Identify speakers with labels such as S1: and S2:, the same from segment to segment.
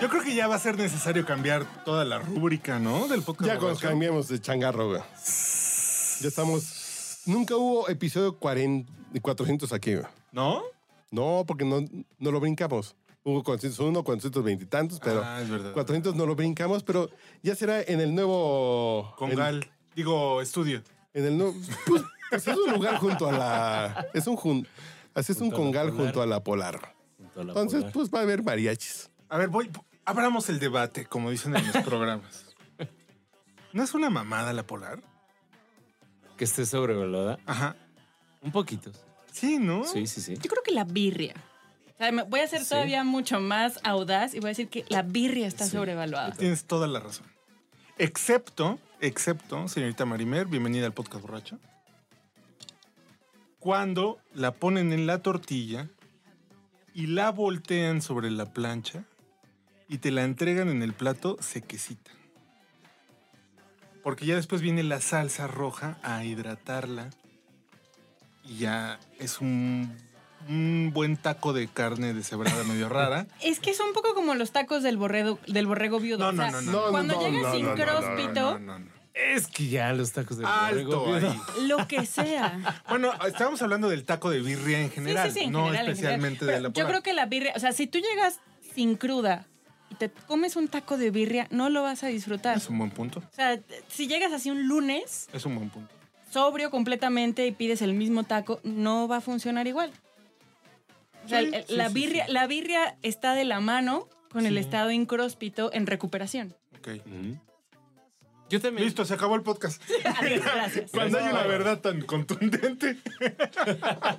S1: Yo creo que ya va a ser necesario cambiar toda la rúbrica, ¿no? Del podcast.
S2: Ya cuando
S1: borracho.
S2: cambiamos de changarro, güey. Ya estamos. Nunca hubo episodio 40, 400 aquí, güey.
S1: ¿No?
S2: No, porque no, no lo brincamos. Hubo 401, 420 y tantos, pero
S1: Ah, es verdad.
S2: 400 no lo brincamos, pero ya será en el nuevo...
S1: Con
S2: en-
S1: Gal. Digo, estudio.
S2: En el nuevo... Pues, pues es un lugar junto a la... Es un... jun- así es un
S3: Junto a
S2: congal
S3: la Polar.
S2: junto a la polar.
S3: Junto a la
S2: Entonces,
S3: polar.
S2: pues va a haber mariachis.
S1: A ver, voy. Abramos el debate, como dicen en los programas. ¿No es una mamada la polar?
S2: pues,
S3: Que esté sobrevalorada.
S1: Ajá.
S3: Un poquito.
S1: Sí, ¿no?
S3: Sí, sí, sí.
S4: Yo creo que la birria. O sea, me- voy a ser
S3: Sí.
S4: todavía mucho más audaz y voy a decir que la birria está sobrevaluada.
S1: Tienes toda la razón. Excepto, excepto, señorita Marimer, bienvenida al podcast borracho. Cuando la ponen en la tortilla y la voltean sobre la plancha y te la entregan en el plato sequecita. Porque ya después viene la salsa roja a hidratarla y ya es un, un buen taco de carne deshebrada medio rara.
S4: Es que son un poco como los tacos del borrego, del borrego viudo.
S1: No,
S4: O sea,
S1: no, no, no, no,
S4: Cuando
S2: no,
S4: llegas
S2: no,
S4: sin
S2: no, no, no,
S4: crospito,
S1: No, no, no.
S3: Es que ya los tacos de
S1: Alto ahí.
S4: lo que sea.
S1: Bueno, estábamos hablando del taco de birria en
S4: Sí,
S1: general,
S4: sí, sí, en
S1: no
S4: general, en
S1: especialmente
S4: general.
S1: de la
S4: Pero Yo creo que la birria, o sea, si tú llegas sin cruda y te comes un taco de birria, no lo vas a disfrutar.
S1: Es un buen punto.
S4: O sea, t- si llegas así un lunes,
S1: Es un buen punto.
S4: sobrio completamente y pides el mismo taco, no va a funcionar igual. O sea,
S1: Sí,
S4: el-
S1: sí,
S4: la,
S1: sí,
S4: birria,
S1: sí.
S4: la birria está de la mano con el
S1: Sí.
S4: estado incróspito en recuperación.
S1: Ok.
S3: Yo también.
S1: Listo, se acabó el podcast.
S4: Adiós, gracias.
S1: Cuando hay una verdad tan contundente.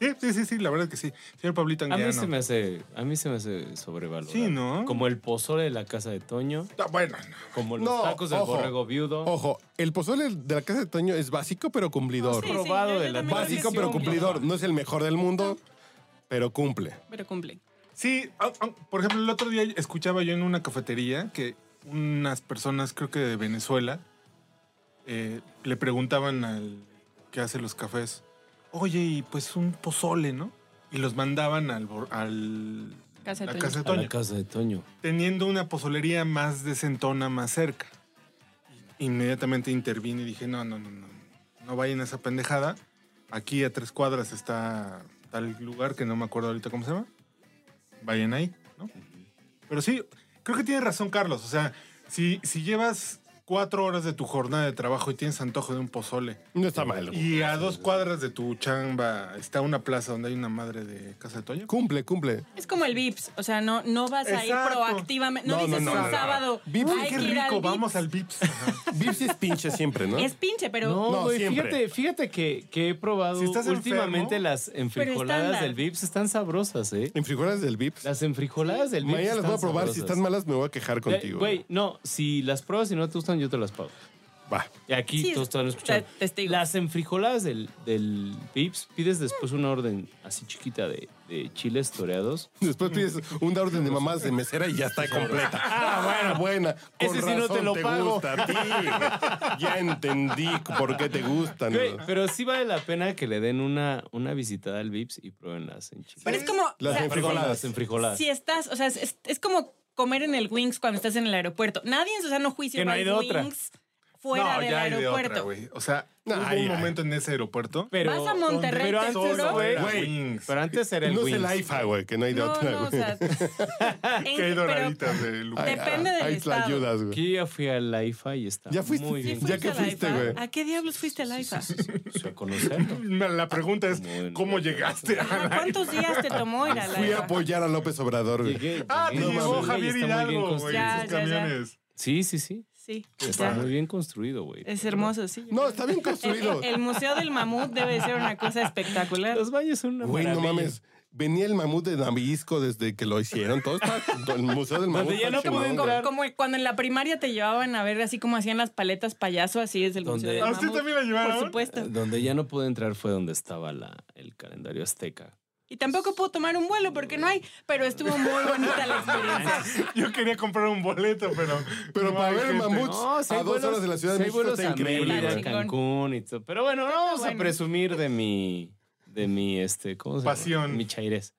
S1: sí, sí, sí, sí, la verdad que sí. Señor Pablito
S3: A mí, se
S1: Anguiano.
S3: me hace, a mí se me hace sobrevalorado.
S1: Sí, ¿no?
S3: Como el pozole de la casa de Toño,
S1: Ah, bueno, no.
S3: como los
S2: No,
S3: tacos del
S2: ojo,
S3: borrego viudo.
S2: Ojo, el pozole de la casa de Toño es básico pero cumplidor.
S4: Sí, sí,
S3: Robado
S4: yo-
S3: de
S4: yo
S3: la
S4: también creo que
S2: Básico
S4: sí,
S2: pero
S4: cumple.
S2: cumplidor. No es el mejor del mundo, pero cumple.
S4: Pero cumple.
S1: Sí, ah, ah, por ejemplo, el otro día escuchaba yo en una cafetería que unas personas, creo que de Venezuela, eh, le preguntaban al que hace los cafés, oye, y pues un pozole, ¿no? Y los mandaban al, bor- al
S4: Casa de
S1: la
S4: Toño.
S1: casa de
S3: a
S1: Toño,
S3: la casa de Toño.
S1: teniendo una pozolería más decentona, más cerca. Inmediatamente intervine y dije, no, no, no, no, no vayan a esa pendejada. Aquí a tres cuadras está tal lugar que no me acuerdo ahorita cómo se llama. Vayan ahí, ¿no? Pero sí, creo que tiene razón Carlos. O sea, si, si llevas cuatro horas de tu jornada de trabajo y tienes antojo de un pozole
S2: No está mal.
S1: y a dos cuadras de tu chamba está una plaza donde hay una madre de casa de Toño.
S2: Cumple, cumple.
S4: Es como el VIPS, o sea, no, no vas a ir
S1: Exacto.
S4: proactivamente. No,
S2: No,
S4: dices
S2: no, no,
S4: un
S2: no, no.
S4: sábado.
S2: Vips,
S4: "Ay,
S1: Uy, qué
S4: quiero ir al
S1: rico,
S4: Vips".
S1: vamos al Vips. Ajá.
S2: Vips es pinche siempre, ¿no?
S4: Es pinche, pero.
S3: No,
S2: ¿eh? No,
S3: güey,
S2: siempre.
S3: fíjate, fíjate que, que he probado
S1: Si estás
S3: últimamente
S1: enfermo,
S3: las enfrijoladas
S4: estándar.
S3: del Vips están sabrosas, ¿eh?
S2: En frijoles del Vips.
S3: Las enfrijoladas del Vips
S2: Mañana las
S3: están
S2: voy a probar. Si
S3: sabrosas.
S2: están malas, me voy a quejar
S3: Ya,
S2: contigo. ¿eh?
S3: Güey, no, si las pruebas y no te gustan, yo te las pago.
S2: Va.
S3: Y aquí
S4: Sí,
S3: todos están escuchando.
S4: te- testigo.
S3: Las enfrijoladas del, del Vips, pides después una orden así chiquita de, de chiles toreados.
S2: Después pides una orden de mamás de mesera y ya está completa. Ah, bueno, buena. Con
S3: Ese sí no te
S2: razón
S3: lo pago.
S2: gusta a ti, güey. Ya entendí por qué te gustan.
S3: Güey,
S2: ¿no?
S3: pero sí vale la pena que le den una, una visitada al Vips y prueben las enchiladas.
S4: Pero es como.
S2: Las
S4: o sea,
S3: Perdón,
S2: enfrijoladas.
S3: las enfrijoladas.
S4: Si estás, o sea, es- es, es como comer en el Wings cuando estás en el aeropuerto. Nadie en su sano juicio
S3: Que no
S4: va
S3: hay
S4: al
S3: de otra.
S4: Wings fuera del
S1: hay de otra,
S4: aeropuerto.
S1: güey. o sea,
S2: No,
S1: hubo
S2: ay,
S1: un
S2: ay.
S1: momento en ese aeropuerto.
S3: Pero-
S4: Vas a Monterrey,
S3: pero
S4: te
S3: antes,
S4: juro.
S3: güey,
S1: Era
S2: güey,
S1: Wings.
S3: Pero antes era el
S2: no es
S3: Wings.
S2: el AIFA, güey, que no hay de
S4: no,
S2: otra,
S4: no,
S2: güey.
S4: o sea. en-
S1: Que hay
S4: pero-
S1: doraditas de Luca.
S2: Ay, ah,
S4: depende del
S2: ahí te la
S4: estado.
S2: ayudas, güey.
S3: Aquí ya fui al AIFA y está
S2: Ya fuiste,
S3: muy
S2: sí,
S3: bien.
S2: fui. Ya que
S4: al
S2: fuiste,
S4: AIFA?
S2: güey.
S4: ¿A qué diablos fuiste al AIFA?
S3: O sea, conocerlo.
S1: La pregunta es,
S3: Como en-
S1: ¿cómo llegaste a
S4: Ajá,
S1: la
S4: ¿Cuántos días te tomó ir al
S2: Fui a
S4: AIFA?
S2: apoyar a López Obrador, güey.
S3: Llegué.
S1: Ah, te
S3: llegué,
S1: llegó
S3: güey,
S1: Javier
S3: está muy bien
S1: Hidalgo, güey,
S3: construido.
S4: Ya,
S1: en sus
S4: ya, ya.
S1: camiones.
S3: Sí, sí, sí.
S4: Sí,
S3: Está
S4: está-
S3: muy bien construido, güey.
S4: es hermoso, sí.
S2: No, está bien construido.
S4: El, el Museo del Mamut debe ser una cosa espectacular.
S3: Los baños son una
S2: Güey, no
S3: maravilla.
S2: mames. Venía el mamut de Davisco desde que lo hicieron. Todo está. El museo del mamut.
S3: Donde ya
S2: está
S3: no
S2: chingón, güey.
S3: pueden comprar.
S4: Como cuando en la primaria te llevaban a ver así como hacían las paletas payaso, así es el
S3: ¿Dónde?
S4: Museo del
S1: ¿A usted
S4: Mamut.
S1: también la llevaron?
S4: Por supuesto.
S3: Eh, Donde ya no pude entrar fue donde estaba la, el calendario azteca.
S4: Y tampoco puedo tomar un vuelo porque no hay, pero estuvo muy bonita la
S1: Ah,
S4: experiencia.
S1: Yo quería comprar un boleto, pero.
S2: Pero
S1: no
S2: para
S1: hay
S2: ver
S1: gente.
S2: mamuts
S3: sí hay
S2: a dos
S3: vuelos-
S2: horas de la Ciudad de
S3: sí hay
S2: México
S3: vuelos
S2: está
S3: a
S2: increíble.
S3: Mérida,
S2: güey.
S4: Chingón.
S3: Cancún y todo. Pero bueno, no vamos a
S4: bueno.
S3: presumir de mi. De mi, este, ¿cómo se llama?
S1: Pasión.
S3: Mi chairés.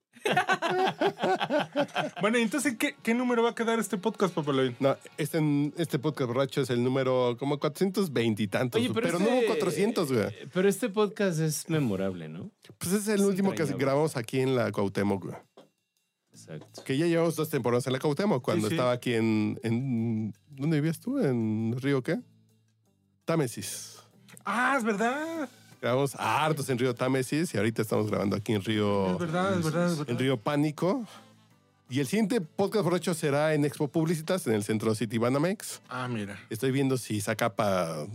S1: Bueno, ¿y entonces, ¿qué, ¿qué número va a quedar este podcast, Papaloy?
S2: No, este, este podcast borracho es el número como 420 y tantos.
S3: Oye,
S2: pero no
S3: este-
S2: hubo 400, güey.
S3: Pero este podcast es memorable, ¿no?
S2: Pues es el último que
S3: entrañable.
S2: grabamos aquí en la Cuauhtémoc, güey.
S3: Exacto.
S2: Que ya llevamos dos temporadas en la Cautemo, cuando
S1: Sí, sí.
S2: estaba aquí en, en- ¿Dónde vivías tú? ¿En Río qué? Támesis.
S1: Ah, es verdad.
S2: Grabamos hartos en Río Támesis y ahorita estamos grabando aquí en Río,
S3: Oh,
S1: Es verdad, es verdad, es
S2: en
S1: verdad.
S2: Río Pánico. Y el siguiente podcast borracho será en Expo Publicitas, en el centro City Banamex.
S1: Ah, mira.
S2: Estoy viendo si Zacapa,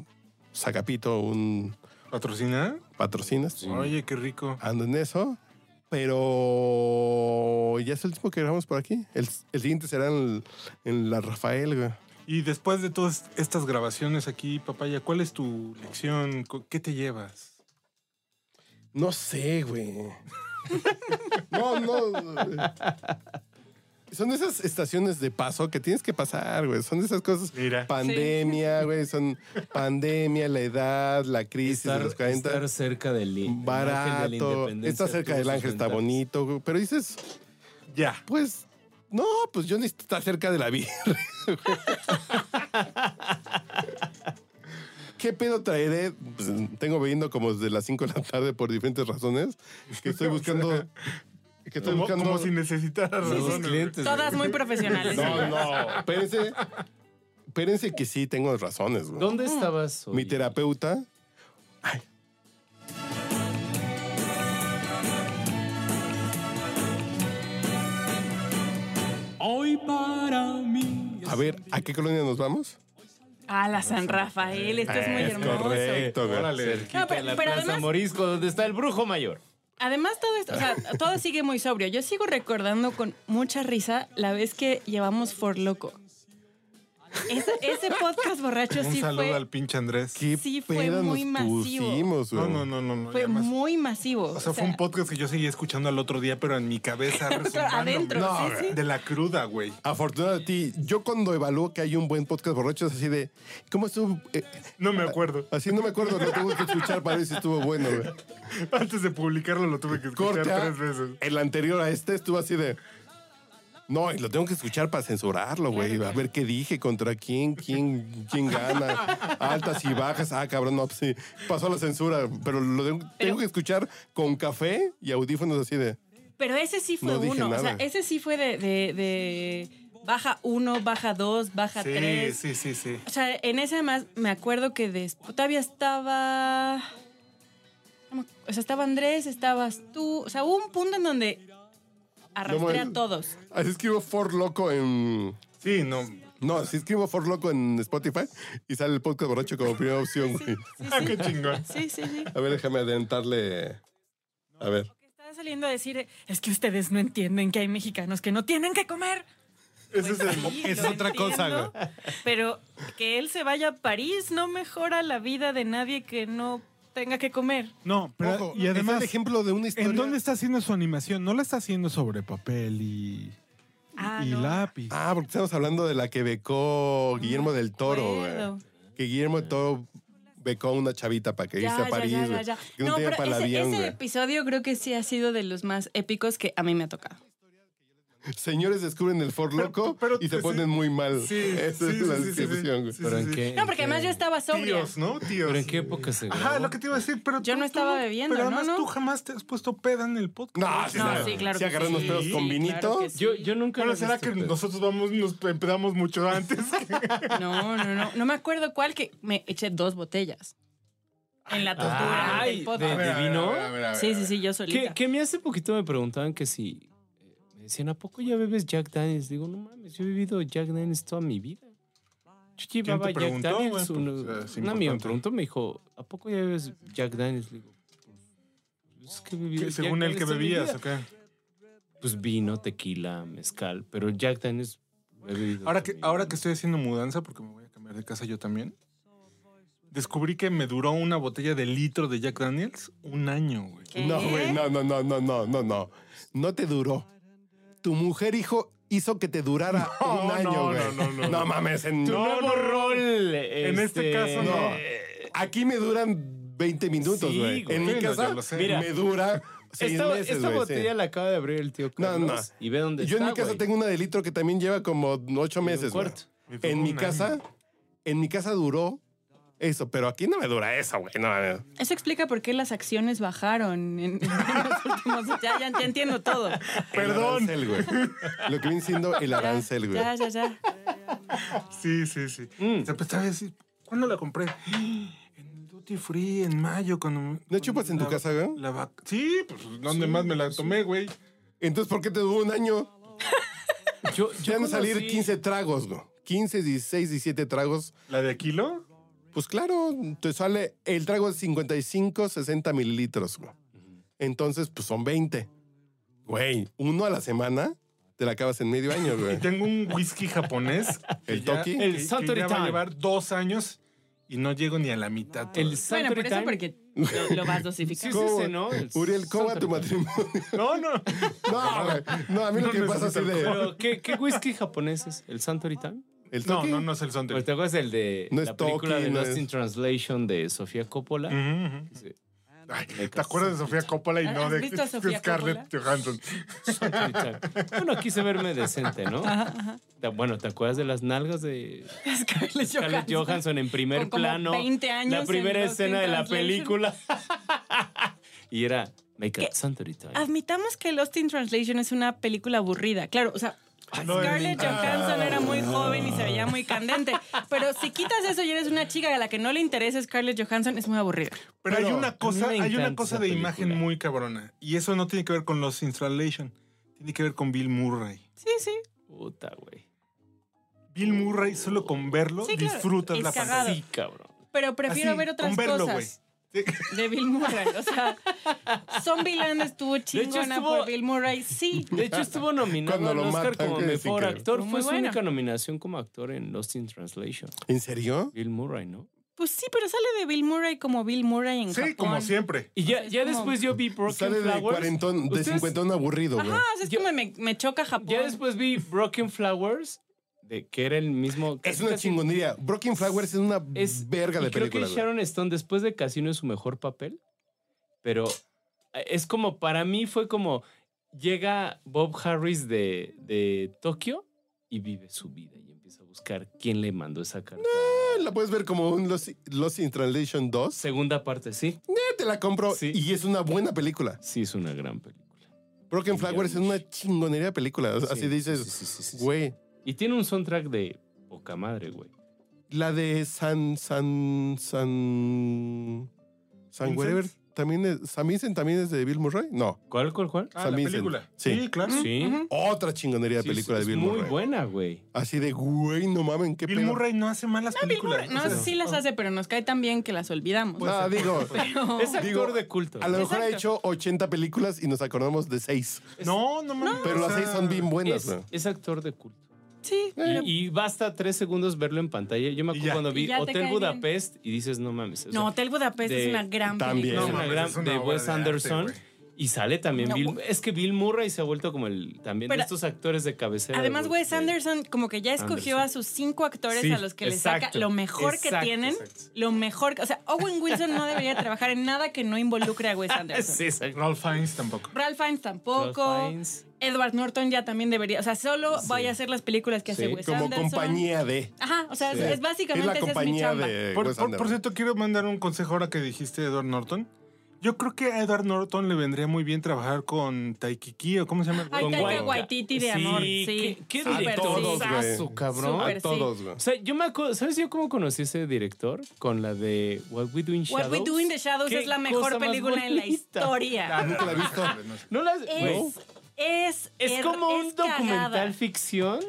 S2: Zacapito, un
S1: ¿Patrocina?
S2: patrocinas.
S1: Oye, qué rico.
S2: Ando en eso. Pero ya es el último que grabamos por aquí. El, el siguiente será en, en la Rafael, güey.
S1: Y después de todas estas grabaciones aquí, papaya, ¿cuál es tu lección? Co- ¿Qué te llevas?
S2: No sé, güey. no, no. Son esas estaciones de paso que tienes que pasar, güey. Son esas cosas.
S1: Mira.
S2: Pandemia, güey. Son pandemia, la edad, la crisis
S3: Estar,
S2: de los 40.
S3: estar cerca del i- del ángel de la
S2: barato.
S3: independencia,
S2: Está cerca
S3: tuvo
S2: del
S3: sus
S2: ángel, está
S3: ventajas.
S2: bonito, güey. Pero dices,
S1: Ya.
S2: pues, no, pues yo necesito estar cerca de la Virgen. ¿Qué pedo traeré? Pues, tengo bebiendo como desde las 5 de la tarde por diferentes razones. Que estoy buscando. Que estoy
S1: Como,
S2: buscando.
S1: como si necesitaras
S3: Los
S1: razones.
S3: clientes.
S4: Todas muy profesionales.
S2: No, no. Espérense. Espérense que sí tengo razones, güey.
S3: ¿Dónde estabas hoy?
S2: Mi terapeuta. Ay.
S3: Hoy para mí.
S2: A ver, ¿a qué colonia nos vamos?
S4: Ah, la San Rafael, esto es muy hermoso.
S2: güey.
S1: Eh, Órale.
S4: No, pero-
S3: la
S4: pero
S3: Plaza
S4: además-
S3: Morisco, donde está el brujo mayor.
S4: Además, todo esto, o sea, todo sigue muy sobrio. Yo sigo recordando con mucha risa la vez que llevamos For Loco. Ese, ese podcast borracho
S1: Un
S4: sí
S1: saludo
S4: fue,
S1: al pinche Andrés.
S2: ¿Qué
S4: Sí, fue
S2: pedo
S4: muy
S2: nos
S4: masivo.
S2: pusimos, güey?
S1: No, no, no, no. no,
S4: fue
S1: ya más.
S4: muy masivo.
S1: O sea, fue un podcast que yo seguía escuchando al otro día, pero en mi cabeza resonándome.
S4: adentro, sí,
S1: güey,
S4: sí.
S1: De la cruda, güey.
S2: Afortunado de ti, yo cuando evalúo que hay un buen podcast borracho es así de, ¿cómo estuvo? Eh,
S1: No me acuerdo.
S2: así no me acuerdo, lo tuve que escuchar para ver si estuvo bueno. güey.
S1: Antes de publicarlo lo tuve que escuchar
S2: Corte, ¿ah?
S1: tres veces.
S2: el anterior a este estuvo así de, no, y lo tengo que escuchar para censurarlo, güey, a ver qué dije, contra quién, quién, quién gana, altas y bajas, ah, cabrón, no, pues sí, pasó la censura, pero lo tengo, tengo que escuchar con café y audífonos así de,
S4: Pero ese sí fue
S2: No dije
S4: uno. O sea,
S2: nada.
S4: ese sí fue de, de- de baja uno, baja dos, baja
S1: Sí,
S4: tres.
S1: sí, sí, sí.
S4: O sea, en ese además me acuerdo que des- todavía estaba. no me ac- O sea, estaba Andrés, estabas tú. O sea, hubo un punto en donde arrastré
S2: No,
S4: a todos.
S2: así escribo For Loco en...
S1: Sí, no.
S2: No, si escribo For Loco en Spotify y sale el podcast borracho como primera opción, güey.
S4: Sí,
S1: Ah,
S4: sí.
S1: qué chingón.
S4: Sí, sí, sí.
S2: A ver, déjame adelantarle. A ver.
S4: Que Estaba saliendo a decir, es que ustedes no entienden que hay mexicanos que no tienen que comer. Pues
S1: Ese es el.
S4: Sí,
S2: es
S4: lo
S2: otra cosa,
S4: entiendo, Pero que él se vaya a París no mejora la vida de nadie que no tenga que comer.
S5: No, pero
S2: Ojo,
S5: y
S2: es
S5: además,
S2: el ejemplo de una historia.
S5: ¿en dónde está haciendo su animación? No la está haciendo sobre papel y,
S4: Ah,
S5: y
S4: no.
S5: lápiz.
S2: Ah, porque estamos hablando de la que becó Guillermo del
S1: Mm,
S2: Toro,
S4: acuerdo.
S2: güey. Que Guillermo del Toro becó a una chavita para que irse a París,
S4: ya,
S2: güey.
S4: ya.
S2: Que no,
S4: No,
S2: tenía
S4: pero
S2: para el
S4: ese,
S2: avión,
S4: ese
S2: güey.
S4: episodio creo que sí ha sido de los más épicos que a mí me ha tocado.
S2: Señores descubren el For Loco
S1: pero-
S2: y se
S1: sí.
S2: ponen muy mal.
S1: Sí,
S2: Esa
S1: sí,
S2: es la
S1: sí, sí, sí, sí.
S2: descripción, güey.
S1: Sí,
S3: ¿Pero
S1: sí,
S3: en
S1: sí.
S3: qué?
S4: No, porque
S3: en qué-
S4: además yo estaba sobria.
S1: Tíos, ¿no? Tíos.
S3: ¿Pero en qué época se grabó?
S1: Ajá, lo que te iba a decir, pero.
S4: Yo
S1: tú-
S4: no
S1: tú
S4: estaba bebiendo,
S1: Pero
S4: ¿no?
S1: además
S4: No.
S1: tú jamás te has puesto peda en el podcast.
S2: No, sí,
S4: No,
S2: claro.
S4: sí, claro.
S2: Si
S4: que
S2: agarran
S4: sí.
S2: los pedos con
S4: Sí,
S2: vinito.
S4: claro que sí.
S3: Yo, yo nunca.
S1: Pero
S3: lo he
S1: será
S3: visto,
S1: que
S3: pero-
S1: nosotros vamos, nos empedamos mucho antes.
S4: No, no, no. No me acuerdo cuál que me eché dos botellas. En la tortura
S3: Ay,
S4: del
S3: de-
S4: podcast.
S3: de vino.
S4: Sí, sí, sí, yo solita.
S3: Que, que me hace poquito me preguntaban que si. eh, Me decían, ¿a poco ya bebes Jack Daniels? Digo, no mames, yo he bebido Jack Daniels toda mi vida. Yo
S1: ¿Quién
S3: llevaba
S1: te
S3: Jack
S1: preguntó,
S3: Daniels.
S1: güey?
S3: una-
S1: Pues, o sea, es
S3: una amiga me
S1: importante.
S3: preguntó, me dijo, ¿a poco ya bebes Jack Daniels? Le digo, "Pues, es que bebí
S1: ¿Qué-
S3: Jack
S1: según el
S3: Daniels
S1: que
S3: toda mi
S1: bebías,
S3: vida".
S1: ¿o qué?
S3: Pues vino, tequila, mezcal, pero Jack Daniels lo he bebido
S1: Ahora que,
S3: también.
S1: ahora que estoy haciendo mudanza, porque me voy a cambiar de casa yo también, descubrí que me duró una botella de litro de Jack Daniels un año, güey.
S4: ¿Qué?
S2: No, güey, no, no, no, no, no, no, no. No te duró. Tu mujer, hijo, hizo que te durara un año,
S1: no,
S2: güey.
S1: no, no, no, no.
S2: mames, en-
S3: Tu
S2: no,
S3: nuevo
S1: no, no.
S3: rol.
S1: En este caso,
S2: no.
S3: eh,
S2: Aquí me duran 20 minutos,
S3: Sí,
S2: güey.
S3: güey.
S2: en mi
S1: Sí, no,
S2: casa
S1: yo lo sé.
S3: Mira.
S2: me dura seis
S3: Esta,
S2: meses,
S3: esta
S2: güey. sí.
S3: botella la acaba de abrir el tío
S2: No,
S3: Carlos
S2: no.
S3: y ve dónde
S2: Yo
S3: está,
S2: en mi casa
S3: güey.
S2: tengo una de litro que también lleva como ocho
S3: un
S2: meses. güey.
S3: cuarto.
S1: Me duró
S2: En mi
S1: un
S2: casa,
S1: año.
S2: en mi casa duró eso, pero aquí no me dura eso, güey. No, no.
S4: Eso explica por qué las acciones bajaron en, en los últimos. Ya, ya, ya entiendo todo.
S2: Perdón. El arancel, güey. Lo que viene siendo el arancel, güey.
S4: Ya, ya, ya.
S1: Sí, sí, sí.
S3: Mm.
S1: O sea, pues, ¿sabes? ¿Cuándo la compré? En Duty Free, en mayo, cuando... me-
S2: ¿No chupas en tu
S1: la-
S2: casa, güey?
S1: La vaca. Sí, pues, ¿dónde más me la tomé, güey?
S2: Entonces, ¿por qué te duró un año?
S3: Yo,
S2: Te
S3: yo
S2: van a salir
S3: conocí-
S2: 15 tragos, güey. 15, 16, 17 tragos.
S1: ¿La de Aquilo?
S2: Pues claro, te sale el trago de 55, 60 mililitros, güey. Entonces, pues son 20. Güey, uno a la semana te la acabas en medio año, güey.
S1: Y tengo un whisky japonés. que
S2: ¿El
S1: ya-
S2: Toki?
S1: que-
S3: El
S1: que
S3: Suntory
S1: ya va a
S3: Time.
S1: llevar dos años y no llego ni a la mitad.
S3: El
S1: todavía.
S4: Bueno,
S3: Suntory
S4: pero eso
S3: Time.
S4: porque lo, lo vas
S3: Sí,
S4: dosificando.
S3: es
S2: ¿Cómo?
S3: ese, ¿no? El
S2: Uriel, ¿cómo va tu
S3: Suntory Time.
S2: matrimonio?
S1: No, no.
S2: No, güey. No, a mí lo
S1: No
S2: que pasa es así
S1: necesito
S2: de.
S3: Pero, ¿qué, ¿qué whisky japonés es? ¿El Suntory Time? Pues
S2: ¿El
S1: No,
S2: Toki?
S1: no, no es el
S3: ¿O
S1: Suntory.
S3: ¿Te acuerdas del de
S2: No es
S3: la película
S2: Toki,
S3: de
S2: no
S3: Lost
S2: es- Mm.
S3: in Translation de Sofía Coppola?
S1: Ujú, ujú.
S3: Sí.
S1: Ay,
S3: Me
S1: ¿Te acuerdas de Sofía Coppola y
S3: Ah,
S4: ¿Has
S1: no de,
S4: visto a Sofía
S1: Scarlett Johansson?
S3: Suntory Time. Bueno, quise verme decente, ¿no? Ta- Bueno, ¿te acuerdas de las nalgas de
S4: Scarlett
S3: Scarlett
S4: Johansson.
S3: Johansson en primer
S4: Con como
S3: plano?
S4: 20 años
S3: la primera
S4: en Lost in
S3: escena de la
S4: Translation.
S3: película. y era Make It Suntory Time.
S4: Ah, Admitamos que Lost in Translation es una película aburrida. Claro, o sea,
S1: no,
S4: Scarlett
S1: es-
S4: Johansson era muy joven y se veía muy candente. Pero si quitas eso y eres una chica a la que no le interesa Scarlett Johansson, es muy aburrida.
S1: Pero hay
S2: Pero
S1: una cosa,
S3: me
S1: hay una
S3: encanta
S1: cosa
S3: esa
S1: de
S3: película.
S1: imagen muy cabrona. Y eso no tiene que ver con los Installation. Tiene que ver con Bill Murray.
S4: Sí, sí.
S3: Puta, güey.
S1: Bill
S3: Mm.
S1: Murray, solo con verlo,
S4: Sí, claro.
S1: disfrutas
S4: Es
S1: la
S4: cagado.
S1: pantalla.
S3: Sí, cabrón.
S4: Pero prefiero
S1: Así,
S4: ver otras
S1: con verlo,
S4: cosas de Bill Murray. O sea, Zombieland estuvo chingona
S3: estuvo-
S4: por Bill Murray. Sí.
S3: De hecho, estuvo nominado
S2: Cuando
S3: al
S2: lo
S3: Oscar
S2: matan,
S3: como
S2: que es
S3: mejor
S2: increíble.
S3: actor.
S4: Muy
S3: Fue su
S4: buena.
S3: única nominación como actor en Lost in Translation.
S2: ¿En serio?
S3: Bill Murray, ¿no?
S4: Pues sí, pero sale de Bill Murray como Bill Murray en
S1: Sí,
S4: Japón.
S1: como siempre.
S3: Y ya,
S4: Es
S3: ya
S4: como-
S3: después yo vi Broken
S2: Sale de
S3: Flowers.
S2: cuarentón, de
S3: ¿Ustedes-
S2: cincuentón aburrido, güey.
S4: Ah, es
S3: Yo-
S4: como me, me choca Japón.
S3: Ya después vi Broken Flowers, de que era el mismo.
S2: Es una
S3: casi-
S2: chingonería. Broken Flowers es una
S3: es-
S2: verga
S3: y
S2: de
S3: creo
S2: película,
S3: que
S2: güey.
S3: Sharon Stone después de Casino es su mejor papel, pero eh, es como para mí fue como llega Bob Harris de, de Tokio y vive su vida y empieza a buscar quién le mandó esa carta.
S2: Eh, La puedes ver como un Lost, Lost in Translation 2.
S3: Segunda parte, sí.
S2: Eh, Te la compro
S3: Sí.
S2: y es una buena película.
S3: Sí, es una gran película.
S2: Broken Flowers es una chingonería de película. O sea,
S3: Sí,
S2: Así
S3: sí,
S2: dices,
S3: sí, sí, sí, sí.
S2: güey,
S3: Y tiene un soundtrack de poca madre, güey.
S2: la de San, San, San, San
S1: Vincent.
S2: wherever también es, San Vincent también es de Bill Murray. No,
S3: ¿Cuál, cuál, cuál?
S1: Ah,
S2: Sam
S1: la
S2: Vincent.
S1: película.
S2: Sí.
S1: Sí, claro.
S4: Mm.
S3: Sí.
S2: otra chingonería de
S3: Sí,
S2: película
S3: es-
S2: de Bill
S3: es Muy
S2: Murray.
S3: buena, güey.
S2: Así de, güey, no mamen, qué
S1: Bill
S2: pedo.
S1: Murray no hace malas películas.
S4: No,
S1: o sea,
S4: sí las hace, pero nos cae tan bien que las olvidamos.
S1: Pues,
S3: pues,
S2: No, Ah, digo,
S3: Es actor
S2: Digo,
S3: de culto.
S2: a lo mejor ha
S4: Exacto.
S2: hecho 80 películas y nos acordamos de 6.
S1: no, no mames.
S2: Pero
S1: o
S2: las
S1: sea,
S2: 6 son bien buenas,
S3: es,
S2: güey.
S3: es actor de culto.
S4: Sí,
S1: eh,
S4: pero-
S3: Y, y basta tres segundos verlo en pantalla. Yo me
S1: Y
S3: acuerdo
S1: ya.
S3: cuando
S4: Y
S3: vi
S4: ya te cae
S3: Hotel
S4: bien.
S3: Budapest y dices, no mames. o sea,
S4: No, Hotel Budapest
S3: de-
S4: es una gran
S2: También.
S3: es
S1: No,
S4: película.
S1: mames,
S3: una gran
S1: es una
S3: de
S1: obra
S3: Wes
S1: de arte,
S3: Anderson.
S1: güey.
S3: y sale también
S4: No,
S3: Bill. Es que Bill Murray se ha vuelto como el también
S4: Pero-
S3: de estos actores de cabecera.
S4: Además,
S3: de-
S4: Wes
S3: de-
S4: Anderson como que ya escogió
S3: Anderson.
S4: a sus cinco actores
S3: Sí,
S4: a los que le
S3: exacto,
S4: saca lo mejor que
S3: exacto,
S4: tienen,
S3: exacto.
S4: lo mejor, que- o sea, Owen Wilson no debería trabajar en nada que no involucre a Wes Anderson.
S3: Sí, exacto.
S1: Ralph Fiennes tampoco.
S4: Ralph Fiennes tampoco.
S3: Ralph Fiennes.
S4: Edward Norton ya también debería, o sea, solo vaya a hacer las películas que hace
S3: Sí,
S4: Wes
S2: Como
S4: Anderson.
S2: compañía de.
S4: Ajá, o sea, es-
S2: Sí.
S4: es básicamente
S2: Es la
S4: esa es mi
S2: compañía
S4: chamba.
S2: de
S1: Por,
S2: Wes
S1: por- por
S2: Anderson.
S1: cierto, quiero mandar un consejo ahora que dijiste de Edward Norton. Yo creo que a Edward Norton le vendría muy bien trabajar con Taikiki o cómo se llama.
S4: Ay,
S1: Con
S4: Taika
S1: Wai-
S4: Waititi de amor, sí.
S3: Qué, qué
S4: Súper,
S3: directorazo,
S2: sí.
S3: cabrón.
S4: Súper.
S2: A todos, güey.
S3: O sea, yo me acuerdo, ¿sabes yo cómo conocí a ese director? Con la de What We Do in
S4: What
S3: Shadows.
S4: We Do in the Shadows
S3: Qué
S4: es la
S3: cosa
S4: mejor
S3: más
S4: película en la
S3: bonita.
S1: Ah,
S4: historia.
S2: Nunca la he visto.
S3: No las,
S4: Es,
S3: güey,
S4: es, er,
S3: es como un
S4: cagada.
S3: documental ficción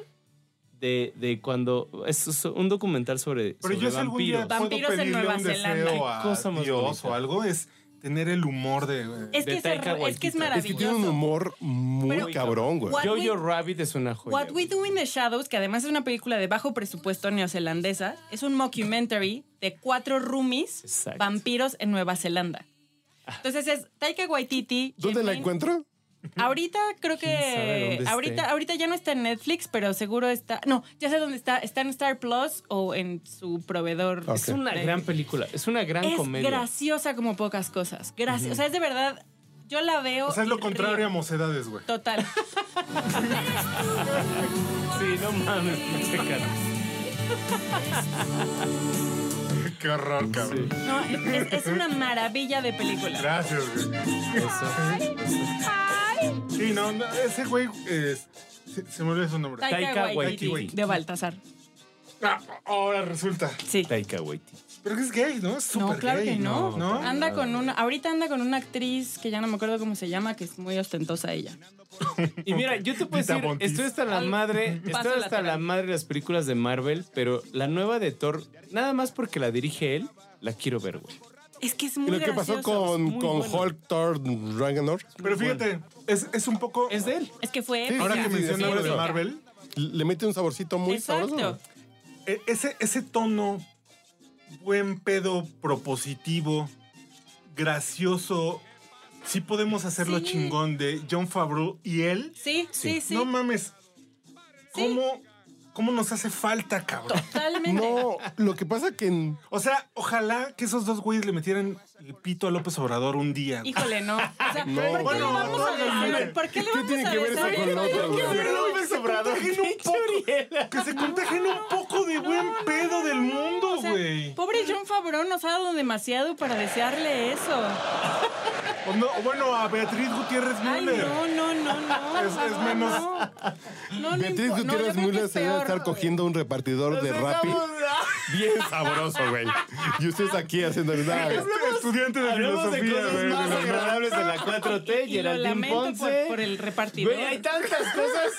S3: de, de cuando. Es es un documental sobre.
S1: Pero
S3: sobre
S1: yo si algún día
S3: vampiros.
S1: puedo
S4: Vampiros en
S1: pedirle
S4: Nueva
S1: un
S4: Zelanda.
S1: deseo a
S3: Cosa más
S1: Dios
S3: bonita.
S1: o algo, es tener el humor de... eh,
S4: Es que,
S3: De
S4: es,
S3: Taika
S4: hermo- es que es
S3: Waititi.
S2: Es que tiene un
S4: maravilloso.
S2: humor muy
S4: Pero-
S2: cabrón, güey.
S4: What
S3: Jojo
S4: we-
S3: Rabbit es una joya.
S4: What We
S3: güey.
S4: Do in the Shadows, que además es una película de bajo presupuesto neozelandesa, es un mockumentary de cuatro roomies
S3: Exacto. Ah.
S4: vampiros en Nueva Zelanda. Entonces es Taika Waititi.
S2: ¿Dónde
S4: Jim
S2: la
S4: Lin-
S2: encuentro?
S4: Ahorita creo
S3: ¿Quién sabe dónde
S4: que
S3: esté?
S4: ahorita ahorita ya no está en Netflix, pero seguro está. No, ya sé dónde está. Está en Star Plus o en su proveedor.
S2: Ok.
S3: Es una
S4: de-
S3: gran película. Es una gran
S4: Es
S3: comedia.
S4: graciosa como pocas cosas. Gracias. O sea, es de verdad. Yo la veo.
S1: O sea, es
S4: y
S1: lo
S4: río.
S1: contrario a mocedades, güey.
S4: Total.
S3: Sí, no mames, pinche cara.
S1: Qué horror, cabrón.
S4: No, es, es una maravilla de película.
S1: Gracias, güey. Sí, no, no, ese güey es- se, se me olvidó su nombre.
S4: Taika,
S3: Taika
S4: Waititi,
S3: Waititi.
S4: de Baltasar.
S1: Ah, ahora resulta.
S4: Sí.
S3: Taika Waititi.
S1: Pero que es gay, ¿no? Es
S4: No,
S1: súper
S4: claro
S1: gay.
S4: que no.
S1: ¿No?
S4: Anda con una, ahorita anda con una actriz que ya no me acuerdo cómo se llama, que es muy ostentosa ella.
S3: Y mira, yo te puedo
S1: Tita
S3: decir,
S1: Bontis.
S3: estoy hasta la
S4: Al-
S3: madre,
S4: paso
S3: estoy hasta
S4: lateral.
S3: la madre de las películas de Marvel, pero la nueva de Thor, nada más porque la dirige él, la quiero ver, güey.
S4: Es que es
S2: Y
S4: muy
S2: lo que
S4: gracioso.
S2: pasó con,
S3: muy
S2: con
S3: bueno.
S2: Hulk Thor Ragnarok,
S1: Pero fíjate, es, es un poco.
S3: Es de él.
S4: Es que fue.
S2: Sí,
S4: épica.
S1: ahora que
S2: sí,
S1: mencionas
S4: sí,
S1: lo de
S4: sí.
S1: Marvel,
S2: le mete un saborcito muy
S4: Exacto.
S2: sabroso.
S1: e- ese, ese tono, buen pedo, propositivo, gracioso. Sí podemos hacerlo
S4: Sí.
S1: chingón de John Favreau y él.
S4: Sí, sí, sí.
S1: No mames. ¿Cómo, ¿Cómo nos hace falta, cabrón?
S4: Totalmente.
S2: No, lo que pasa que en-
S1: O sea, ojalá que esos dos güeyes le metieran el pito a López Obrador un día. güey.
S4: Híjole, no. O sea,
S2: No,
S4: ¿por qué
S1: bueno,
S4: le vamos
S1: no,
S4: a
S1: no,
S4: decir?
S1: no.
S4: ¿Por qué le
S2: ¿Qué
S4: vamos
S2: tiene
S4: a
S2: que ver eso
S4: decir?
S2: con lo otro,
S1: Que
S2: güey?
S1: se López Obrador, que un poco. Que se contagien un poco de buen pedo del mundo,
S4: O sea,
S1: güey.
S4: pobre John Favreau nos ha dado demasiado para desearle eso.
S1: O no, o bueno, a Beatriz Gutiérrez
S4: Ay,
S1: Müller.
S4: no, no, no, no.
S1: Es- es
S4: no,
S1: menos-
S4: No, no, no
S2: Beatriz
S4: impo-
S2: Gutiérrez
S4: no, yo creo que
S2: Müller
S4: es
S2: se debe
S4: peor.
S2: estar cogiendo un repartidor de Rappi bien sabroso, güey. Y ustedes aquí haciendo nada.
S1: este, Estudiante de
S3: Hablamos de
S1: filosofía,
S3: cosas
S1: güey.
S3: más agradables de la 4T,
S4: Y lo
S3: Geraldine
S4: lamento
S3: Ponce.
S4: por, por el repartidor.
S3: Güey, hay tantas cosas.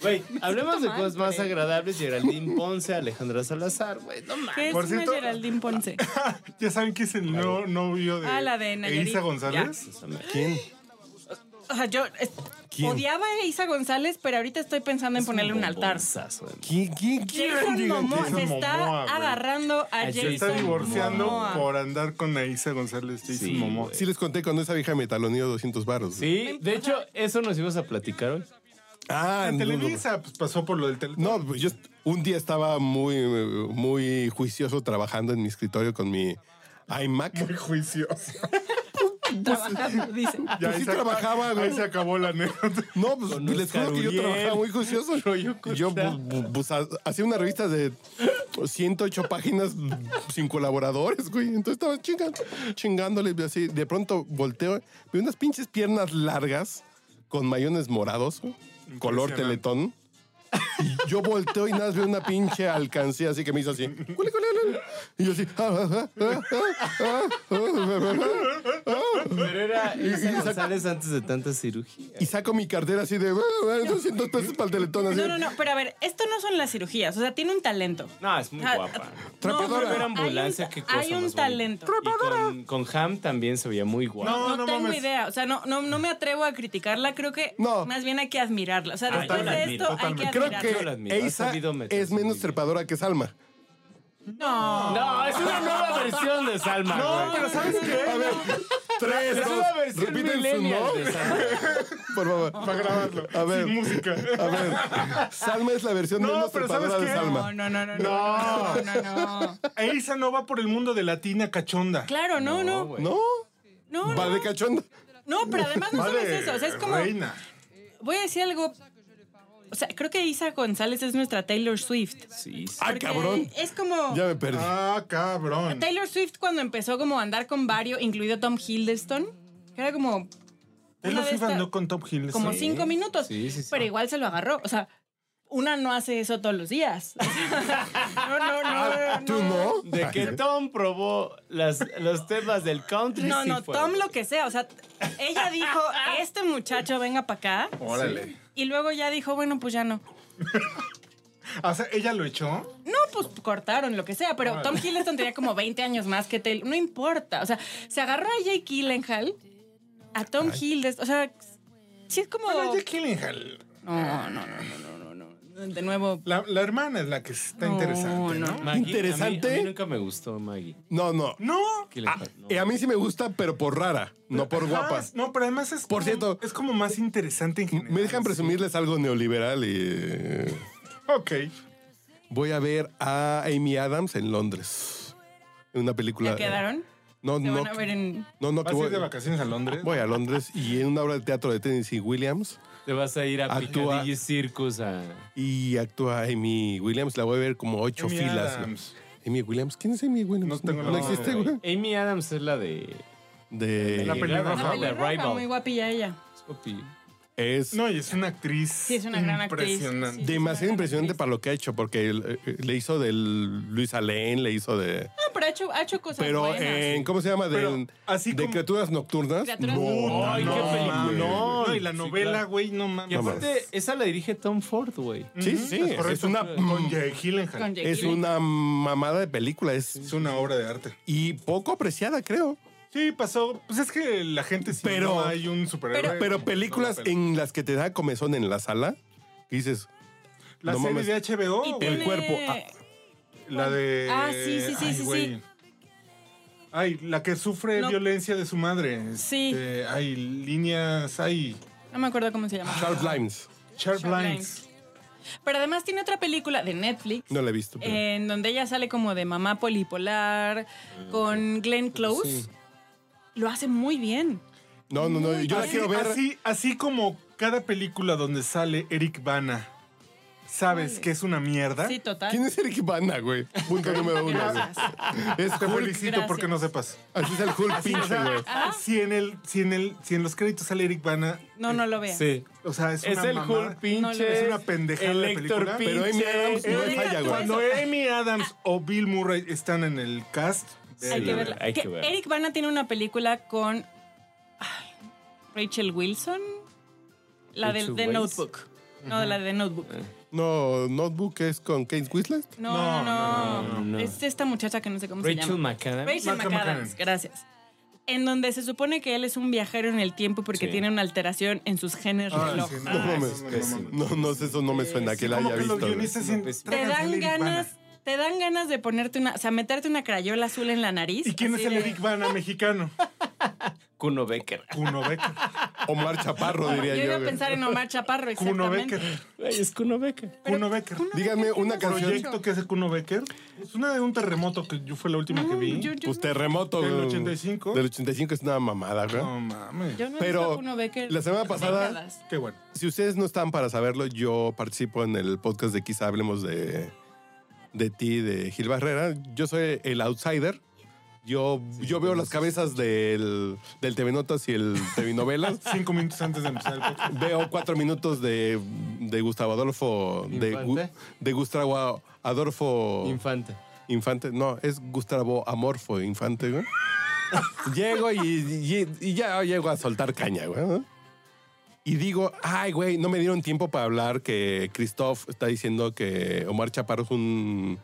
S3: Güey, hablemos de
S4: mal,
S3: cosas más
S4: güey.
S3: agradables, Geraldine Ponce, Alejandra Salazar, güey, no mames.
S4: ¿Qué es
S1: Por cierto-
S4: una Geraldine Ponce?
S1: Ya saben quién es el nuevo novio de
S4: Ah, la de Nayarit.
S1: Elisa González.
S2: ¿Quién?
S4: O sea, Ah, yo es-
S2: ¿Quién?
S4: odiaba a Isa González, pero ahorita estoy pensando en ponerle un altar.
S3: Bombazazo, güey.
S2: ¿Quién? ¿Quién? ¿Quién?
S4: Jason
S2: Digan
S4: Momoa
S2: quién.
S4: se está
S1: Momoa, güey.
S4: agarrando a
S3: Ah, se
S4: Jason
S1: Se está divorciando
S4: Momoa.
S1: por andar con Elisa González y
S3: Sí,
S1: Momoa.
S3: güey.
S2: Sí les conté cuando esa vieja me taloneó 200 baros.
S3: Sí, de hecho, eso nos íbamos a platicar hoy.
S2: Ah,
S1: En
S2: no, no, no.
S1: Televisa pues, pasó por lo del teléfono.
S2: No, pues yo un día estaba muy, muy juicioso trabajando en mi escritorio con mi iMac.
S1: Muy juicioso.
S4: Trabajando, dice.
S1: Ya
S2: Pues
S1: ahí
S2: sí
S1: se-
S2: trabajaba, güey.
S1: Ahí se acabó la anécdota.
S2: No, pues
S3: Con
S2: les juro
S3: Oscar
S2: que yo
S3: Uriel,
S2: trabajaba muy juicioso.
S3: Rollo Costa.
S2: Yo bu- bu- pues, ha- hacía una revista de 108 páginas sin colaboradores, güey. Entonces estaba chingando, chingándole y así. De pronto volteo, vi unas pinches piernas largas con mayones morados, güey, color
S1: Impresionante.
S2: teletón. Y yo volteo y nada, más veo una pinche alcancía así que me hizo así. "Cule, cule, cule". Y yo así. "Ah, ah, ah, ah, ah, ah, ah, ah".
S3: Pero era Isa González antes de tanta cirugía.
S2: Y saco mi cartera así de "Ah, ah, 200 pesos para el teletón. Así.
S4: No, no, no, pero a ver, esto no son las cirugías, o sea, tiene un talento.
S3: No, es muy
S4: Ah,
S3: guapa.
S2: Trapeadora.
S4: pero
S3: Era ambulancia,
S4: hay un-
S3: qué cosa
S4: Hay un
S3: más bonita.
S4: talento.
S3: Y con, con Ham también se veía muy guapa.
S1: No,
S4: No,
S1: no
S4: tengo
S1: mames.
S4: idea, o sea, no, no, no me atrevo a criticarla, creo que
S2: No.
S4: más bien hay que admirarla. O sea,
S3: Ah,
S4: después
S3: yo la
S4: de
S3: admiro,
S4: esto hay que
S1: totalmente.
S2: Creo
S4: admirarla.
S3: Yo la admiro,
S2: que
S3: ha
S2: Isa
S3: sabido meterse
S2: es
S3: muy
S2: menos
S3: bien.
S2: trepadora que Salma.
S4: No.
S3: No, es una nueva versión de Salma.
S1: No,
S3: güey.
S1: pero ¿sabes qué?
S2: A ver, tres,
S3: Es
S2: dos,
S3: una versión
S2: repiten su
S3: millennial de
S2: nombre,
S3: Salma.
S2: por favor.
S1: Para grabarlo.
S2: A ver.
S1: Sin música.
S2: A ver, Salma es la versión
S1: No,
S2: menos
S1: pero ¿sabes
S2: trepadora de
S1: qué?
S4: No,
S2: Salma.
S4: no, no, no, no, no, no, no.
S1: Elisa no va por el mundo de latina cachonda.
S4: Claro, no, no,
S3: güey.
S2: No,
S4: no,
S2: va de
S4: no,
S2: cachonda.
S4: no, pero además no solo es
S1: Vale,
S4: eso, o sea, es como,
S1: Reina.
S4: voy a decir algo, o sea, creo que Isa González es nuestra Taylor Swift.
S3: Sí, sí.
S2: Ah,
S4: Porque
S2: cabrón.
S4: Es como...
S2: Ya me perdí.
S1: Ah, cabrón.
S4: Taylor Swift cuando empezó como a andar con varios, incluido Tom Hiddleston, que era como
S1: Taylor
S4: de
S1: Swift
S4: esta-
S1: andó con Top Hill.
S4: como
S3: Sí.
S4: cinco minutos,
S3: Sí, sí, sí.
S4: pero igual se lo agarró. O sea, una no hace eso todos los días. no, no,
S3: Ah,
S4: no, no.
S2: ¿Tú no? Ah,
S3: De que Tom probó las, los temas del country.
S4: No,
S3: sí
S4: no,
S3: fue.
S4: Tom lo que sea. O sea, ella dijo, este muchacho venga para acá.
S1: Órale.
S4: Y luego ya dijo, bueno, pues ya no.
S1: O sea, ella lo echó.
S4: pues cortaron, lo que sea, pero Tom Hiddleston tenía como 20 años más que Taylor. No importa. O sea, se agarró a Jake Gyllenhaal, a Tom Hiddleston. O sea, sí es como.
S1: Bueno, Jake Gyllenhaal.
S4: No, no, no, no, no, no, no. De nuevo.
S1: La, la hermana es la que está
S4: No,
S1: interesante, ¿no?
S4: no.
S3: Maggie, a mí-
S2: Interesante.
S3: A mí, nunca me gustó Maggie.
S2: No, no.
S1: No.
S3: Que le-
S2: Ah,
S3: no.
S2: eh, a mí sí me gusta, pero por rara, no por
S1: Ajá,
S2: guapa.
S1: No, pero además es.
S2: Por
S1: como-
S2: cierto.
S1: Es como más interesante en general.
S2: Me dejan presumirles algo neoliberal y eh,
S1: Ok.
S2: voy a ver a Amy Adams en Londres. En una película.
S4: ¿Ya quedaron?
S2: No,
S4: Se
S2: no.
S4: van a ver en.
S2: No, no, que
S1: ¿Vas a
S2: voy,
S1: ir de vacaciones a Londres?
S2: voy a Londres y en una obra de teatro de Tennessee Williams
S3: Te vas a ir a
S2: Actúa-
S3: Piccadilly Circus a...
S2: y actúa Amy Williams. La voy a ver como ocho
S1: Amy
S2: filas.
S1: Adams.
S2: Amy Williams, ¿quién es Amy Williams?
S1: No tengo la
S2: no
S1: menor
S2: existe,
S1: idea.
S2: güey. Eh,
S3: Amy Adams es la de... Ah,
S2: De.
S1: La peli-
S3: película
S1: roja,
S4: La
S1: güey.
S4: pelirroja,
S3: Rival.
S4: muy guapilla ella.
S3: Sopi.
S2: Es
S1: No, y es una actriz.
S4: Sí, es una gran actriz,
S1: Impresionante.
S4: sí.
S2: demasiado
S4: es una
S2: impresionante
S4: actriz.
S2: para lo que ha hecho, porque eh, eh, le hizo del Luisa Lane, le hizo de.
S4: No, pero ha hecho, ha hecho cosas
S2: Pero
S4: buenas.
S3: eh,
S2: en. ¿Cómo se llama? De,
S1: Pero así
S2: de
S1: como-
S2: criaturas nocturnas.
S4: Criaturas
S2: no,
S4: nocturnas.
S3: Ay,
S2: no,
S3: qué película.
S2: güey.
S1: No,
S3: güey.
S1: y la
S3: Sí,
S1: novela,
S3: claro.
S1: güey, no mames.
S3: Y aparte,
S2: mames.
S3: Este, esa la dirige Tom Ford, güey.
S2: Sí, sí,
S1: Ujú,
S2: es una-
S1: Con Jake Gyllenhaal.
S4: Con Jake
S2: Es
S4: Gyllenhaal.
S2: una mamada de película, es.
S1: Es una obra de arte.
S2: Y poco apreciada, creo.
S1: Sí, pasó. Pues es que la gente sí
S2: Pero-
S1: no hay un superhéroe.
S2: Pero películas
S1: no la pela.
S2: en las que te da comezón en la sala, que dices,
S1: La
S2: no
S1: serie
S2: mames.
S1: de HBO.
S4: Y
S1: güey.
S4: tiene-
S2: cuerpo,
S3: Ah.
S1: La de.
S4: Ah, sí, sí, sí,
S1: ay,
S4: sí, sí.
S1: güey. Ay, la que sufre
S4: No.
S1: violencia de su madre.
S4: Sí.
S1: Este, hay líneas, hay
S4: No me acuerdo cómo se
S3: Ah.
S4: llama.
S2: Sharp Lines.
S1: sharp,
S4: Sharp
S1: lines.
S4: Pero además tiene otra película de Netflix.
S2: No la he visto. pero-
S4: En donde ella sale como de mamá polipolar con Glenn Close.
S3: Ah, Sí.
S4: Lo hace muy bien.
S2: no, no, no. Yo la
S1: así,
S2: quiero ver.
S1: Así, así como cada película donde sale Eric Bana, sabes que es una
S3: ¿Ah?
S1: mierda.
S4: Sí, total.
S2: ¿Quién es Eric Bana, güey? Punto número uno. güey.
S4: Gracias.
S2: Es
S1: Te
S2: Hulk.
S1: este felicito
S4: Gracias.
S1: porque no sepas.
S2: Así es el Hulk pinche, güey.
S1: Si en el, si en el, si en los créditos sale Eric Bana,
S4: No, no lo vean.
S3: Sí.
S1: o sea, es,
S3: Es
S1: una
S3: el
S1: mamada.
S3: Hulk pinche.
S4: No lo veo.
S1: Es una pendejada
S3: El
S1: de
S3: Héctor
S1: película.
S3: pinche.
S2: Pero Amy Adams no
S4: Deja
S2: falla,
S4: tú
S2: güey.
S1: Cuando Amy Adams o Bill Murray están en el cast,
S4: Hay que
S1: vela.
S4: verla.
S3: hay que
S4: Que
S3: verla.
S4: Eric Bana tiene una película con ay, Rachel Wilson. La de,
S3: Rachel
S4: de
S3: Weisz.
S4: Notebook. No, de la de Notebook.
S2: No, Notebook es con Kate Winslet.
S4: No,
S1: No,
S4: no,
S3: no,
S4: no.
S3: no, no.
S4: Es esta muchacha que no sé cómo se
S3: Rachel
S4: llama.
S3: McAdams.
S4: Rachel
S1: Malcolm
S4: McAdams,
S1: McLaren.
S4: gracias. En donde se supone que él es un viajero en el tiempo porque
S3: Sí.
S4: tiene una alteración en sus genes
S1: Ah,
S4: reloj.
S1: sí, no
S4: Ah,
S1: mames.
S2: No, no, no sé, eso no me suena
S1: Sí,
S2: que la
S1: como
S2: haya
S1: que
S2: visto.
S1: Los
S2: güey.
S1: guionistas dicen,
S3: Te
S4: te
S1: "Tráiganse
S4: dan
S1: el Eric
S4: ganas,
S1: Bana".
S4: te dan ganas de ponerte una, o sea, meterte una crayola azul en la nariz.
S1: ¿Y quién es
S4: así
S1: el
S4: de-
S1: Eric Bana mexicano?
S3: Kuno Becker.
S1: Cuno Becker.
S2: Omar Chaparro,
S4: Yo
S2: diría yo.
S4: iba a
S2: güey.
S4: pensar en Omar Chaparro,
S1: Cuno
S4: exactamente.
S1: Becker.
S3: Güey, es Kuno Becker.
S1: Cuno Becker.
S2: Díganme una canción.
S1: Proyecto que hace Cuno Becker. Es una de un terremoto que yo fue la última que vi.
S4: Mm, Yo, yo
S2: Pues
S4: no-
S2: terremoto,
S1: ¿Del
S2: güey.
S1: 85?
S2: Del 85 es una mamada, güey.
S1: No mames.
S4: yo no he
S2: pero
S4: visto a Kuno Becker Pues
S2: la semana
S4: en
S2: pasada-
S4: décadas.
S1: Qué bueno.
S2: Si ustedes no están para saberlo, yo participo en el podcast de Quizá hablemos de, de ti, de Gil Barrera. Yo soy el outsider. Yo, yo veo las cabezas del, del TV Notas y el TV Novelas.
S1: Cinco minutos antes de empezar el podcast.
S2: veo cuatro minutos de, de Gustavo Adolfo. De, Gu-
S3: Infante.
S2: de Gustavo Adolfo.
S3: Infante.
S2: Infante, no, es Gustavo Amorfo Infante, güey. llego y, y- y ya llego a soltar caña, güey. ¿no? Y digo, ay, güey, no me dieron tiempo para hablar que Christoph está diciendo que Omar Chaparro es un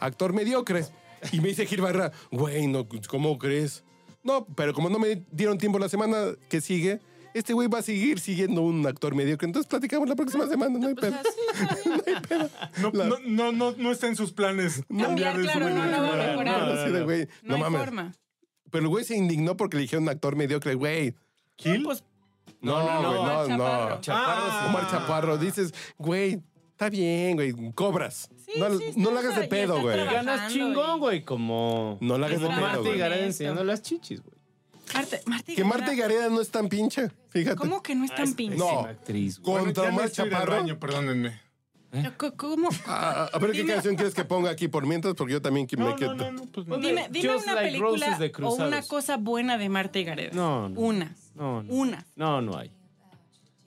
S2: actor mediocre. Y me dice Gil Barrera, güey, no, ¿cómo crees? No, pero como no me dieron tiempo la semana que sigue, este güey va a seguir siguiendo un actor mediocre. Entonces platicamos la próxima semana, no hay
S4: Pues
S2: pedo.
S4: así,
S1: No,
S2: La-
S1: no, no, no, no está en sus planes.
S4: Cambiar,
S1: de su
S4: claro,
S1: manera
S4: no,
S1: de
S4: no,
S1: hablar.
S4: no, no,
S3: no,
S2: Así de, güey,
S4: no,
S2: no
S4: hay
S2: mames.
S4: forma.
S2: Pero el güey se indignó porque le dijeron un actor mediocre, güey.
S1: ¿Kill?
S2: No, güey,
S3: No, no, no,
S2: no,
S4: Omar
S2: no.
S4: Chaparro.
S3: Chaparro
S1: Ah.
S3: sí.
S2: Omar Chaparro, dices, güey, está bien, güey, cobras.
S4: Sí,
S2: no
S4: sí,
S2: no
S4: estás
S2: la hagas de
S4: ahí,
S2: pedo,
S4: estás
S2: güey.
S4: trabajando.
S3: Ganas chingón, güey, como...
S2: No la hagas de
S3: Como
S4: Exacto.
S2: pedo,
S3: Marta y
S2: güey.
S4: Gareda.
S3: Garay enseñando las chichis, güey.
S4: Marte, Marte
S2: Que Marta
S4: Gareda-
S2: Gareda no es tan pinche, fíjate.
S4: "Ah". ¿Cómo que no es tan pinche?
S2: No.
S3: Pésima actriz, güey.
S1: Bueno,
S2: Contra
S1: ya me
S2: Omar
S1: estoy del
S2: Chaparro.
S1: baño, perdónenme.
S4: Co- ¿Cómo?
S2: Ah, a ver qué
S4: Dime-
S2: canción quieres que ponga aquí por mientras, porque yo también que- me
S1: No,
S2: quedo.
S1: no, no, no, pues no.
S4: Dime, dime
S3: Just
S4: una
S3: Like
S4: película
S3: Roses de
S4: o una
S3: Cruzados.
S4: cosa buena de Marta y Gareda.
S3: No, no.
S4: Una.
S3: No, no.
S4: Una.
S3: No, no hay.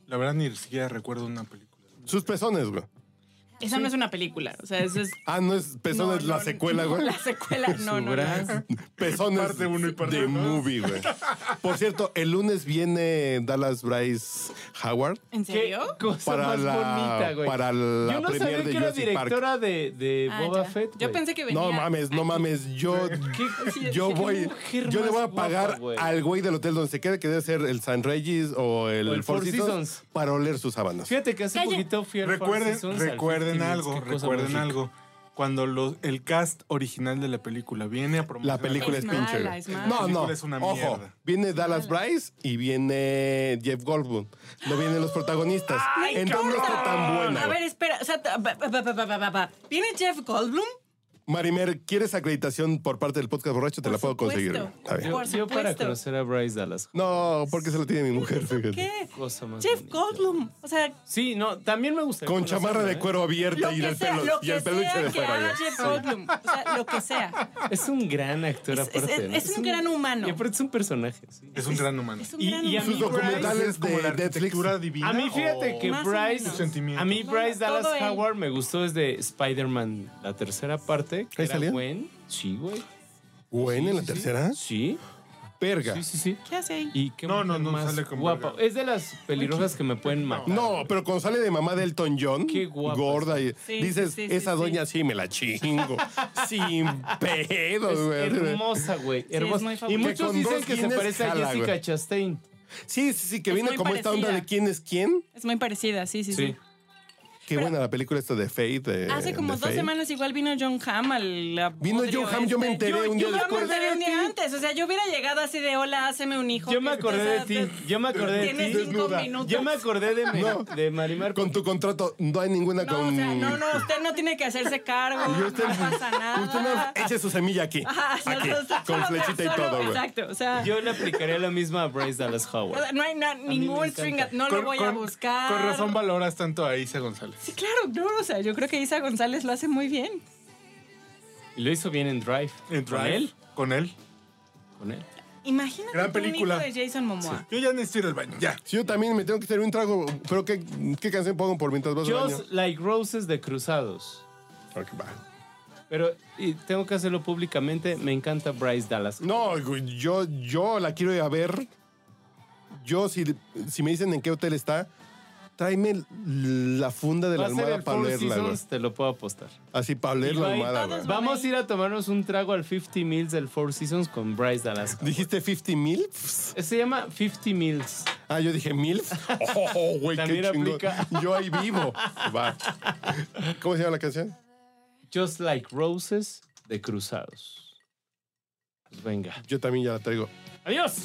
S1: La verdad ni siquiera recuerdo una película.
S2: Sus pezones, güey.
S4: Esa no es una película. O sea, eso es.
S2: Ah, no es pezones
S4: no,
S2: la
S4: no,
S2: secuela,
S4: no,
S2: güey.
S4: La secuela, no,
S3: Su
S4: no. no.
S3: gran-
S2: Pezones
S1: Parte uno y parte
S2: de
S1: dos.
S2: movie, güey. Por cierto, el lunes viene Dallas Bryce Howard
S4: ¿En
S3: ¿Qué
S4: serio?
S3: cosa
S2: para
S3: más
S2: la,
S3: bonita, güey?
S2: para la
S3: Yo no
S2: premiere
S3: sabía
S2: de
S3: que era
S2: Jurassic Park.
S3: directora de, de
S4: Ah,
S3: Boba
S4: ya.
S3: Fett.
S4: Yo
S3: güey.
S4: pensé que venía.
S2: No mames, no mames. Yo,
S3: ¿Qué-
S2: yo
S3: qué
S2: voy.
S3: mujer
S2: Yo le
S3: más
S2: voy a
S3: guapa,
S2: pagar
S3: güey?
S2: al güey del hotel donde se quede, que debe ser el San Regis o el,
S3: O el
S2: Four
S3: Four
S2: Seasons,
S3: Seasons.
S2: para oler sus sábanas.
S3: Fíjate que hace
S4: Calla.
S3: poquito fui al Four
S1: Recuerden,
S3: Seasons, al
S1: recuerden
S3: 50
S1: algo,
S3: Minutes, qué cosa
S1: recuerden
S3: más
S1: algo. Cuando los- el cast original de la película viene a promocionar
S2: La película es,
S4: Es mala,
S2: pinche.
S4: es
S2: güey.
S4: mala.
S1: La
S2: No, no.
S1: película es una
S2: Ojo,
S1: mierda.
S2: viene Dallas Bryce y viene Jeff Goldblum. No vienen los protagonistas. Entonces no está tan buena.
S4: A
S2: güey.
S4: ver, espera. O sea, ta- ba- ba- ba- ba- ba- ba- ba. ¿Viene Jeff Goldblum?
S2: Marimer, ¿quieres acreditación por parte del podcast borracho? Te
S4: Por
S2: la puedo conseguir.
S4: supuesto.
S2: güey. Está bien.
S3: Yo,
S4: Por
S3: yo para
S4: supuesto.
S3: conocer a Bryce Dallas.
S2: No, porque se lo tiene mi mujer, fíjate.
S4: ¿Qué?
S3: Cosa más
S4: Jeff
S3: bonita.
S4: Goldblum. O sea,
S3: Sí, no, también me gusta.
S2: Con chamarra de cuero
S4: lo
S2: abierta y
S4: que
S2: el
S4: sea,
S2: pelo
S4: lo
S2: y
S4: que
S2: el peluche
S4: sea
S2: de
S4: que
S2: fuera.
S4: haga
S2: güey.
S4: Jeff Goldblum. O sea, lo que sea.
S3: Es un gran actor
S4: Es- es-
S3: aparte.
S4: es-
S3: ¿no?
S4: es un gran humano.
S3: Y aparte es un personaje. sí.
S1: Es un gran humano.
S4: Es un
S3: Y-
S4: gran
S3: y a
S4: humano.
S2: Sus
S3: mí Bryce-
S2: documentales
S1: Es como
S2: de
S1: la
S2: Netflix.
S1: arquitectura divina.
S3: A mí fíjate
S1: o-
S3: que
S4: Más o
S3: Bryce,
S4: menos.
S1: Sentimiento.
S3: a mí
S4: No,
S3: Bryce
S4: todo
S3: Dallas
S4: él.
S3: Howard me gustó desde Spider-Man, la tercera parte. que
S2: ¿Ahí
S3: era
S2: salía?
S3: Gwen. Sí, güey.
S2: Bueno, en la tercera.
S3: Sí,
S2: Verga.
S3: sí, sí, sí.
S4: ¿Qué hace ahí?
S3: Y qué
S1: No, no,
S3: mujer
S1: no,
S3: más
S1: sale con
S3: guapa.
S1: verga.
S3: Es de las pelirrojas que me pueden matar.
S2: No, pero cuando sale de mamá de Elton John,
S3: Qué guapa
S2: gorda, y
S4: Sí,
S2: dices,
S4: sí, sí,
S2: esa
S4: sí.
S2: doña sí me la chingo. sin pedos,
S3: Es
S2: güey.
S3: hermosa, güey.
S4: es
S3: Hermosa.
S4: muy
S3: y
S2: Que
S4: famosa.
S3: muchos
S2: con
S3: dicen
S2: dos
S3: que se
S2: Guinness
S3: parece a
S2: jala,
S3: Jessica
S2: güey.
S3: Chastain.
S2: Sí, sí, sí, que
S4: Es
S2: viene
S4: muy
S2: como esta onda
S4: parecida.
S2: de quién es quién.
S4: Es muy parecida, sí, sí, sí.
S3: Sí.
S2: Qué buena la película esta de Fate. de-
S4: Hace como
S2: Este, de
S4: dos
S2: Fate.
S4: semanas igual vino John Hamm al la
S2: Vino
S4: podrio
S2: John Hamm, yo me enteré un día
S4: "Este, yo
S2: después.
S4: me enteré un día antes, o sea, yo hubiera llegado así de hola, háceme un hijo.
S3: Yo me
S4: que
S3: acordé de
S4: estás-
S3: ti. Yo me acordé de
S4: Tienes
S3: ti.
S4: cinco
S1: desnuda.
S4: minutos.
S3: Yo me acordé de, Ma- de Marimar.
S2: Con tu contrato no hay ninguna
S4: No,
S2: con...
S4: o sea, no, no, usted no tiene que hacerse cargo, no pasa nada.
S2: Usted no eche su semilla aquí.
S4: Ajá, o sea,
S2: aquí,
S4: o sea,
S2: con
S4: solo-
S2: flechita y
S4: solo-
S2: todo, güey.
S4: Exacto, o sea,
S3: Yo le aplicaría lo mismo a Bryce Dallas
S4: o sea,
S3: Howard.
S4: no hay na- ningún
S3: encanta.
S4: string, no lo voy a buscar.
S1: Con razón valoras tanto a Isa González.
S4: Sí, claro, no, o sea, yo creo que Isa González lo hace muy bien.
S3: Y lo hizo bien en Drive.
S1: En
S3: ¿Con
S1: Drive,
S3: él?
S1: Con él.
S3: Con él.
S4: Imagínate
S1: Gran
S4: tú un hijo
S1: película.
S4: de Jason Momoa.
S1: Yo ya necesito ir al baño, ya.
S2: Si yo también me tengo que servir un trago, pero ¿qué, qué canción pongo por mientras vas al baño?
S3: Just Like Roses de Cruzados.
S2: Ok, va.
S3: Pero y tengo que hacerlo públicamente. Me encanta Bryce Dallas.
S2: No, güey, yo, yo la quiero ir a ver. Yo, si, si me dicen en qué hotel está, tráeme la funda de la
S3: Va a ser
S2: almohada
S3: el
S2: para
S3: Four
S2: leerla, güey.
S3: Seasons, te lo puedo apostar.
S2: Así para leer
S3: Y
S2: la
S3: va a ir
S2: almohada,
S4: todos
S2: güey.
S3: Vamos a ir a tomarnos un trago al 50 Mills del Four Seasons con Bryce Dallas. Howard.
S2: ¿Dijiste 50 mil?
S3: Se llama 50 Mills.
S2: Ah, yo dije mil. Oh, güey, qué
S3: También
S2: chingón.
S3: aplica.
S2: Yo ahí vivo. Va. ¿Cómo se llama la canción?
S3: Just Like Roses de Cruzados. Pues venga.
S2: Yo también ya la traigo.
S3: ¡Adiós!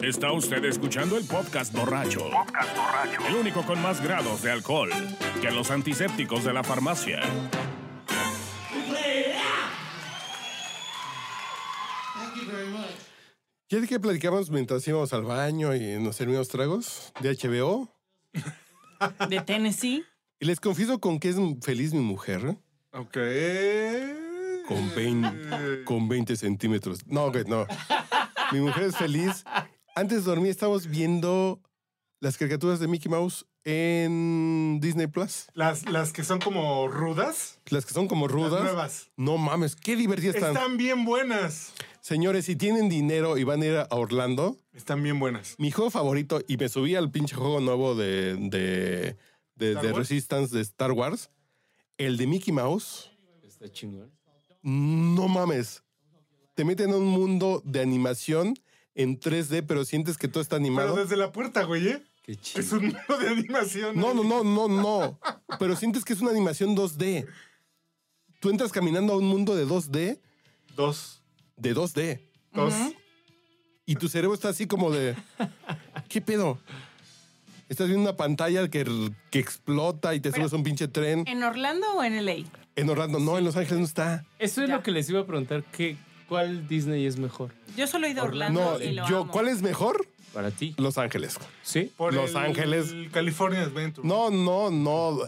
S6: Está usted escuchando el podcast borracho. Podcast borracho. El único con más grados de alcohol que los antisépticos de la farmacia.
S2: ¿Ya de qué platicábamos mientras íbamos al baño y nos servimos tragos? De HBO.
S4: De Tennessee.
S2: Y les confieso con que es feliz mi mujer.
S1: Ok.
S2: Con
S1: Mm.
S2: 20, con 20 centímetros. No, güey, no. Mi mujer es feliz. Antes de dormir estábamos viendo las caricaturas de Mickey Mouse en Disney Plus.
S1: Las, las que son como rudas,
S2: Las que son como
S1: las
S2: rudas.
S1: nuevas.
S2: No mames, qué divertidas están.
S1: Están bien buenas.
S2: Señores, si tienen dinero y van a ir a Orlando,
S1: Están bien buenas.
S2: mi juego favorito, y me subí al pinche juego nuevo de, de, de,
S1: ¿Star
S2: de
S1: Wars?
S2: Resistance de Star Wars, el de Mickey Mouse,
S3: Está chingón.
S2: no mames. Te meten a un mundo de animación en 3D, pero sientes que todo está
S1: Pero
S2: animado.
S1: desde la puerta, güey, ¿eh?
S3: Qué
S1: Es
S3: chingón.
S1: un mundo de animación.
S2: No, no, no, no, no. Pero sientes que es una animación 2D. Tú entras caminando a un mundo de 2D,
S1: Dos.
S2: de 2D.
S1: Dos.
S2: Y tu cerebro está así como de. ¿Qué pedo? Estás viendo una pantalla que, que explota y te subes a un pinche tren.
S4: ¿En Orlando o en LA?
S2: En Orlando, no, en Los Ángeles no está.
S3: Eso es
S4: Ya.
S3: lo que les iba a preguntar. ¿qué, ¿Cuál Disney es mejor?
S4: Yo solo he ido a Orlando.
S2: No,
S4: y lo
S2: yo,
S4: amo.
S2: ¿cuál es mejor?
S3: Para ti.
S2: Los Ángeles.
S3: ¿Sí?
S1: Por
S2: Los Ángeles.
S1: California Adventure.
S2: No, no, no.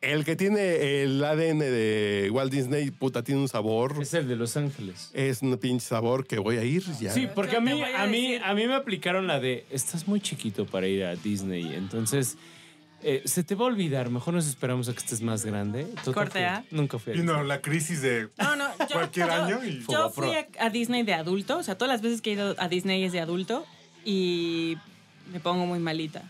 S2: El que tiene el ADN de Walt Disney, puta, tiene un sabor.
S3: Es el de Los Ángeles.
S2: Es un pinche sabor que voy a ir ya.
S3: Sí, porque a
S4: Yo te
S3: mí,
S4: voy
S3: a,
S4: a
S3: mí,
S4: decir.
S3: a mí me aplicaron la de, estás muy chiquito para ir a Disney, entonces eh, se te va a olvidar, mejor nos esperamos a que estés más grande. Total,
S4: Corte
S3: fui-
S4: A.
S3: Nunca fui a
S1: Y no, la crisis de.
S4: No, no, yo,
S1: Cualquier
S4: yo-
S1: año y-
S4: yo fui a, a Disney de adulto, o sea, todas las veces que he ido a Disney es de adulto y me pongo muy malita.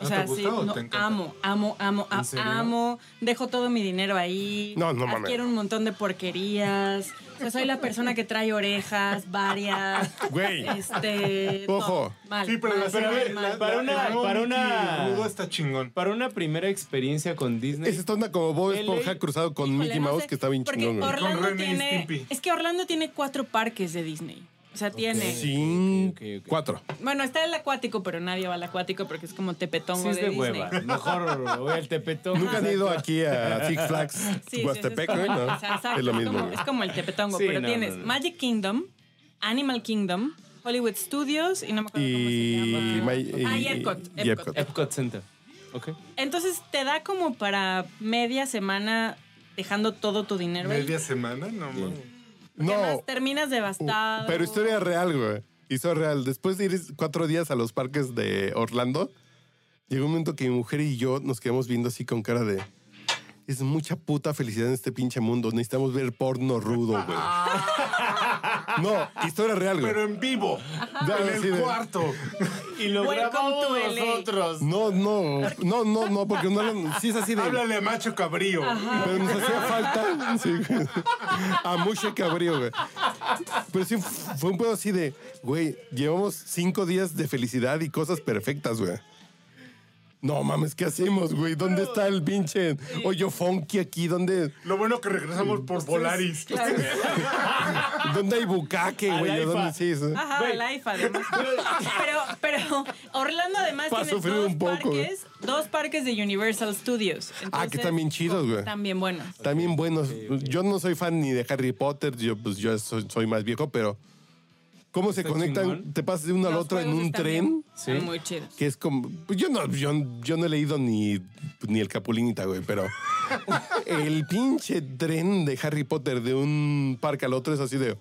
S4: O
S1: ¿No
S4: sea,
S1: te gusta
S4: sí,
S1: o
S4: no,
S1: te encanta?
S4: amo, amo, amo, a-
S3: ¿En serio?
S4: amo, dejo todo mi dinero ahí,
S2: No, no mames.
S4: adquiero un montón de porquerías, o sea, soy la persona que trae orejas varias,
S2: Güey.
S4: este... no,
S2: Ojo.
S4: mal,
S1: Sí, pero
S4: mal,
S1: la
S4: mal,
S1: serie.
S4: mal.
S1: la-
S3: para
S1: la-
S3: una-
S1: el nuevo
S3: para una-
S1: Mickey Rudo está chingón.
S3: Para una primera experiencia con Disney,
S2: Es esta onda como Bob
S3: LA.
S2: Esponja cruzado con
S4: Híjole,
S2: Mickey
S4: no
S2: Mouse
S4: sé,
S2: que está bien
S4: porque
S2: chingón. güey.
S4: Orlando
S1: Con Ren y
S4: tiene-
S1: Stimpy.
S4: es que Orlando tiene cuatro parques de Disney. O sea, tiene...
S2: Sí,
S3: Ok, ok, ok.
S2: cuatro.
S4: Bueno, está el acuático, pero nadie va al acuático porque es como tepetongo
S3: sí es
S4: de,
S3: de
S4: Disney.
S3: hueva, mejor voy al Tepetón.
S2: Nunca han ido aquí a Six Flags
S4: Ah, Sí, sí,
S2: Huastepec,
S4: es, como,
S2: Pues ¿no?
S4: o sea, exacto,
S2: Es lo
S4: es
S2: mismo.
S4: como-
S2: güey.
S4: es como el tepetongo,
S3: Sí,
S4: pero
S3: no,
S4: tienes
S3: no, no.
S4: Magic Kingdom, Animal Kingdom, Hollywood Studios y no me acuerdo
S2: Y,
S4: cómo se llama.
S2: May-
S4: Ah, y Epcot,
S2: y
S4: Epcot.
S3: Epcot Center. Ok.
S4: Entonces te da como para media semana dejando todo tu dinero ahí.
S1: Media semana, no mames.
S4: Porque
S2: No, Uh,
S4: además terminas devastado.
S2: pero historia real, güey. Historia real. Después de ir cuatro días a los parques de Orlando, llegó un momento que mi mujer y yo nos quedamos viendo así con cara de... Es mucha puta felicidad en este pinche mundo. Necesitamos ver porno rudo, güey. No, historia real, güey.
S1: Pero en vivo.
S2: Dale,
S1: en
S2: sí,
S1: el
S2: de-
S1: cuarto.
S3: Y lo
S4: Welcome grabamos to LA.
S3: nosotros.
S2: No, no, no, no, no, porque no eran- Sí es así de...
S1: Háblale a Macho Cabrío.
S2: Pero nos hacía falta sí, güey. a Mushe Cabrío, güey. Pero sí fue un pedo así de, güey, llevamos cinco días de felicidad y cosas perfectas, güey. No mames, ¿qué hacemos, güey? ¿Dónde está el pinche hoyo funky aquí? ¿Dónde,
S1: Lo bueno que regresamos
S2: Mm.
S1: por Volaris. pues,
S2: dónde hay bucaque, güey?
S3: Alaifa.
S2: ¿Dónde sí, sí?
S4: Ajá,
S3: Güey.
S4: Life además. Pero, pero Orlando además
S2: Pa'
S4: tiene
S2: sufrir
S4: dos
S2: un poco, güey.
S4: parques, dos parques de Universal Studios.
S2: Ah, que están bien chidos, güey.
S4: También buenos.
S2: También buenos. Yo no soy fan ni de Harry Potter, yo, pues, yo soy, soy más viejo, pero ¿cómo se
S3: Está
S2: conectan?
S3: chingón.
S2: Te pasas de uno al
S4: Los
S2: otro en
S4: juegos
S2: un
S4: están
S2: tren.
S4: bien-
S3: Sí.
S4: están Muy chidos.
S2: que es como pues yo no yo, yo no he leído ni ni el Capulinita güey pero el pinche tren de Harry Potter de un parque al otro es así de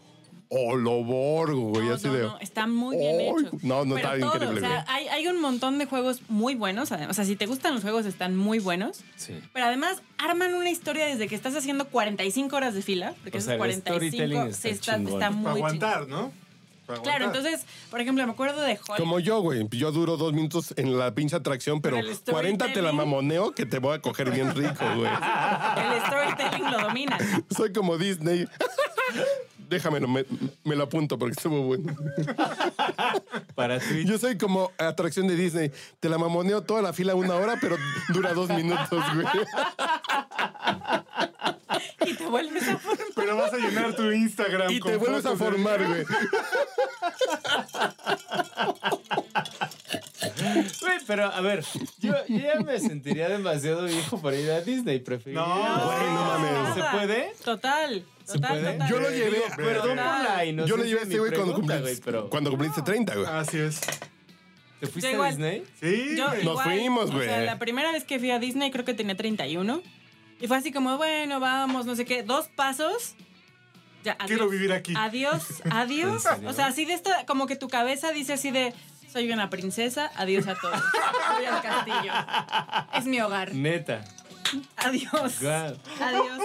S2: oloborgo güey
S4: No,
S2: así
S4: no,
S2: de
S4: no, están muy bien
S2: ¡Ay!
S4: hechos.
S2: no no
S4: Pero
S2: está
S4: todo,
S2: increíble
S4: O sea, hay, hay un montón de juegos muy buenos. además. O sea, si te gustan los juegos, están muy buenos.
S3: Sí.
S4: Pero además arman una historia desde que estás haciendo 45 horas de fila,
S3: O
S4: porque esos
S3: sea, el
S4: 45
S3: storytelling
S4: sí,
S3: está
S4: está,
S3: chingón.
S4: está muy
S1: Para
S4: chido.
S1: aguantar, ¿no? Para
S4: Claro,
S1: aguantar.
S4: entonces, por ejemplo, me acuerdo de Hollywood.
S2: güey. como yo güey yo duro dos minutos en la pinche atracción pero
S4: Pero el ¿eh?
S2: 40 te la
S4: storytelling-
S2: mamoneo que te voy a coger bien rico güey
S4: El storytelling lo domina.
S2: soy como Disney déjamelo me, me lo apunto porque estuvo bueno
S3: Para Twitch.
S2: Yo soy como atracción de Disney. Te la mamoneo toda la fila una hora, pero dura dos minutos, güey.
S4: Y te vuelves a formar.
S1: Pero vas a llenar tu Instagram.
S2: Y
S1: con
S2: te vuelves a
S1: fotos de-
S2: formar, güey.
S3: Güey, pero a ver, yo, yo ya me sentiría demasiado viejo para ir a Disney, preferiría.
S1: No,
S2: güey, no mames.
S3: ¿Se puede?
S4: Total.
S3: ¿Se
S4: Total,
S3: puede?
S4: total.
S2: Yo lo
S1: Digo,
S2: llevé,
S3: Perdón por la inocencia.
S2: Yo lo llevé a este
S3: de mi
S2: güey cuando
S3: pregunta,
S2: cumpliste,
S3: güey, pero
S2: cuando cumpliste 30, güey.
S1: Así es.
S3: ¿Te fuiste
S4: Yo
S3: a
S4: igual.
S3: Disney?
S1: Sí.
S4: Yo
S1: güey.
S2: Nos fuimos,
S4: O sea,
S2: güey.
S4: la primera vez que fui a Disney creo que tenía 31. Y fue así como, bueno, vamos, no sé qué. Dos pasos. Ya, adiós.
S1: Quiero vivir aquí.
S4: Adiós, adiós.
S3: ¿En serio?
S4: O sea, así de esto, como que tu cabeza dice así de, soy una princesa, adiós a todos. Voy al castillo. Es mi hogar.
S3: Neta.
S4: Adiós.
S3: God.
S4: Adiós.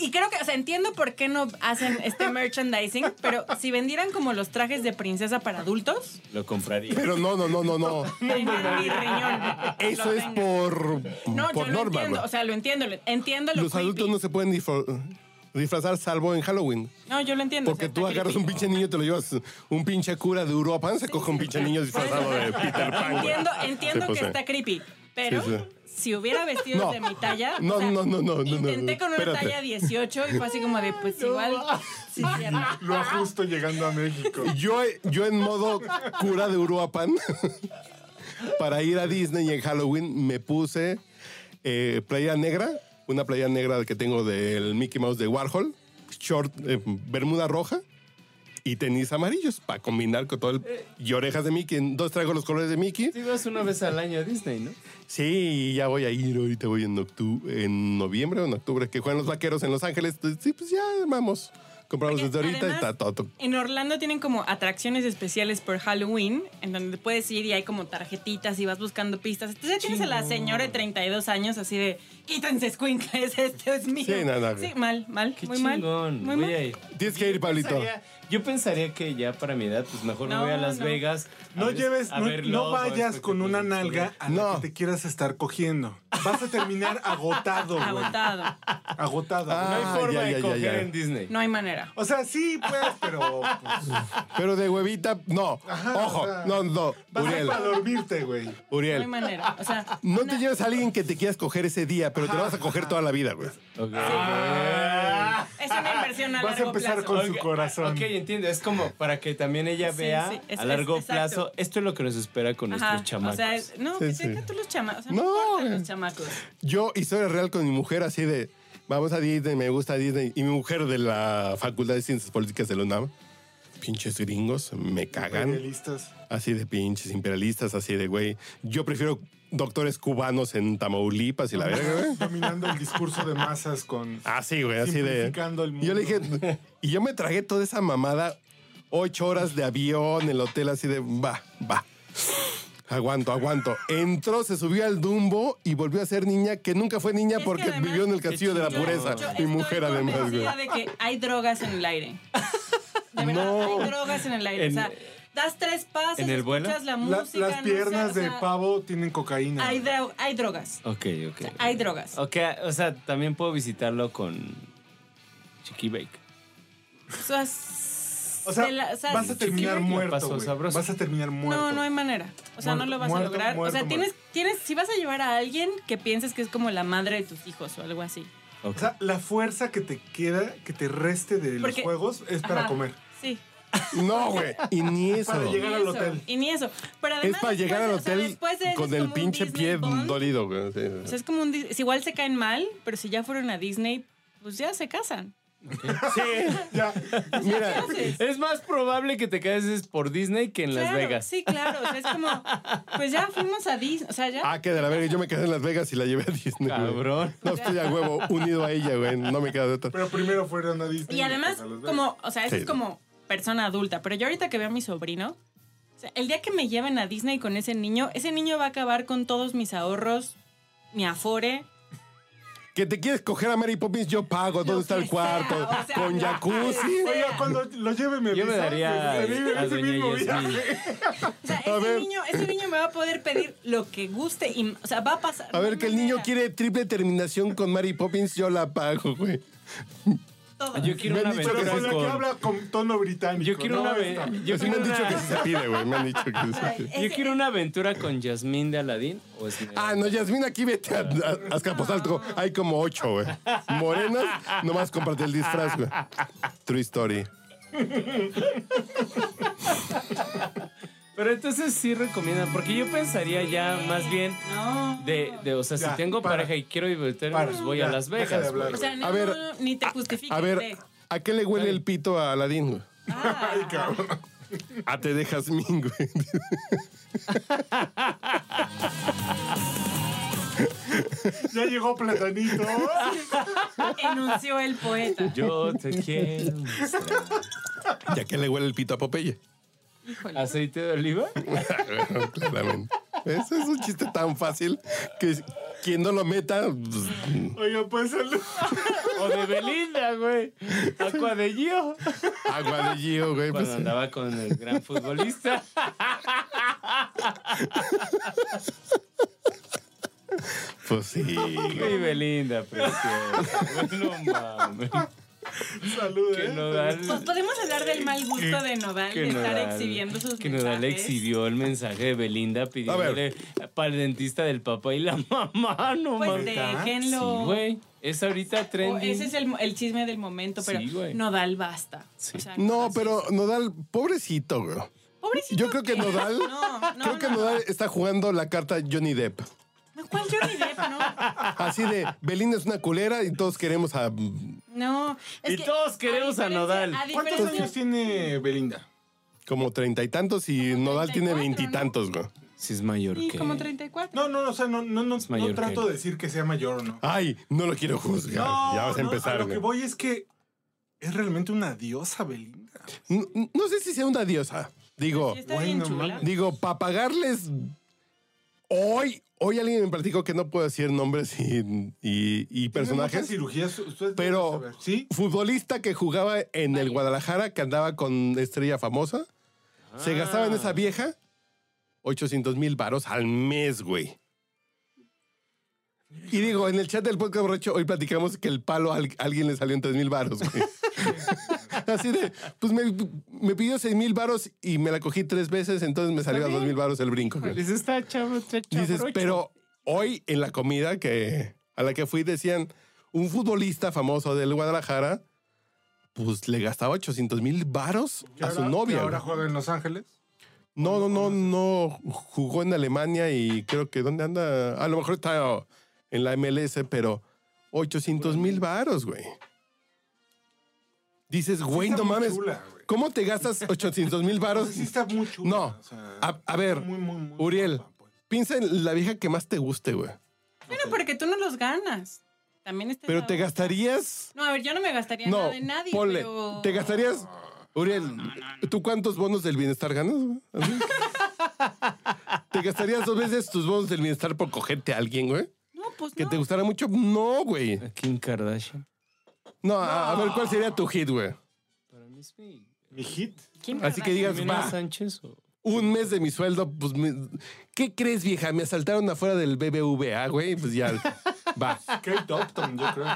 S4: Y, y creo que, o sea, entiendo por qué no hacen este merchandising, pero si vendieran como los trajes de princesa para adultos,
S3: Lo compraría.
S2: Pero no, no, no, no, no.
S4: vendieran mi riñón.
S2: Eso
S4: Lo
S2: es
S4: tengo.
S2: por,
S4: No,
S2: por
S4: yo lo
S2: norma,
S4: entiendo,
S2: güey.
S4: o sea, lo entiendo, lo- entiendo lo
S2: Los adultos
S4: creepy.
S2: no se pueden disfra- disfrazar salvo en Halloween.
S4: No, yo lo entiendo.
S2: Porque
S4: o sea,
S2: tú
S4: está
S2: agarras un
S4: creepy.
S2: pinche niño y te lo llevas un pinche cura de Europa, se coge un pinche niño disfrazado de Peter Pan. güey.
S4: Entiendo, entiendo
S2: Sí, pues,
S4: que
S2: sí.
S4: está creepy, pero
S2: Sí, sí.
S4: si hubiera vestidos
S2: No.
S4: de mi talla, o
S2: No,
S4: sea,
S2: no, no, no, no, no,
S4: intenté con una
S2: espérate.
S4: talla 18 y fue así como de, pues igual, sí, cierto.
S1: Lo ajusto llegando a México.
S2: Yo, yo en modo cura de Uruapan, para ir a Disney en Halloween, me puse eh, playera negra, una playera negra que tengo del Mickey Mouse de Warhol, short, eh, bermuda roja y tenis amarillos para combinar con todo el... Y orejas de Mickey. Entonces traigo los colores de Mickey.
S3: Sí, vas una vez al año a Disney, ¿no?
S2: Sí, ya voy a ir. Ahorita voy en, octu- en noviembre o en octubre que juegan los vaqueros en Los Ángeles. Entonces, sí, pues ya vamos. Compramos
S4: Porque
S2: desde ahorita y
S4: además-
S2: está todo.
S4: En Orlando tienen como atracciones especiales por Halloween, en donde puedes ir y hay como tarjetitas y vas buscando pistas. Entonces ya tienes a la señora de 32 años así de, quítense escuincles, este es mío.
S2: Sí, no, no.
S4: Sí, mal, mal,
S3: Qué
S4: muy
S3: chingón.
S4: mal. Muy
S3: voy
S4: mal.
S3: a ir.
S2: Tienes que ir, Pablito.
S3: Pensaría- yo pensaría que ya para mi edad, pues mejor me voy a
S4: No,
S3: Las
S4: no.
S3: Vegas. a
S1: No
S3: ver-
S1: lleves,
S3: a
S1: no,
S3: ver
S1: no
S3: Lobo, a ver
S1: vayas con una
S3: espectáculos,
S1: nalga a la
S2: No.
S1: que te quieras estar cogiendo. Vas a terminar agotado, güey.
S4: Agotado.
S1: Agotado.
S3: No
S2: Ah.
S3: hay forma
S2: ya, ya,
S3: de
S2: ya,
S3: coger
S2: ya.
S3: en Disney.
S4: No hay manera.
S1: O sea, sí, pues, pero pues,
S2: Pero de huevita, no. Ojo,
S1: o sea,
S2: no, no.
S1: vas a
S2: Uriel,
S1: para dormirte, güey.
S4: No hay
S2: Uriel.
S4: manera. O sea,
S2: No te lleves a alguien que te quieras coger ese día, pero te vas a coger toda la vida, güey.
S3: Ok.
S4: Ah. es una inversión a
S1: Vas a
S4: largo
S1: empezar
S4: plazo.
S1: con- su
S3: Ok,
S1: corazón.
S3: Ok, entiendo. Es como para que también ella
S4: Sí,
S3: vea
S4: sí, es-
S3: a largo
S4: es- exacto.
S3: plazo. Esto es lo que nos espera con
S4: Ajá,
S3: nuestros chamacos.
S4: o sea, es- no, que
S2: Sí, sí.
S4: tengan todos los chamacos. O sea,
S2: No,
S4: no, importan
S2: güey.
S4: los chamacos.
S2: Yo, historia real con mi mujer, así de, vamos a Disney, me gusta Disney. Y mi mujer de la Facultad de Ciencias Políticas de la UNAM, pinches gringos, me cagan.
S1: Realistas.
S2: Así de pinches imperialistas, así de, güey. Yo prefiero doctores cubanos en Tamaulipas y la verga, güey.
S1: Dominando el discurso de masas con.
S2: Así, Ah, güey, así de.
S1: Simplificando el
S2: Y Yo le dije,
S1: mundo.
S2: y yo me tragué toda esa mamada, ocho horas de avión, el hotel, así de, va, va. Aguanto, aguanto. Entró, se subió al Dumbo y volvió a ser niña, que nunca fue niña
S4: Es que
S2: porque
S4: además-
S2: vivió en el castillo de la
S4: Yo-
S2: pureza.
S4: yo
S2: Mi
S4: estoy
S2: mujer, además, güey.
S4: convencida de que hay drogas en el aire. De verdad, hay drogas en el aire.
S3: En-
S4: o sea, das tres pasos,
S3: ¿En el vuelo?
S4: escuchas la
S1: La-
S4: música. no
S1: las
S4: sé,
S1: piernas
S4: o sea,
S1: de pavo tienen cocaína.
S4: Hay, dro- hay drogas.
S3: Ok, ok.
S4: Hay drogas.
S3: Ok, o sea, también puedo visitarlo con Chiqui Bake.
S4: O sea, s-
S1: o sea,
S4: de la- o sea,
S1: vas a terminar
S3: sí, sí,
S1: muerto,
S3: pasó
S1: güey.
S3: sabroso.
S1: Vas a terminar muerto.
S4: No, no hay manera. O sea,
S1: Muerto,
S4: no lo vas
S1: muerto,
S4: a lograr.
S1: muerto,
S4: o sea, tienes, tienes, si vas a llevar a alguien que pienses que es como la madre de tus hijos o algo así.
S3: Ok.
S1: O sea, la fuerza que te queda, que te reste de los
S4: Porque-
S1: juegos, es para
S4: Ajá,
S1: comer.
S4: Sí.
S2: No, güey. Y ni eso.
S1: Para llegar al
S4: Ni eso,
S1: hotel.
S4: Y ni eso. Pero además,
S2: es para llegar al
S4: después de- o sea,
S2: hotel
S4: después de eso
S2: con
S4: es
S2: el
S4: como un
S2: pinche
S4: Disney
S2: pie
S4: Bond.
S2: dolido, güey. sí.
S4: O sea, es como un. Dis- es igual se caen mal, pero si ya fueron a Disney, pues ya se casan.
S1: Ya.
S2: Mira,
S3: es más probable que te cases por Disney que en Las
S4: Claro,
S3: Vegas.
S4: Sí, claro. O sea, es como. Pues ya fuimos a Disney. O sea, ya.
S2: ah, que de la verga. Yo me quedé en Las Vegas y la llevé a Disney. güey.
S3: Cabrón.
S2: No estoy a huevo unido a ella, güey. No me queda de otra.
S1: Pero primero fueron a Disney.
S4: y además,
S1: después
S2: pues,
S1: a Las Vegas.
S4: como. O sea, eso
S2: Sí.
S4: es como persona adulta. Pero yo ahorita que veo a mi sobrino. o sea, el día que me lleven a Disney con ese niño, ese niño va a acabar con todos mis ahorros, mi afore.
S2: Que te quieres coger a Mary Poppins, yo pago. ¿Dónde
S4: Lo
S2: está
S4: que
S2: el cuarto?
S4: sea, o sea,
S2: Con
S4: lo
S2: jacuzzi.
S4: que
S1: Oiga, cuando lo lleve, me
S3: Yo me
S1: avisa,
S3: daría
S1: pues, a mí me
S3: a
S1: hace el
S3: Doña
S1: mismo
S3: Yasmín.
S1: viaje.
S4: O sea,
S2: A
S4: ese
S2: ver.
S4: niño, ese niño me va a poder pedir lo que guste. Y, o sea, va a pasar.
S2: A ver, que el niño quiere triple terminación con Mary Poppins, yo la pago, güey.
S3: Yo quiero
S2: Me
S3: una
S2: han dicho que
S1: Pero
S3: aventura
S1: con la que
S3: con-
S1: habla con tono británico.
S3: Yo quiero
S1: ¿no?
S3: una
S1: Esta.
S3: ave- yo
S2: Así me
S3: quiero
S2: han dicho
S3: una-
S2: que sí se pide, güey. Me han dicho que sí se pide.
S3: yo quiero una aventura con Yasmín de Aladín o
S2: Ah,
S3: Esmeralda.
S2: no, Yasmín, aquí vete a, a- a Azcapotzalco. Hay como ocho, güey. Morenas, nomás comparte el disfraz, güey. True story.
S3: Pero entonces sí recomiendan, porque yo pensaría ya más bien
S4: No.
S3: de, de o sea,
S1: Ya,
S3: si tengo
S1: para.
S3: pareja y quiero divertirme,
S1: Para,
S3: pues voy a
S1: ya,
S3: Las
S1: deja de
S3: Vegas.
S1: hablar.
S3: güey.
S4: O sea, no,
S2: A ver,
S4: no, ni te justifiques.
S2: A ver, ¿a qué le huele el pito a Aladín, güey?
S1: Ay, cabrón.
S2: Ah, te dejas min, güey.
S1: Ya llegó Platanito. Ah,
S4: Enunció el poeta.
S3: Yo te quiero. mostrar.
S2: ¿Y a qué le huele el pito a Popeye?
S3: ¿Aceite de oliva?
S2: Bueno, claramente. Ese es un chiste tan fácil que quien no lo meta, pues,
S1: Oiga, pues salud.
S3: O de Belinda, güey. Aqua de Gio.
S2: agua de Gio, güey. pues.
S3: Cuando andaba con el gran futbolista.
S2: Pues sí.
S3: Y Belinda, preciosa. güey, No mames.
S1: Salud.
S3: Que
S1: ¿eh?
S4: Pues
S3: Nodal,
S4: podemos hablar del mal gusto de Nodal
S3: que
S4: de estar
S3: Nodal-
S4: exhibiendo sus
S3: que Nodal
S4: mensajes.
S3: exhibió el mensaje de Belinda pidiéndole para el dentista del papá y la mamá, no
S4: Pues
S3: mames. Sí,
S4: déjenlo.
S3: güey. Es ahorita
S4: O
S3: trending.
S4: ese es el, el chisme del momento, pero
S3: Sí, güey.
S4: Nodal basta.
S3: Sí.
S4: O sea,
S2: No,
S4: Nodal-
S2: pero Nodal, pobrecito, güey.
S4: Pobrecito.
S2: Yo creo que Nodal.
S4: No, no,
S2: creo que
S4: no.
S2: Nodal está jugando la carta Johnny Depp.
S4: No, ¿Cuál Johnny Depp, no?
S2: Así de Belinda es una culera y todos queremos a mm,
S4: No. es
S3: Y
S4: que,
S3: todos queremos a
S4: diferencia-
S3: Nodal.
S4: a diferencia-
S1: ¿Cuántos años tiene Belinda?
S2: Como treinta y tantos y Nodal tiene
S4: 34,
S2: veintitantos, güey.
S3: Si es mayor
S4: Sí,
S3: que.
S4: como 34.
S1: No, no, no, o sea, no, no, no,
S3: Es mayor
S1: no trato
S3: que él.
S1: de decir que sea mayor o no.
S2: Ay, no lo quiero
S1: no,
S2: juzgar. Ah, ya vas a
S1: no,
S2: empezar,
S1: lo
S2: güey.
S1: que voy es que es realmente una diosa Belinda.
S2: No, no sé si sea una diosa. Digo,
S4: Sí, está bien
S1: Bueno,
S4: chula.
S1: mames.
S2: digo, para pagarles hoy, hoy alguien me platicó que no puedo decir nombres y, y-
S1: Personaje
S2: y personajes.
S1: cirugías, ustedes deben
S2: Pero-
S1: saber, ¿sí?
S2: Futbolista que jugaba en el Guadalajara, que andaba con estrella famosa. Se gastaba en esa vieja 800 mil varos al mes, güey. Y digo, en el chat del podcast borracho, hoy platicamos que el palo a al- alguien le salió en 3 mil varos, güey. Así de, pues me, me pidió 6 mil varos y me la cogí tres veces, entonces me salió a 2 mil varos el brinco, güey.
S3: Les está chavo,
S2: Dices, pero hoy en la comida que a la que fui decían un futbolista famoso del Guadalajara, pues le gastaba 800 mil varos
S1: Que
S2: a su
S1: ahora- que
S2: novia.
S1: Ahora
S2: güey.
S1: juega en Los Ángeles.
S2: No, no, no, no jugó en Alemania y creo que dónde anda. A lo mejor está en la MLS, pero 800 mil varos, güey. Dices, güey,
S1: está
S2: no
S1: muy
S2: mames.
S1: chula, güey.
S2: ¿Cómo te gastas 800 mil
S1: O
S2: varos?
S1: sea, sí está muy chula.
S2: No,
S1: o sea,
S2: a- a ver,
S1: muy, muy, muy
S2: Uriel.
S1: guapa, pues.
S2: Piensa en la vieja que más te guste, güey.
S4: Bueno, porque tú no los ganas. También este está
S2: Pero
S4: esa
S2: te
S4: otra.
S2: gastarías
S4: No, a ver, yo no me gastaría
S2: No,
S4: nada de nadie.
S2: ponle,
S4: pero-
S2: ¿te gastarías? Uriel, ¿tú cuántos bonos del bienestar ganas? güey? Así. ¿Te gastarías dos veces tus bonos del bienestar por cogerte a alguien, güey?
S4: No, pues
S2: ¿Que
S4: no.
S2: te gustara mucho? No, güey.
S3: Kim Kardashian.
S2: No, a, a ver, ¿cuál sería tu hit, güey?
S3: Para mí es mi.
S1: Mi hit.
S4: ¿Quién
S2: Así que
S4: Kardashian?
S2: digas,
S3: Jimena
S2: va,
S3: Sánchez o.
S2: un mes de mi sueldo, pues, me- ¿qué crees, vieja? Me asaltaron afuera del BBVA, güey, pues ya, va.
S1: Kate Upton, yo creo.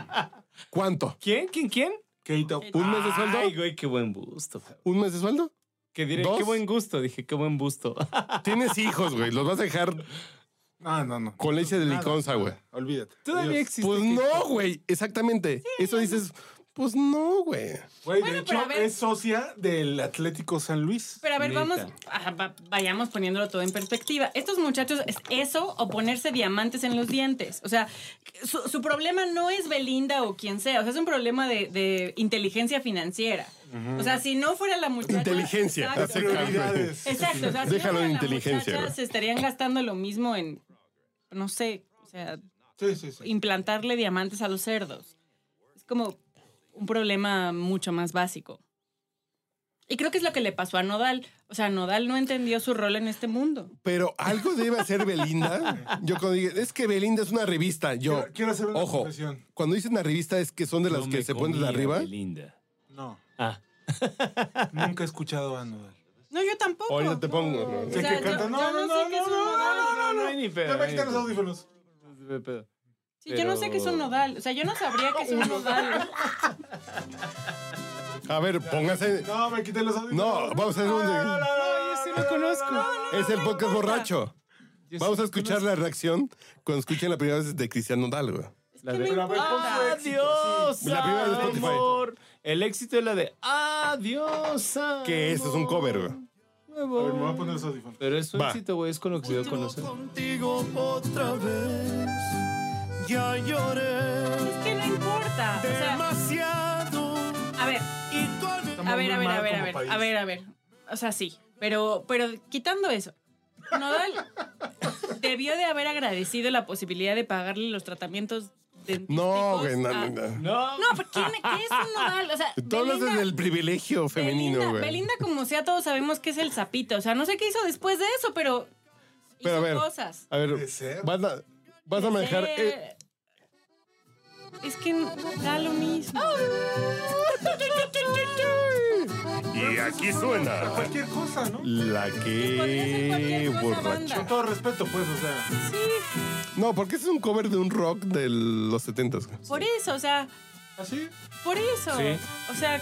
S2: ¿Cuánto?
S3: ¿Quién? ¿Quién? ¿Quién?
S1: Kate Upton.
S2: ¿Un mes de sueldo?
S3: Ay, güey, qué buen gusto, cabrón.
S2: ¿Un mes de sueldo?
S3: Que diré,
S2: ¿Dos?
S3: qué buen gusto. Dije, qué buen gusto.
S2: Tienes hijos, güey, los vas a dejar
S1: Ah, No, no, no.
S2: con leche de
S1: Nada,
S2: liconza, güey.
S1: Olvídate.
S3: Todavía
S1: Adiós.
S3: existe.
S2: Pues
S3: que-
S2: no, güey, exactamente. Eso dices, pues no, güey.
S1: Güey,
S4: Bueno,
S1: de
S4: pero a
S1: hecho,
S4: ver.
S1: es socia del Atlético San Luis.
S4: Pero a ver,
S3: Neta.
S4: vamos, ajá, va- vayamos poniéndolo todo en perspectiva. Estos muchachos, es eso o ponerse diamantes en los dientes. O sea, su, su problema no es Belinda o quien sea, o sea, es un problema de, de inteligencia financiera. O sea, si no fuera la muchacha.
S2: Inteligencia.
S4: Exacto.
S2: Hace cambio.
S1: Prioridades.
S4: Exacto, o sea, si
S2: Déjalo
S4: no
S2: en
S4: fuera la
S2: inteligencia,
S4: muchacha,
S2: güey.
S4: se estarían gastando lo mismo en, no sé, o sea,
S1: Sí, sí, sí.
S4: implantarle diamantes a los cerdos. Es como un problema mucho más básico. Y creo que es lo que le pasó a Nodal. O sea, Nodal no entendió su rol en este mundo.
S2: Pero algo debe hacer Belinda. Yo cuando dije, es que Belinda es una revista. Yo,
S1: Quiero- quiero hacer una
S2: ojo,
S1: confesión.
S2: cuando dicen una revista es que son de las
S3: No
S2: que
S3: me
S2: se ponen de
S3: comía,
S2: arriba.
S3: Belinda.
S1: No,
S3: Ah,
S1: nunca he escuchado a Nodal.
S4: No, yo tampoco.
S2: Ahorita te pongo.
S4: O
S1: Sí,
S4: sea,
S1: que
S4: yo-
S1: canta,
S4: yo
S1: no, no,
S4: sé
S1: no,
S4: qué es un
S1: no,
S4: Nodal.
S1: no, no, no.
S3: hay ni pedo.
S1: Ya me quitan los
S3: no hay
S1: audífonos.
S3: ni- no hay pedo.
S4: Sí, yo no sé qué es un
S3: Pero-
S4: Nodal. O sea, yo no sabría qué es un Nodal.
S2: A ver, póngase.
S1: No, me quité los audífonos.
S2: No, vamos a hacer un.
S3: No, yo sí lo conozco.
S2: Es el podcast borracho.
S3: Yo
S2: Vamos
S3: sí
S2: a
S3: lo
S2: escuchar la reacción cuando escuchen la primera vez de Cristiano Nodal, güey.
S3: La
S4: ¿Qué
S3: de-
S4: me
S1: Pero a ver, ¿cuál fue
S4: importa?
S1: éxito?
S3: Adiós,
S2: La primera de Spotify.
S3: amor. El éxito es la de Adiós.
S2: Que ese es un cover, güey.
S1: A ver, me voy a poner los audífonos.
S3: Pero es su
S2: Va.
S3: éxito, güey, es con lo que yo conocer.
S7: contigo otra vez. Ya lloré
S4: Es que no importa. O sea,
S7: demasiado
S4: a ver,
S7: y tú al ver-
S4: a ver, a
S1: muy
S4: ver, a
S1: mal
S4: ver, a
S1: como
S4: ver,
S1: país.
S4: a ver, a ver. O sea, sí. Pero, pero quitando eso, Nodal debió de haber agradecido la posibilidad de pagarle los tratamientos dentísticos.
S2: No, güey, no,
S4: a-
S2: no, no.
S3: No,
S4: No, pero ¿quién- ¿qué es un Nodal? O sea,
S2: Tú hablas
S4: Belinda-
S2: desde el privilegio femenino,
S4: Belinda-
S2: güey.
S4: Belinda, como sea, todos sabemos que es el sapito. O sea, no sé qué hizo después de eso, pero hizo
S2: Pero a ver.
S4: cosas.
S2: A
S1: Puede
S2: ver,
S1: ser.
S2: vas a, vas a manejar. eh,
S4: Eh, Es que da lo mismo.
S2: Y aquí suena
S1: Cualquier cosa, ¿no?
S2: la
S4: Pues Podría ser
S2: que
S4: cualquier cosa,
S2: borracho.
S4: banda.
S1: Con todo respeto, pues, o sea.
S4: Sí,
S2: No, porque es un cover de un rock de los 70s. güey.
S4: por eso, o sea,
S1: ¿Así?
S4: por eso.
S3: Sí.
S4: O sea,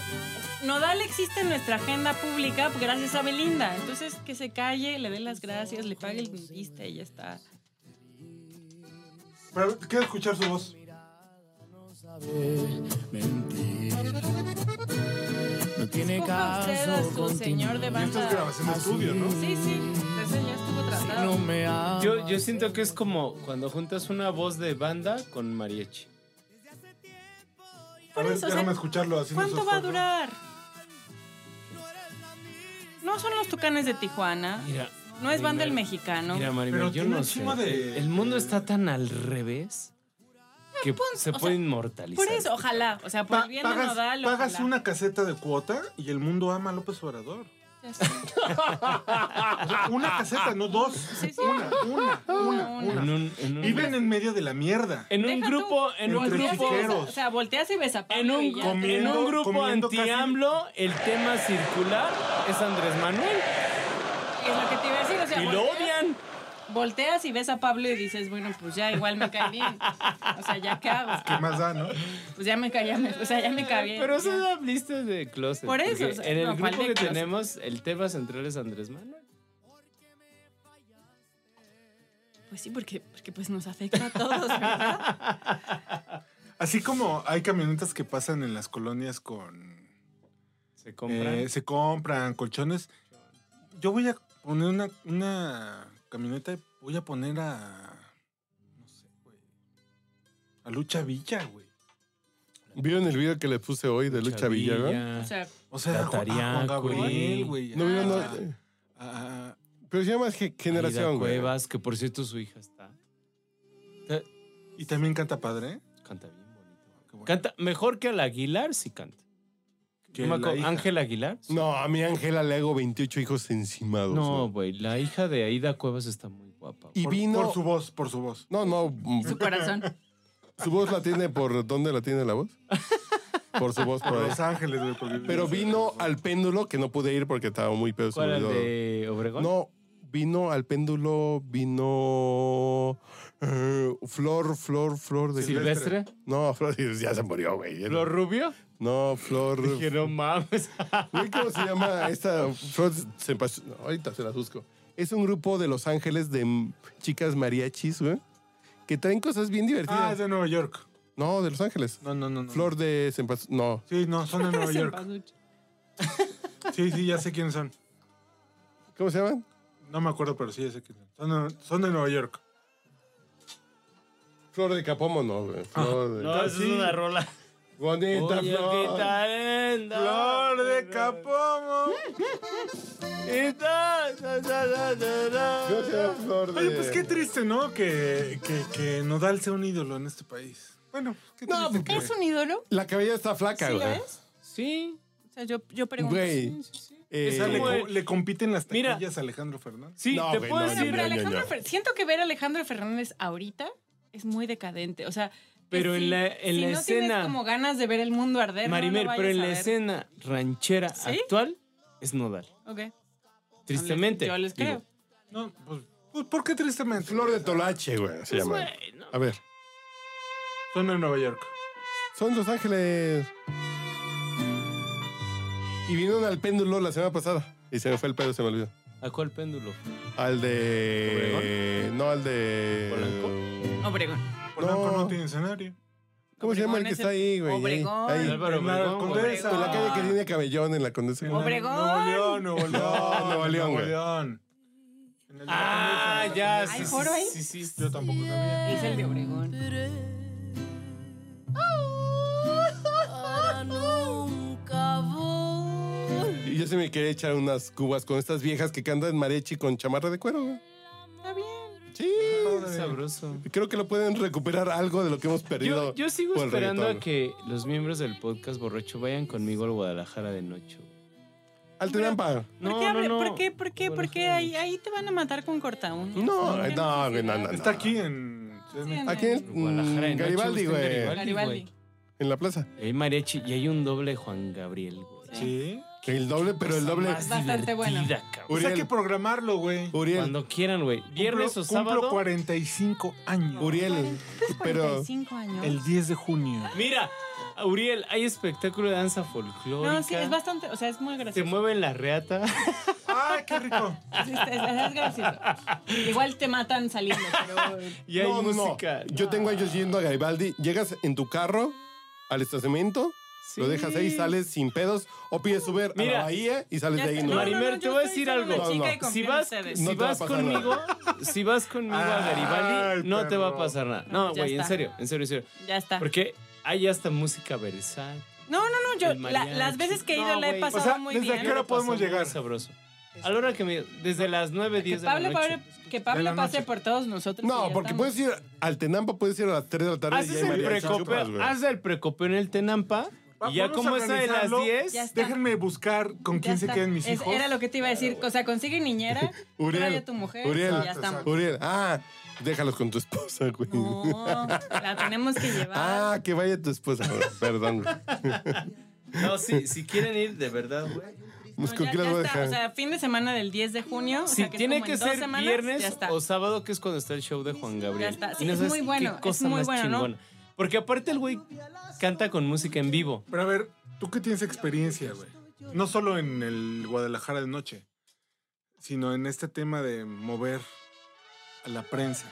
S4: Nodal existe en nuestra agenda pública gracias a Belinda. Entonces, que se calle, le dé las gracias, le pague el dentista y ya está.
S1: Pero quiero escuchar su voz.
S7: mentir. No tiene
S4: Escoja usted a
S7: caso
S4: su
S7: continuar
S4: señor de
S1: Y esto es
S4: banda.
S1: grabación de estudio, ¿no?
S4: Sí, sí, ese ya estuvo
S7: si
S4: tratado.
S7: no me amas.
S3: yo, yo siento que es como cuando juntas una voz de banda con mariachi.
S4: por
S1: a ver,
S4: eso, o sea,
S1: déjame escucharlo así. no
S4: ¿Cuánto
S1: se
S4: va a
S1: esfuerzo.
S4: durar? No son los tucanes de Tijuana.
S3: Mira,
S4: No es banda
S3: Marimel,
S4: el mexicano.
S3: Mira, Marimel,
S1: Pero
S3: yo
S1: tiene
S3: no
S1: un
S3: sé.
S1: chingo de-
S3: El- El mundo está tan al revés que se
S4: o
S3: puede
S4: sea,
S3: inmortalizar.
S4: por eso, ojalá. O sea, por
S1: Pa-
S4: el bien de
S1: pagas
S4: Nodal,
S1: pagas
S4: ojalá.
S1: una caseta de cuota y el mundo ama a López Obrador.
S4: Ya sé.
S1: O sea, una caseta, no dos.
S4: Sí, sí.
S1: Una, una, una,
S4: una.
S3: En
S1: una.
S3: un, Eh, en un-
S1: Viven en medio de la mierda.
S3: en un
S4: Deja
S3: grupo,
S4: tú,
S3: en un
S1: entre
S4: volteas y
S3: grupo.
S4: ves a-
S1: chiqueros.
S4: O sea, volteas y ves a
S3: En
S4: Pablo
S3: un,
S4: y ya.
S3: en un grupo
S1: comiendo casi-
S3: anti-AMLO, el tema circular es Andrés Manuel.
S4: Es lo que te iba a decir. O sea,
S3: Y lo
S4: volteas-
S3: odian.
S4: Volteas y ves a Pablo y dices, bueno, pues ya igual me cae bien. O sea, ya cago.
S1: ¿Qué más da, no?
S4: Pues ya me cae, ya me- o sea, ya me cae bien.
S3: Eh, Pero eso ya habliste de closet.
S4: Por eso,
S3: porque
S4: o sea,
S3: en el
S4: no, ¿cuál
S3: grupo
S4: de
S3: que
S4: closet?
S3: tenemos, el tema central es Andrés Manuel.
S4: Pues sí, porque, porque pues nos afecta a todos, ¿verdad?
S1: Así como hay camionetas que pasan en las colonias con.
S3: Se compran.
S1: eh, se compran colchones. Yo voy a poner una, una camioneta. y Voy a poner a. No sé, güey. A Lucha Villa, güey.
S2: ¿Vieron el video que le puse hoy de Lucha Villa? güey?
S4: O sea,
S1: O sea, a Ju- a Juan
S3: Tatariaco,
S1: Gabriel, güey.
S2: No vieron.
S4: Ah.
S1: a-
S2: no?
S1: a- a-
S2: Pero se llama Ge- Generación,
S3: Aida
S2: güey.
S3: Cuevas, que por cierto su hija está.
S1: y también canta padre. ¿eh?
S3: Canta bien bonito.
S1: Qué bueno.
S3: Canta mejor que al Aguilar, sí canta.
S1: Que
S3: Yo me
S1: la
S3: acuerdo-
S1: hija.
S3: Ángel Aguilar. sí.
S2: No, a mí Ángela le hago 28 hijos encimados.
S3: No,
S2: güey.
S3: güey, la hija de Aida Cuevas está muy guapa. güey.
S2: Y
S1: Por,
S2: vino.
S1: por su voz, por su voz.
S2: No, no. mm,
S4: su corazón.
S2: ¿Su voz la tiene por dónde la tiene la voz? Por su voz, por
S1: Por
S2: ahí.
S1: Los Ángeles, güey. porque-
S2: Pues Pero vino al péndulo, que no pude ir porque estaba muy pedo. se
S3: ¿Cuál
S2: me
S3: el
S2: olvidó.
S3: de Obregón?
S2: No, vino al péndulo, vino. eh, flor, flor, flor de.
S3: Silvestre.
S2: No, Flor ya se murió, güey.
S3: Pues ¿Lo rubio?
S2: No, Flor.
S3: Dije, no mames.
S2: Güey, ¿Cómo se llama esta? Flor se pas- no, ahorita se las busco. Es un grupo de Los Ángeles de m- chicas mariachis, güey. Que traen cosas bien
S1: Ah, es
S2: divertidas.
S1: de Nueva York.
S2: No, de Los Ángeles.
S1: No, no, no. no.
S2: Flor de Sempas. No.
S1: Sí, no, son de Nueva
S4: Se
S1: York.
S4: empaducha.
S1: Sí, sí, ya sé quiénes son.
S2: ¿Cómo se llaman?
S1: No me acuerdo, pero sí, ya sé quiénes son. Son de, son de Nueva York.
S2: Flor de Capomo, no, güey. Flor de.
S3: No, eso es una rola.
S2: Bonita
S3: Ah, Oye, qué
S2: flor.
S3: talento.
S1: Flor de Capomo.
S3: Y ta, ta, ta, ta, ta, ta.
S2: ¿Cómo se llama Flor de-
S1: Oye, pues qué triste, ¿no? Que, que, que Nodal sea un ídolo en este país. Bueno, qué
S2: No,
S1: triste. que-
S4: ¿Es un ídolo?
S2: La cabellera está
S4: ¿Sí
S2: flaca,
S4: lo
S2: güey.
S4: es?
S3: Sí.
S4: O sea, yo, yo pregunto.
S2: Güey. eh,
S1: O sea, le,
S3: como
S1: co-
S3: el-
S1: le compiten las
S3: Mira.
S1: taquillas a Alejandro Fernández.
S3: Sí,
S2: No,
S3: te
S2: güey,
S3: puedo
S2: no,
S3: decir.
S4: Pero
S2: no, no.
S4: Alejandro
S2: ya.
S4: Fer- siento que ver a Alejandro Fernández ahorita es muy decadente. O sea, que
S3: Pero en
S4: si-
S3: la- en
S4: si
S3: la
S4: no
S3: escena-
S4: tienes como ganas de ver el mundo arder. no lo
S3: Marimer, pero
S4: vayas
S3: en
S4: a
S3: la
S4: ver.
S3: escena ranchera
S4: ¿Sí?
S3: actual es Nodal.
S4: Ok.
S3: Tristemente.
S4: Yo les creo.
S3: digo.
S1: No, pues, pues, ¿por qué tristemente?
S2: Flor de Tolache, güey. Se
S3: Pues,
S2: llama.
S3: güey, no.
S2: A ver.
S1: Son de Nueva York.
S2: Son Los Ángeles. Y vinieron al péndulo la semana pasada. Y se me fue el pedo, se me olvidó.
S3: ¿A cuál péndulo?
S2: Al de. No, al de.
S3: ¿Polanco?
S4: Obregón.
S1: Polanco
S2: No.
S1: no, tiene escenario.
S2: ¿Cómo se llama el
S4: Obregón
S2: que
S4: es
S2: está ahí, güey?
S4: Obregón.
S2: Ahí. ahí.
S3: Álvaro
S1: en la
S3: Obregón, güey.
S1: Condesa.
S2: Con la calle que tiene cabellón en la condesa.
S1: En
S4: Obregón.
S1: Nuevo León, Nuevo León.
S2: No, Nuevo León, güey.
S1: En el de la
S3: Ah,
S1: Condesa,
S3: ya.
S1: en la
S3: Sí,
S4: ¿Hay
S3: sí,
S1: Condesa.
S4: foro ahí?
S3: sí, sí, sí.
S1: Yo tampoco sabía.
S4: Es el de Obregón.
S7: Para nunca volver.
S2: Y yo se me quería echar unas cubas con estas viejas que cantan mariachi con chamarra de cuero, güey.
S4: Está bien.
S2: Sí.
S3: Sabroso.
S2: Creo que lo pueden recuperar algo de lo que hemos perdido.
S3: Yo, yo sigo
S2: por el
S3: esperando a
S2: reggaetón.
S3: que los miembros del podcast borracho vayan conmigo al Guadalajara de noche. güey.
S2: Altenampa.
S4: ¿Por
S3: No,
S4: qué,
S3: no,
S4: abre-
S3: no.
S4: ¿Por qué? ¿Por qué? ¿Por qué?
S3: Guadalajara.
S4: Ahí, ahí te van a matar con corta uñas.
S2: No, eh,
S4: Hombre,
S2: no, güey, no,
S4: necesidad.
S2: no, no.
S1: Está aquí en. Ciudad de México.
S2: Aquí en
S3: Guadalajara de
S2: mm,
S3: noche,
S2: Garibaldi,
S3: justo en
S2: güey.
S4: Garibaldi.
S3: güey.
S2: En la plaza.
S3: Y Hay mariachi y hay un doble Juan Gabriel, güey.
S1: Sí.
S2: El doble, pero el doble.
S3: pues, Más
S4: Bastante
S3: divertida, cabrón.
S1: Pues hay
S2: Uriel.
S1: que programarlo, güey.
S2: Uriel,
S3: Cuando quieran, güey. Viernes
S1: Cumplo-
S3: o sábado.
S1: Cumplo 45 años.
S2: Uriel, pero
S4: 45 años.
S1: El 10 de junio.
S3: Mira, Uriel, hay espectáculo de danza folclórica.
S4: No, sí, es bastante, o sea, es muy
S3: Se
S4: gracioso.
S3: mueve la reata.
S1: ¡Ay, qué rico!
S4: Sí, es, es- es gracioso. Igual te matan saliendo, pero
S3: Y hay
S2: no, no, no.
S3: música.
S2: Yo tengo a ellos yendo a Garibaldi. Llegas en tu carro al estacionamiento, Lo dejas ahí,
S3: Sí.
S2: sales sin pedos o pides Uber a
S3: Mira.
S2: la bahía y sales
S4: Ya
S2: de ahí.
S4: sé-
S2: No,
S4: no, no,
S3: Marimer,
S4: no,
S3: te
S4: yo
S3: voy a
S4: soy
S3: decir
S4: solo
S3: algo.
S4: una chica
S2: No,
S4: y
S2: no.
S4: confío
S3: Si
S4: en
S3: vas,
S4: ustedes.
S2: No
S3: si
S2: te va a
S3: vas
S2: pasar Ah,
S3: conmigo, si vas conmigo a Garibaldi,
S1: Ay,
S3: no te va a
S1: perro.
S3: pasar nada. No,
S4: Ya
S3: güey, en
S4: está.
S3: serio, en serio, en serio.
S4: Ya está.
S3: Porque hay hasta música versátil.
S4: No, no, no, yo
S3: El
S4: la- las
S3: mariachi.
S4: veces que he ido
S3: No,
S4: la he
S3: güey.
S4: pasado
S1: O sea,
S4: muy
S1: ¿desde
S4: bien.
S1: qué hora podemos
S3: Pasó muy
S1: llegar?
S3: Sabroso. A la hora que me. Desde las 9,
S4: que
S3: 10 de la
S4: Pablo,
S3: noche.
S4: Pablo-
S1: De
S4: que
S1: la
S4: Pablo
S1: noche.
S4: pase por todos nosotros. y
S2: no
S4: ya
S2: porque
S4: estamos.
S2: puedes ir al Tenampa, puedes ir a las 3 de la tarde y
S3: Haces
S2: hay
S3: el
S2: mariachi chupas,
S3: precopeo,
S2: güey.
S3: haz el precopeo en el Tenampa.
S1: Va,
S3: Y ya
S1: vamos
S3: como
S1: a
S3: es de las
S1: organizarlo.
S3: 10.
S4: Ya está.
S1: Déjenme buscar con
S4: Ya
S1: quién se
S4: está.
S1: quedan mis
S4: Es-
S1: hijos.
S4: Era lo que te iba a decir. O sea, consigue niñera, trae
S2: Uriel,
S4: a tu mujer
S2: Uriel,
S4: y ya estamos.
S2: Uriel, ah, déjalos con tu esposa, güey.
S4: No, la tenemos que llevar.
S2: Ah, que vaya tu esposa. Oh, Perdón. güey.
S3: No, sí, si quieren ir, de verdad, güey.
S4: No,
S2: Pues, ¿Con
S4: ya-
S2: quién
S4: ya
S2: las voy a
S4: está.
S2: dejar?
S4: O sea, fin de semana del 10 de junio. o
S3: Si
S4: sea, es
S3: tiene
S4: como
S3: que
S4: en dos
S3: ser
S4: semanas, ya
S3: viernes
S4: está.
S3: o sábado, que es cuando está el show de Juan Gabriel.
S4: Ya está.
S3: Y
S4: Sí, es
S3: sabes
S4: muy
S3: qué
S4: bueno, es
S3: cosa
S4: muy
S3: más
S4: bueno, ¿no?
S3: chingona. Porque aparte el güey canta con música en vivo.
S1: Pero a ver, tú que tienes experiencia, güey. No solo en el Guadalajara de noche, sino en este tema de mover a la prensa.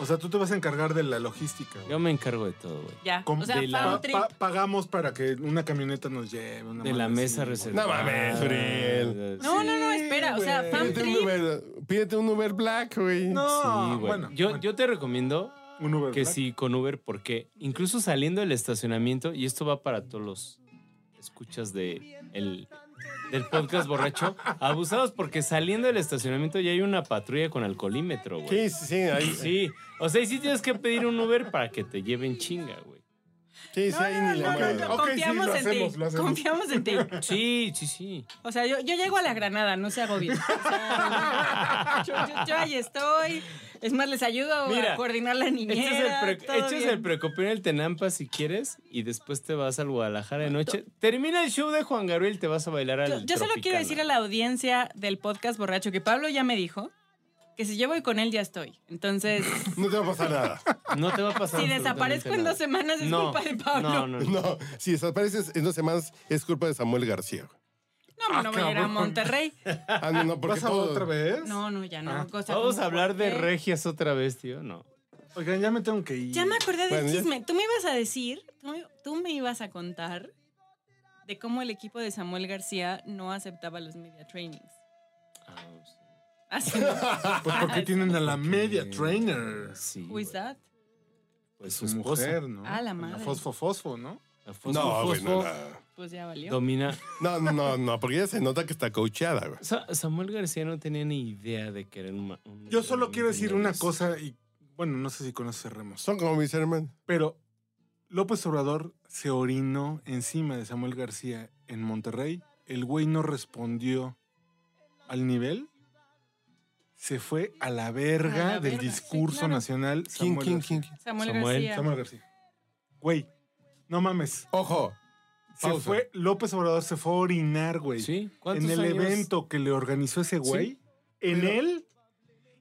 S1: O sea, tú te vas a encargar de la logística, güey.
S3: Yo me encargo de todo, güey.
S4: Ya.
S1: Com-
S4: O sea,
S3: de la-
S4: para
S1: Pa-
S4: un trip.
S1: pa- pagamos para que una camioneta nos lleve. una
S3: De la
S1: madre
S3: mesa
S1: así,
S3: reservada.
S2: No
S3: Ah,
S2: mames, Uriel.
S4: No, no, no, espera. O sea,
S1: güey.
S4: fan
S2: Pídete un
S4: trip.
S2: Uber, pídete un Uber Black, güey.
S1: No,
S3: Sí, güey.
S1: bueno.
S3: yo,
S1: bueno,
S3: yo te recomiendo
S1: un Uber
S3: que
S1: Black.
S3: sí con Uber, porque incluso saliendo del estacionamiento, y esto va para todos los escuchas de el, del podcast borracho, abusados, porque saliendo del estacionamiento ya hay una patrulla con alcoholímetro, güey.
S2: Sí, sí, sí. Ahí, sí,
S3: Sí, o sea, y sí tienes que pedir un Uber para que te lleven chinga, güey.
S2: sí,
S4: No,
S2: ahí
S4: no,
S2: ni
S4: no,
S2: la
S4: no, no,
S2: madre.
S1: Ok, sí,
S4: confiamos
S1: lo hacemos, lo
S4: en ti.
S1: hacemos.
S4: Confiamos en ti.
S3: Sí, sí, sí.
S4: O sea, yo, yo llego a la Granada, no se agobien. O sea, yo, yo- yo ahí estoy. Es más, les ayudo
S3: Mira,
S4: a coordinar la
S3: Este es
S4: niñera.
S3: el, pre
S4: todo
S3: echas
S4: bien.
S3: el precopio en el Tenampa si quieres y después te vas al Guadalajara de noche. Termina el show de Juan Gabriel, te vas a bailar al
S4: Yo, yo solo
S3: Tropicana.
S4: quiero decir a la audiencia del podcast borracho que Pablo ya me dijo que si yo voy con él ya estoy. Entonces,
S2: No te va a pasar nada.
S3: No te va a pasar
S4: si
S3: absolutamente
S4: desaparezco en
S3: nada.
S4: dos semanas es
S3: No,
S4: culpa de Pablo.
S3: No, no, no.
S2: No, si desapareces en dos semanas es culpa de Samuel García. güey.
S4: No, no voy a ir a
S1: cabrón.
S4: Monterrey.
S2: Ah, no, no, porque
S1: ¿Vas a
S2: todo...
S1: otra vez?
S4: No, no, ya no.
S1: Ah.
S4: cosa
S3: Vamos
S4: como
S3: a hablar de
S4: fuerte.
S3: regias otra vez, tío. No.
S1: Oigan, ya me tengo que ir.
S4: Ya me acordé del
S2: Bueno, ya-
S4: chisme. Tú me ibas a decir, tú me, tú me ibas a contar de cómo el equipo de Samuel García no aceptaba los media trainings.
S3: Ah,
S4: Así
S1: Pues porque tienen a la media trainer.
S3: Sí.
S4: Who
S3: güey.
S4: is that?
S3: Pues
S1: Su
S3: su esposa.
S1: mujer, ¿no?
S4: Ah, la madre.
S1: Fosfo Fosfo, ¿no?
S3: La fosfo,
S2: No, güey, no,
S3: fosfo,
S2: no.
S4: Pues ya valió.
S3: Domina.
S2: No, no, no, no, porque ya se nota que está coacheada, güey.
S3: Sa- Samuel García no tenía ni idea de que era un. ma- un
S1: Yo solo quiero decir una
S3: entrenamiento.
S1: cosa y, bueno, no sé si conoces a Remos.
S2: Son como mis hermanos.
S1: Pero López Obrador se orinó encima de Samuel García en Monterrey. El güey no respondió al nivel. Se fue a la verga
S4: A la
S1: del
S4: verga, sí,
S1: discurso
S4: claro.
S1: nacional.
S2: ¿Quién,
S1: Samuel
S2: quién,
S1: García.
S2: quién? quién?
S4: Samuel,
S3: Samuel.
S4: García.
S1: Samuel García. Güey, no mames.
S2: Ojo,
S1: Se
S2: Pausa.
S1: fue, López Obrador se fue a orinar, güey.
S3: Sí. ¿Cuántos
S1: En el
S3: años?
S1: evento que le organizó ese güey. En
S2: Pero-
S1: él.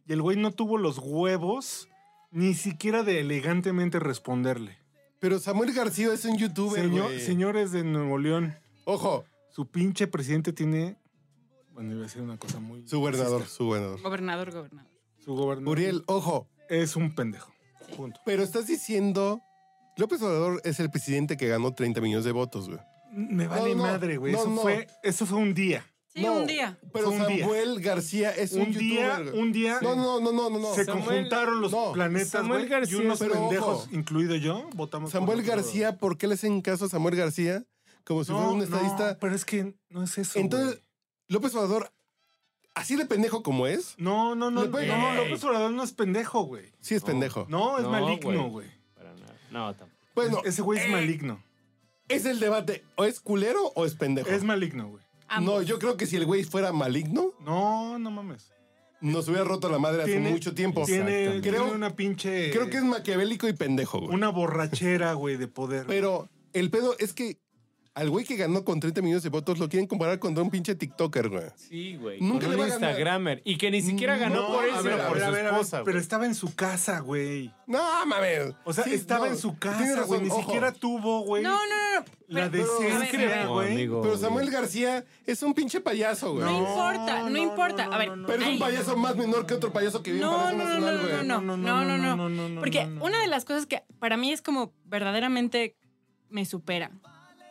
S1: Y el güey no tuvo los huevos ni siquiera de elegantemente responderle.
S2: pero Samuel García es un youtuber,
S1: Señor-
S2: güey.
S1: señores de Nuevo León,
S2: Ojo,
S1: su pinche presidente tiene. Bueno, iba a ser una cosa muy.
S2: su gobernador, su gobernador.
S4: Gobernador, gobernador.
S1: Su gobernador.
S2: Uriel, ojo,
S1: Es un pendejo. Punto.
S2: pero estás diciendo... López Obrador es el presidente que ganó 30 millones de votos, güey.
S1: Me vale
S2: no,
S1: madre, güey.
S2: no,
S1: eso,
S2: no.
S1: Fue, eso fue un día.
S4: Sí,
S2: No,
S4: un día.
S2: Pero
S1: Fue un día.
S2: Samuel García es un,
S1: Un día,
S2: youtuber. güey.
S1: un día.
S2: No, no, no, no, no, no.
S1: se
S3: Samuel-
S1: conjuntaron los
S2: no,
S1: planetas,
S3: Samuel
S1: güey. Y
S3: García
S1: unos
S2: es- pero
S1: pendejos,
S2: ojo.
S1: incluido yo, votamos. por
S2: Samuel
S1: López Obrador.
S2: García, ¿por qué le hacen caso a Samuel García? Como si fuera
S1: No,
S2: un
S1: no,
S2: estadista.
S1: pero es que no es eso.
S2: Entonces,
S1: güey.
S2: López Obrador, así de pendejo como es,
S1: No, no, no.
S2: López-
S1: No,
S3: Ey.
S1: López Obrador no es pendejo, güey.
S2: sí es
S3: No.
S2: pendejo.
S1: No, es
S3: No,
S1: maligno, güey.
S3: güey. Para nada. No, tampoco.
S2: Bueno,
S1: Ese güey es
S2: eh,
S1: maligno.
S2: Es el debate. ¿O es culero o es pendejo?
S1: Es maligno, güey.
S2: no, yo creo que si el güey fuera maligno,
S1: No, no mames.
S2: nos hubiera roto la madre hace
S1: Tiene-
S2: mucho tiempo.
S1: Tiene,
S3: Exactamente.
S1: tiene
S2: Creo-
S1: una pinche.
S2: Creo que es maquiavélico y pendejo, güey.
S1: Una borrachera, güey, de poder. güey.
S2: Pero el pedo es que al güey que ganó con 30 millones de votos lo quieren comparar contra un pinche TikToker, güey.
S3: Sí, güey.
S2: Nunca
S3: con
S2: le
S3: un
S2: va a ganar.
S3: Instagramer. Y que ni siquiera ganó
S1: No,
S3: por él,
S1: a
S3: sino
S1: ver, a
S3: por
S1: ver, a
S3: su
S1: ver, a ver,
S3: esposa.
S1: Pero
S3: güey.
S1: estaba en su casa, güey.
S2: No, mames.
S1: O sea,
S2: Sí,
S1: estaba
S2: no,
S1: en su
S2: tienes
S1: casa,
S2: razón,
S1: güey. Ni
S2: ojo.
S1: siquiera tuvo, güey.
S4: No, no, no. no.
S1: La
S4: Pero-
S1: decencia,
S4: a ver, a ver,
S1: güey.
S2: Pero Samuel García es un pinche payaso, güey.
S4: No
S1: No,
S4: importa, no,
S1: no,
S4: importa.
S1: no,
S4: a ver.
S1: no, no,
S2: Pero es
S4: ahí-
S2: un payaso más menor que otro payaso que vive en
S4: No,
S2: Palacio
S4: no, no,
S2: Nacional, güey.
S4: no, no, no, no, no, no, Porque una de las cosas que para mí es como verdaderamente me supera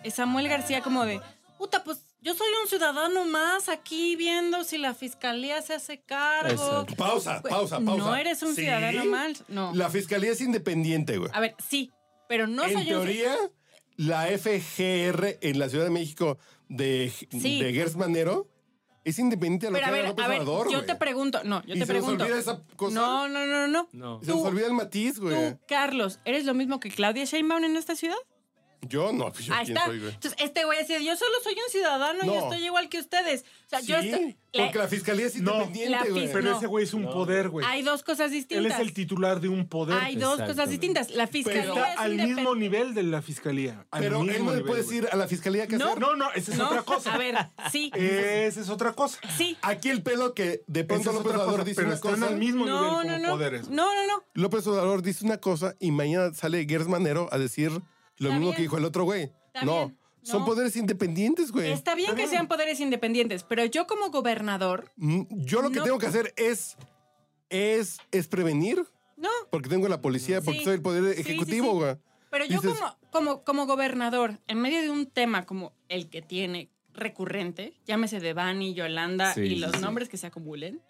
S4: eh, Samuel García como de, puta, pues yo soy un ciudadano más aquí viendo si la fiscalía se hace cargo.
S3: Exacto.
S2: Pausa,
S4: Güey,
S2: pausa, pausa.
S4: No eres un
S2: ¿Sí?
S4: ciudadano más, no.
S2: La fiscalía es independiente, güey.
S4: A ver, sí, pero no
S2: en
S4: soy
S2: teoría, la FGR en la Ciudad de México de,
S4: Sí.
S2: de Gertz Manero es independiente a
S4: un...
S2: lo
S4: Pero a
S2: que
S4: ver,
S2: era López
S4: a ver,
S2: Obrador,
S4: yo
S2: güey.
S4: te pregunto, no, yo
S2: ¿Y
S4: te
S2: se nos
S4: pregunto.
S2: olvida esa cosa?
S4: No, no, no, no.
S3: No.
S2: Se nos
S4: tú-
S2: olvida el matiz, güey.
S4: Tú, Carlos, ¿eres lo mismo que Claudia Sheinbaum en esta ciudad?
S2: Yo no, pues yo
S4: Ahí
S2: quién
S4: está.
S2: soy, güey.
S4: Entonces, este güey decía, yo solo soy un ciudadano
S2: No.
S4: y estoy igual que ustedes. O sea,
S2: Sí,
S4: yo estoy... la-
S2: porque la fiscalía es
S1: No.
S4: La
S2: independiente, güey.
S4: fis-
S1: Pero
S4: No.
S1: ese güey es un poder, güey.
S4: Hay dos cosas
S1: Él
S4: distintas.
S1: es el titular de un poder.
S4: Hay dos cosas
S3: Exactamente.
S4: distintas. La fiscalía
S2: Pero-
S1: Está
S4: es
S1: al mismo
S4: independ-
S1: nivel de la fiscalía. al
S2: Pero él
S1: mismo
S2: no le
S1: nivel,
S2: puede
S1: güey.
S2: decir a la fiscalía qué hacer.
S1: No, no, esa es
S4: No,
S1: otra cosa. Eh,
S4: a ver, sí,
S1: Esa es otra cosa.
S4: sí.
S2: Aquí el pedo que de pronto
S1: Esa es
S2: López
S1: otra
S2: Obrador
S1: cosa,
S2: dice
S1: pero
S2: una
S1: están
S2: cosa.
S1: al mismo nivel
S4: No,
S1: como
S4: no, no.
S1: poderes.
S4: No, no, no.
S2: López Obrador dice una cosa y mañana sale Gertz Manero a decir lo
S4: Está
S2: mismo
S4: bien.
S2: que dijo el otro güey.
S4: Está
S2: No,
S4: bien.
S2: son
S4: No.
S2: poderes independientes, güey.
S4: Está bien que sean poderes independientes, pero yo como gobernador,
S2: Mm, Yo lo que
S4: No.
S2: tengo que hacer es, es, es prevenir,
S4: no.
S2: porque tengo la policía, porque
S4: Sí.
S2: soy el poder
S4: Sí, sí,
S2: ejecutivo,
S4: sí.
S2: güey.
S4: Pero yo
S2: Dices-
S4: como, como, como gobernador, en medio de un tema como el que tiene recurrente, llámese de Bani, Yolanda
S3: Sí,
S4: y
S3: sí,
S4: los
S3: sí.
S4: nombres que se acumulen,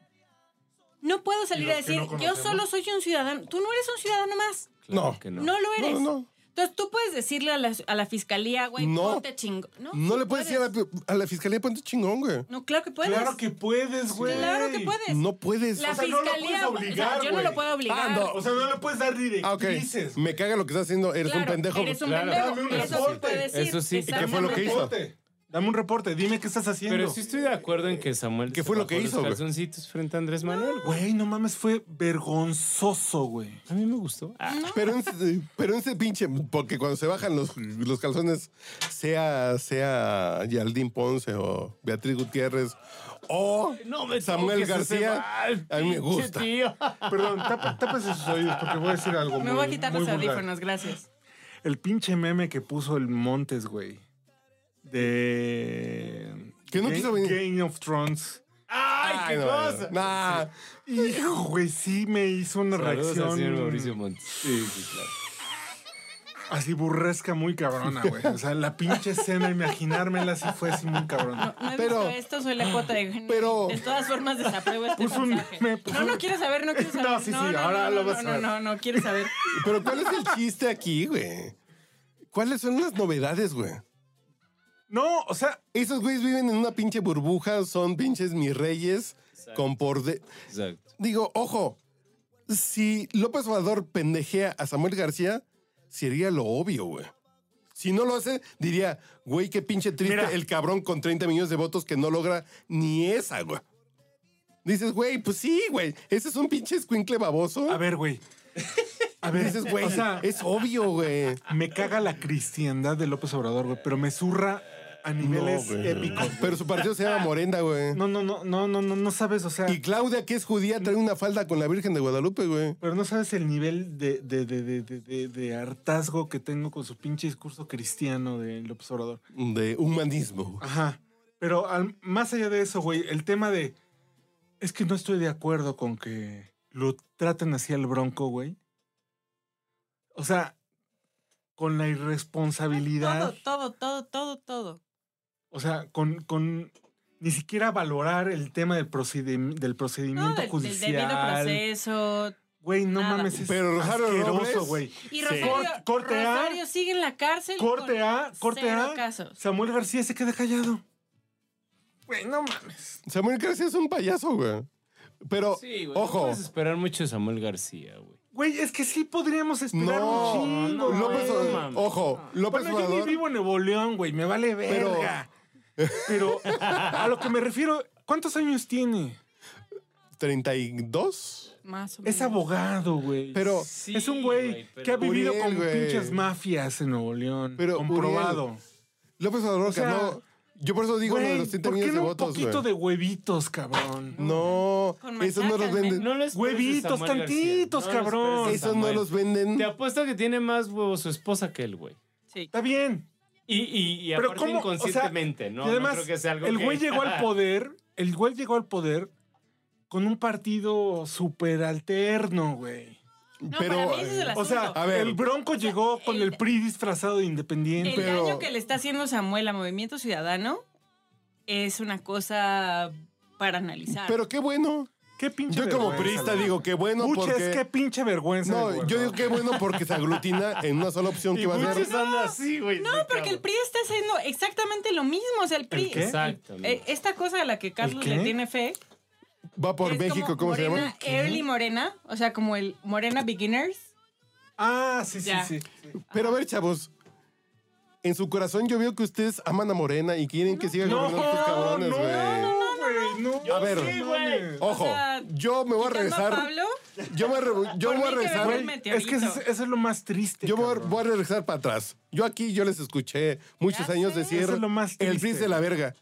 S4: no puedo salir
S1: los
S4: a
S1: que
S4: decir,
S1: no
S4: yo
S1: conocemos?
S4: solo soy un ciudadano. Tú no eres un ciudadano más.
S3: Claro
S2: No.
S3: que
S4: No,
S3: no.
S4: lo eres.
S2: No, no.
S4: Entonces tú puedes decirle a la, a la fiscalía, güey,
S2: No.
S4: no. te chingo. No,
S2: No
S4: sí
S2: le puedes decir a la, a la fiscalía, ponte chingón, güey.
S4: No, claro que puedes.
S1: Claro que puedes, güey.
S4: Claro que puedes.
S2: No puedes.
S4: La
S1: sea, no lo puedes
S4: fiscalía. o sea,
S1: obligar,
S4: yo no
S1: güey.
S4: lo puedo obligar.
S2: Ah, no.
S1: O sea, no le puedes dar
S2: Ah, ok.
S1: directrices.
S2: Me caga lo que estás haciendo, eres un
S4: Claro,
S2: pendejo.
S4: Eres un
S3: Claro.
S1: Dame un
S4: pendejo. Eso sí
S1: reporte.
S4: puede decir.
S3: Eso sí. ¿Y qué
S2: ¿Qué
S4: exactamente.
S2: fue lo que hizo?
S1: Dame un reporte. Dime qué estás haciendo.
S3: Pero sí estoy de acuerdo en que Samuel.
S2: ¿Qué
S3: se
S2: fue lo
S3: bajó
S2: que
S3: los
S2: hizo, güey?
S3: calzoncitos frente a Andrés Manuel. güey.
S1: Güey, no mames, fue vergonzoso, güey.
S3: A mí me gustó. Ah,
S2: Pero en, pero en ese pinche, porque cuando se bajan los, los calzones, sea, sea Yaldín Ponce o Beatriz Gutiérrez o
S3: No me
S2: Samuel
S3: toques ese
S2: García,
S3: mal,
S2: a mí me
S3: pinche
S2: gusta.
S3: tío.
S1: Perdón, tapa- tápese sus oídos porque voy a decir algo.
S4: Me
S1: muy-
S4: voy a quitar
S1: muy
S4: los
S1: vulgar.
S4: audífonos, gracias.
S1: El pinche meme que puso el Montes, güey. De.
S2: Que no
S1: Ga-
S2: quiso venir.
S1: Game of Thrones.
S3: ¡Ay, qué
S2: no,
S3: cosa!
S2: nah,
S1: Hijo, güey, sí me hizo una
S3: Saludos al señor Mauricio
S1: reacción
S3: Montes. Sí, sí, claro.
S1: así burresca muy cabrona, güey. O sea, la pinche escena, imaginármela si fue así muy cabrona.
S4: No he
S2: Pero-
S4: visto esto, soy la cuota de
S2: pero-
S4: De todas formas, desapruebo este
S1: Puso un
S4: mensaje.
S1: meme, puso
S4: No, no
S1: un-
S4: quiero saber, no quiero
S1: No,
S4: saber.
S1: sí, sí, ahora
S4: no,
S1: lo
S4: no,
S1: vas a
S4: no,
S1: ver.
S4: No, no, no, quiero saber.
S2: Pero ¿cuál es el chiste aquí, güey? ¿Cuáles son las novedades, güey?
S1: No, o sea,
S2: Esos güeyes viven en una pinche burbuja, son pinches mis reyes con por de-
S3: Exacto.
S2: Digo, ojo, si López Obrador pendejea a Samuel García, sería lo obvio, güey. Si no lo hace, diría, güey, qué pinche triste
S1: Mira.
S2: el cabrón con 30 millones de votos que no logra ni esa, güey. Dices, güey, pues sí, güey. Ese es un pinche escuincle baboso.
S1: a ver, güey. A ver,
S2: Dices, güey,
S1: o sea,
S2: es obvio, güey.
S1: me caga la cristiandad de López Obrador, güey, pero me zurra a niveles
S2: güey.
S1: épicos.
S2: Pero su partido se llama Morenda, güey.
S1: No, no, no, no, no, no, no sabes, o sea,
S2: Y Claudia, que es judía, trae una falda con la Virgen de Guadalupe, güey.
S1: pero no sabes el nivel de, de, de, de, de, de- de hartazgo que tengo con su pinche discurso cristiano de López Obrador.
S2: De humanismo.
S1: Ajá. Pero al- más allá de eso, güey, el tema de. Es que no estoy de acuerdo con que lo traten así al bronco, güey. O sea, con la irresponsabilidad.
S4: Todo, todo, todo, todo, todo.
S1: O sea, con, con ni siquiera valorar el tema del, procedi- del
S4: No,
S1: procedimiento
S4: del, del
S1: judicial.
S4: debido proceso.
S1: Güey, no
S4: nada.
S1: mames, es
S2: Pero Rosario
S1: asqueroso,
S2: Robles-
S1: güey.
S4: Y Rosario,
S1: Cort- corte A.
S4: Rosario sigue en la cárcel.
S1: Corte
S4: con
S1: A, corte
S4: cero
S1: A.
S4: casos.
S1: Samuel García se queda callado. Güey, no mames.
S2: Samuel García es un payaso, güey. Pero,
S3: Sí, güey. No
S2: ojo,
S3: puedes esperar mucho de Samuel García, güey.
S1: Güey, es que sí podríamos esperar
S2: no,
S1: un chingo.
S3: no,
S2: López
S1: güey.
S3: no,
S2: Obrador,
S3: mames.
S2: ojo, López
S1: Bueno, yo ni
S2: Obrador,
S1: vivo en Nuevo León, güey, me vale
S2: Pero-
S1: verga. Pero a lo que me refiero, ¿cuántos años tiene?
S2: 32.
S4: Más o menos.
S1: Es abogado, güey.
S2: Pero,
S3: Sí,
S1: es un güey
S3: güey, pero-
S1: que ha vivido
S2: Uriel,
S1: con
S2: güey.
S1: pinches mafias en Nuevo León.
S2: Pero,
S1: comprobado.
S2: Uriel, López Obrador
S1: O sea,
S2: ganó- Yo por eso digo lo de
S1: Güey,
S2: los 30
S1: ¿por qué
S2: millones de
S1: no un
S2: votos, güey.
S1: poquito de huevitos, cabrón?
S2: No,
S4: Con
S2: esos no los
S4: machacas,
S2: venden.
S3: No lo esperes de
S1: Huevitos,
S3: Samuel García.
S1: tantitos,
S3: No lo esperes de
S1: cabrón.
S2: Esos no
S3: Samuel.
S2: los venden.
S3: Te apuesto que tiene más huevos su esposa que él, güey.
S4: Sí.
S1: Está bien.
S3: Y, y, y
S1: Pero
S3: aparte
S1: ¿cómo? O sea,
S3: inconscientemente, ¿no?
S1: y
S3: No
S1: además,
S3: creo que sea algo
S1: el
S3: que-
S1: güey llegó al poder, el güey llegó al poder con un partido súper alterno, güey.
S4: No,
S2: pero,
S4: para mí ese es el
S2: eh,
S1: O sea,
S4: asunto.
S2: a ver.
S1: el bronco llegó con el PRI disfrazado de
S4: El
S1: independiente.
S4: daño que le está haciendo Samuel a Movimiento Ciudadano es una cosa para analizar.
S2: pero qué bueno.
S1: Qué pinche
S2: Yo como
S1: vergüenza,
S2: priista
S1: güey.
S2: digo qué bueno
S1: Buches,
S2: porque...
S1: qué pinche vergüenza. del
S2: no,
S1: gobernador.
S2: yo digo qué bueno porque se aglutina en una sola opción
S1: Y
S2: que va a
S1: Buches
S2: ser...
S1: anda así, güey.
S4: no, porque el PRI está haciendo exactamente lo mismo. O sea, el PRI.
S1: qué?
S3: Exactamente.
S4: eh, Esta cosa a la que Carlos
S1: qué?
S4: le tiene fe.
S2: Va por
S4: es
S2: México,
S4: como
S2: ¿cómo se
S4: morena,
S2: llama?
S4: Early Morena. O sea, como el Morena Beginners.
S1: Ah, sí, sí,
S4: Ya.
S1: sí.
S2: Pero a ver, chavos. En su corazón yo veo que ustedes aman a Morena y quieren que siga
S1: No,
S2: gobernando estos cabrones, güey.
S1: no, güey. No,
S2: A ver.
S1: sí, güey.
S2: Ojo,
S4: sea,
S2: yo me voy a
S4: Quitando
S2: regresar.
S4: Pablo,
S2: Yo me, re- yo voy
S4: Por
S2: a
S4: mí que
S2: regresar.
S4: venga el
S1: Güey,
S4: meteorito.
S1: Es que eso, es- eso es lo más triste.
S2: Yo voy a,
S1: este cabrón.
S2: voy a regresar para atrás. Yo aquí, yo les escuché muchos
S4: Ya
S2: años
S4: sé.
S2: decir
S1: Eso es lo más
S2: el
S1: triste.
S2: príncipe de la verga.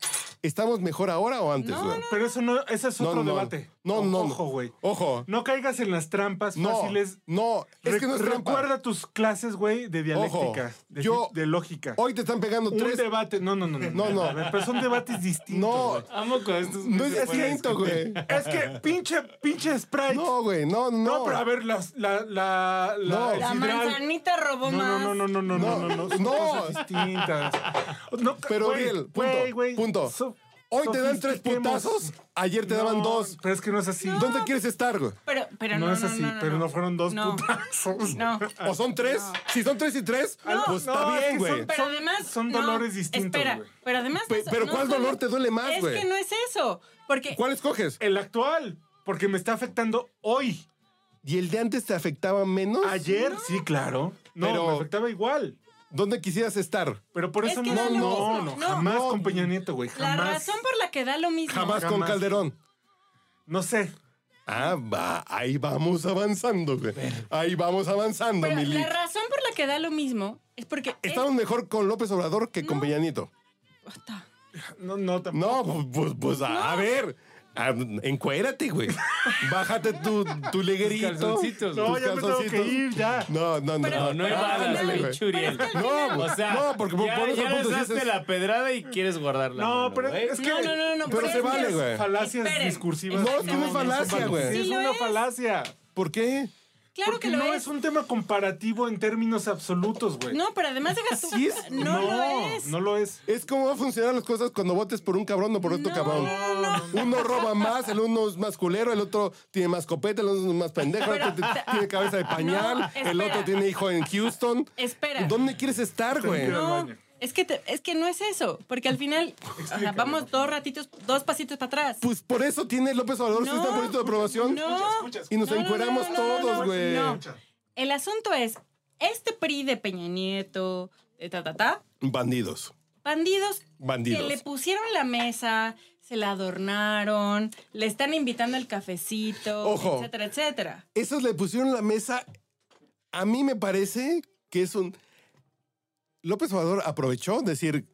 S2: ¿Estamos mejor ahora o antes,
S4: No,
S2: güey?
S1: Pero eso no, ese es otro debate.
S2: No,
S1: O-
S2: no.
S1: Ojo, güey.
S2: Ojo.
S1: No caigas en las trampas
S2: No,
S1: fáciles.
S2: no, es que no es
S1: Re-
S2: trampa.
S1: Recuerda tus clases, güey, de dialéctica,
S2: Ojo,
S1: de,
S2: yo-
S1: de lógica.
S2: Hoy te están pegando
S1: un
S2: tres.
S1: debate. No, no, no, no.
S2: No, no.
S1: A ver, pero son debates distintos.
S2: No,
S1: güey.
S3: Amo con estos.
S2: no
S3: güeyes.
S2: es distinto, güey.
S1: Es que pinche, pinche Sprite.
S2: No, güey, no, no.
S1: No, pero a ver, las- la, la, la,
S2: No.
S1: el
S4: la
S1: sidral.
S4: manzanita robó
S1: No, no,
S4: más.
S1: no, no, no, no, no, no, no, son
S2: No.
S1: cosas distintas. No,
S2: Pero,
S1: güey,
S2: Uriel, punto,
S1: güey, güey,
S2: punto.
S1: so-
S2: Hoy te dan tres
S1: sofistiquemos.
S2: putazos, ayer te daban
S1: No,
S2: dos.
S1: Pero es que no es así.
S2: ¿Dónde quieres estar, güey?
S4: Pero, pero
S1: No
S4: no,
S1: es así, pero no fueron dos
S4: No.
S1: putazos.
S4: No.
S2: ¿O son tres? Si son tres y tres, pues
S1: no,
S2: está
S1: es
S2: bien,
S1: que
S2: güey.
S1: son-
S4: Pero
S1: Son-
S4: además.
S1: son
S4: no,
S1: dolores distintos,
S4: Espera,
S1: güey.
S4: pero además.
S2: Pe-
S4: eso-
S2: pero ¿cuál
S4: solo-
S2: dolor te duele más, güey?
S4: Es que no es eso. Porque.
S2: ¿Cuál escoges?
S1: El actual, porque me está afectando hoy.
S2: ¿Y el de antes te afectaba menos?
S1: Ayer, sí, claro. No,
S2: Pero-
S1: me afectaba igual.
S2: ¿Dónde quisieras estar?
S1: Pero por
S4: Es
S1: eso
S4: que
S1: no,
S4: da lo
S1: no, no,
S4: mismo. No.
S1: jamás
S2: No.
S1: con Peña Nieto, güey,
S4: La
S1: jamás.
S4: razón por la que da lo mismo.
S2: Jamás, con
S1: jamás.
S2: Calderón.
S1: No sé.
S2: Ah, va, ahí vamos avanzando, güey. Ahí vamos avanando,
S4: Pero
S2: mi Mili.
S4: la razón por la que da lo mismo es porque. es-
S2: Estamos mejor con López Obrador que con Peñanito.
S4: Puta.
S1: No, no, tampoco.
S2: No, pues, pues, pues, a ver. a- encuérate, güey. Bájate tu, tu leguerito.
S3: Tus calzoncitos,
S1: No, ya me
S2: tus
S1: tengo que
S2: calzoncitos.
S1: ir, ya.
S2: No, no, no.
S3: No,
S4: Pero-
S3: no
S4: Ah,
S3: evadas,
S2: ándale,
S3: güey,
S2: güey.
S3: Churiel.
S2: No,
S3: O sea,
S2: no, porque por-
S3: ya,
S2: por otro
S3: ya
S2: punto
S3: lanzaste
S2: dices-
S3: la pedrada y quieres guardarla.
S1: No, pero es que
S4: No, no, no, no.
S2: Pero
S4: es
S2: se
S4: que-
S2: vale, güey.
S1: falacias
S4: Esperen.
S1: discursivas.
S2: No, es que no
S1: son
S2: es falacia,
S1: válidas.
S2: güey.
S1: Sí, es
S4: Sí lo
S1: una
S4: es.
S1: falacia.
S2: ¿Por qué?
S4: Claro
S1: Porque
S4: que lo
S1: no
S4: es.
S1: es un tema comparativo en términos absolutos, güey.
S4: No, pero además deja tú.
S2: Sí es-
S4: No, lo es.
S1: No lo es.
S2: Es como van a funcionar las cosas cuando votes por un cabrón o por otro cabrón. Uno roba más, el uno es más culero, el otro tiene más copeta, el otro es más pendejo, el
S4: Pero-
S2: otro t- tiene cabeza de pañal,
S4: No,
S2: el otro
S4: espera.
S2: tiene hijo en Houston.
S4: Espera.
S2: ¿Dónde quieres estar, güey?
S1: Pero
S4: No,
S1: baño.
S4: es que, te- es que no es eso, porque al final o sea, vamos dos ratitos, dos pasitos para atrás.
S2: Pues por eso tiene López Obrador
S4: No.
S2: su estamparito de aprobación.
S4: No.
S2: Y nos encueramos todos, güey.
S4: no. El asunto es, este PRI de Peña Nieto, de ta, ta, ta,
S2: Bandidos.
S4: bandidos,
S2: Bandidos.
S4: que le pusieron la mesa, se la adornaron, le están invitando el cafecito,
S2: Ojo.
S4: etcétera, etcétera.
S2: Esos le pusieron la mesa. A mí me parece que es un. López Obrador aprovechó decir: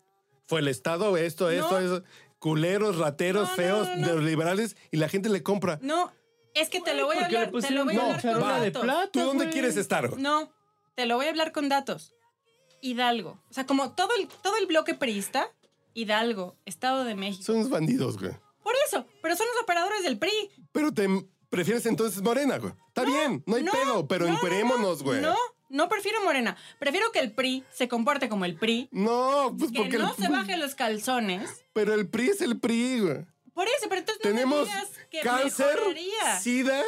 S2: fue el Estado, esto, esto, eso. Culeros, rateros,
S4: No, no,
S2: feos,
S4: no, no.
S2: neoliberales, y la gente le compra.
S4: No, es que te lo voy a
S3: Porque le
S4: hablar, te lo
S3: pusieron
S4: voy a
S2: una
S4: hablar con
S2: charola de
S4: datos.
S3: plata.
S2: ¿Tú dónde
S3: güey.
S2: quieres estar? güey?
S4: No, te lo voy a hablar con datos. Hidalgo. O sea, como todo el, todo el bloque perista, Hidalgo, Estado de México.
S2: Son unos bandidos, güey.
S4: Por eso, pero son los operadores del PRI.
S2: Pero te prefieres entonces Morena, güey. Está bien, no hay pedo, pero
S4: no,
S2: encuerémonos, güey.
S4: No, no prefiero Morena. Prefiero que el PRI se comporte como el PRI,
S2: No, pues
S4: que
S2: porque.
S4: no
S2: el-
S4: se baje los calzones.
S2: Pero el PRI es el PRI, güey.
S4: Por eso, pero entonces no me
S2: Tenemos
S4: digas que
S2: cáncer,
S4: mejoraría.
S2: sida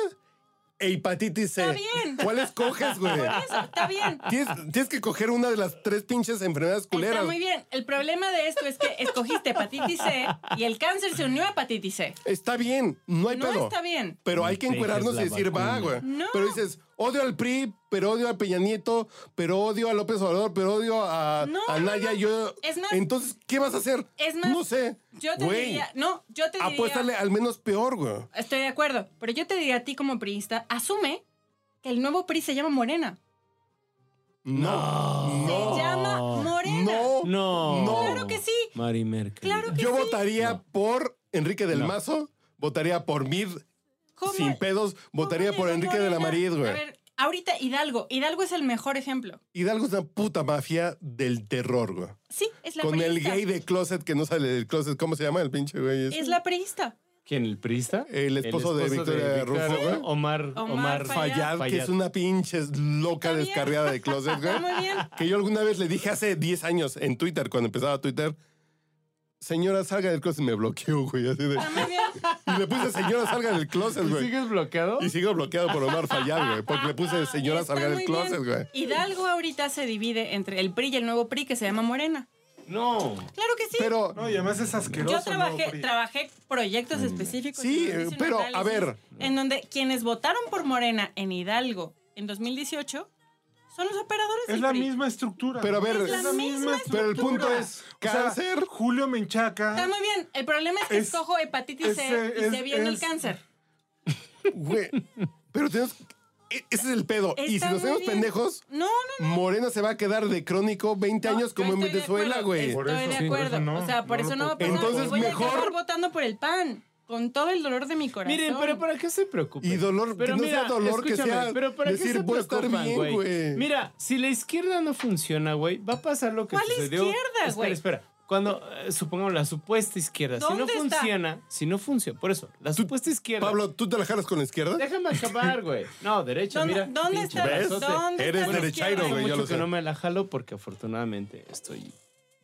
S2: e hepatitis C.
S4: Está bien.
S2: ¿Cuál escoges, güey?
S4: Por eso, está bien.
S2: Tienes, tienes que coger una de las tres pinches enfermedades
S4: Está
S2: culeras.
S4: muy bien. El problema de esto es que escogiste hepatitis C y el cáncer se unió a hepatitis C.
S2: Está bien, no hay
S4: No
S2: pedo.
S4: está bien.
S2: Pero hay que
S3: Dejes
S2: encuerarnos y
S3: la
S2: decir, va,
S3: vacuna.
S2: güey.
S4: No.
S2: Pero dices, odio al PRI, pero odio a Peña Nieto, pero odio a López Obrador, pero odio a,
S4: No,
S2: a
S4: no,
S2: Naya.
S4: no.
S2: Yo...
S4: Es más-
S2: Entonces, ¿qué vas a hacer?
S4: Es más,
S2: no sé.
S4: Yo te
S2: Güey,
S4: diría, no, yo te diría.
S2: Apuéstale al menos peor, güey.
S4: Estoy de acuerdo, pero yo te diría a ti como priista, asume que el nuevo PRI se llama Morena.
S2: No.
S4: Se
S2: No.
S4: llama Morena.
S2: No.
S3: No.
S2: No.
S4: Claro que sí.
S3: Mari Merkel.
S4: Claro que
S2: Yo
S4: sí.
S2: votaría por Enrique del Mazo, votaría por Mid
S4: ¿Cómo-
S2: sin pedos,
S4: cómo
S2: votaría por
S4: llegó
S2: Enrique de la
S4: Morena?
S2: Madrid,
S4: A
S2: güey.
S4: ver, ahorita Hidalgo, Hidalgo es el mejor ejemplo.
S2: Hidalgo es una puta mafia del terror, güey.
S4: Sí, es la
S2: Con el
S4: priista.
S2: gay de closet que no sale del closet, ¿cómo se llama el pinche güey? ese?
S4: Es la priista.
S3: ¿Quién? ¿El priista?
S2: El esposo de Victoria Rufo, güey.
S3: Omar, Omar,
S4: Omar Fayad.
S2: Fayad, que es una pinche loca
S4: Está bien.
S2: descarriada de closet, güey.
S4: Está muy bien.
S2: Que yo alguna vez le dije hace 10 años en Twitter, cuando empezaba Twitter, señora, salga del closet. Y me bloqueó, güey, así de...
S4: Está muy bien.
S2: Y le puse, señora, salga del closet,
S3: ¿Y
S2: güey.
S3: sigues bloqueado?
S2: Y sigo bloqueado por Omar Fayad, güey. Porque le puse, señora,
S4: Está
S2: salga del
S4: muy
S2: closet,
S4: bien.
S2: güey.
S4: Hidalgo ahorita se divide entre el PRI y el nuevo PRI que se llama Morena.
S3: No.
S4: Claro que sí.
S2: Pero,
S1: No, y además es asqueroso.
S4: Yo trabajé,
S1: ¿no, Pri?
S4: trabajé proyectos específicos.
S2: Sí,
S4: en donde hice
S2: pero,
S4: un
S2: a ver.
S4: En donde quienes votaron por Morena en Hidalgo en 2018 son los operadores.
S1: Es
S4: del
S1: la
S4: PRI.
S1: misma estructura.
S2: Pero a ver,
S1: Es la misma
S2: pero el punto
S1: estructura.
S2: es
S1: O sea,
S2: cáncer.
S1: Julio
S4: Está
S1: Menchaca.
S4: muy bien. El problema es que
S1: Es-
S4: escojo hepatitis
S1: es,
S4: C y
S1: eh,
S4: se
S1: es-
S4: viene el
S1: es-
S4: cáncer.
S2: güey, pero tenemos... e- Ese es el pedo. y si
S4: Está
S2: nos
S4: muy
S2: hacemos
S4: bien.
S2: pendejos,
S4: No, no, no.
S2: Morena se va a quedar de crónico 20
S4: No,
S2: años
S4: yo
S2: como en
S4: estoy de
S2: Venezuela,
S4: acuerdo,
S2: güey.
S1: Por
S4: Estoy
S1: eso,
S4: de
S1: sí, por
S4: acuerdo.
S1: eso no,
S4: o sea, por
S1: no
S4: eso
S1: lo
S4: no va a
S1: puedo
S4: pasar.
S2: Entonces,
S4: Voy
S2: mejor-
S4: a acabar votando por el pan. Con todo el dolor de mi corazón.
S3: Miren, pero ¿para qué se preocupan?
S2: Y dolor, que no sea dolor, que
S3: escúchame,
S2: sea
S3: pero ¿para
S2: decir,
S3: qué se
S2: voy a estar
S3: preocupan,
S2: bien, güey?
S3: Mira, si la izquierda no funciona, güey, va a pasar lo que
S4: ¿Cuál
S3: sucedió.
S4: izquierda,
S3: Espera,
S4: güey?
S3: Espera, Cuando, eh, supongamos, la supuesta izquierda, si no
S4: ¿Dónde está?
S3: funciona, si no funciona, por eso, la supuesta izquierda.
S2: Pablo, ¿tú te la jalas con la izquierda?
S3: Déjame acabar, güey. No, derecha,
S4: ¿Dónde,
S3: mira.
S4: dónde
S3: pinche
S4: está?
S2: ¿Ves?
S3: brazote.
S4: ¿Dónde
S2: Eres
S4: está la
S2: derechairo,
S4: izquierda?
S2: güey, yo
S3: mucho
S2: lo
S3: que
S2: sé.
S3: no me la jalo porque afortunadamente estoy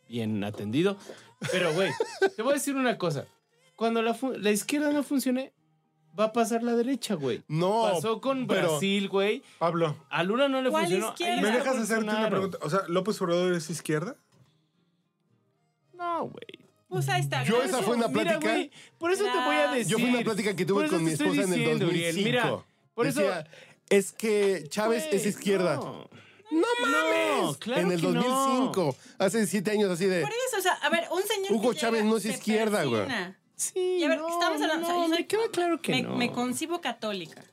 S3: bien atendido. Pero, güey, te voy a decir una cosa. Cuando la, fu- la izquierda no funcione, va a pasar la derecha, güey.
S2: No.
S3: Pasó con
S2: pero-
S3: Brasil, güey.
S1: Pablo,
S3: A Lula no le
S4: ¿Cuál
S3: funcionó.
S4: izquierda?
S3: ahí
S1: ¿me
S3: está
S1: dejas hacerte una
S3: Bolsonaro.
S1: pregunta? O sea, ¿López Obrador es izquierda?
S3: No, güey.
S4: Pues ahí está.
S2: Yo esa
S4: Gracias.
S2: fue una
S3: Mira,
S2: plática.
S3: güey, por eso te voy a decir.
S2: Yo fui a una plática que
S3: Por
S2: tuve
S3: eso
S2: con
S3: te
S2: mi
S3: estoy
S2: esposa en el
S3: diciendo, Uriel,
S2: 2005.
S3: mira, por eso.
S2: Decía, es que Chávez
S3: güey,
S2: es izquierda.
S3: No,
S2: ¡No
S3: mames. claro
S2: en el
S3: que no.
S2: 2005, hace 7 años así de
S4: Por eso, o sea, a ver, un señor.
S2: Este, Hugo
S4: que
S2: Chávez
S4: llega,
S2: no es
S4: se
S2: izquierda, güey.
S4: persina.
S3: Sí.
S4: Y a ver,
S3: no,
S4: estamos hablando.
S3: No,
S4: o sea, yo
S3: me
S4: soy-
S3: queda claro que
S4: me,
S3: no.
S4: me concibo católica.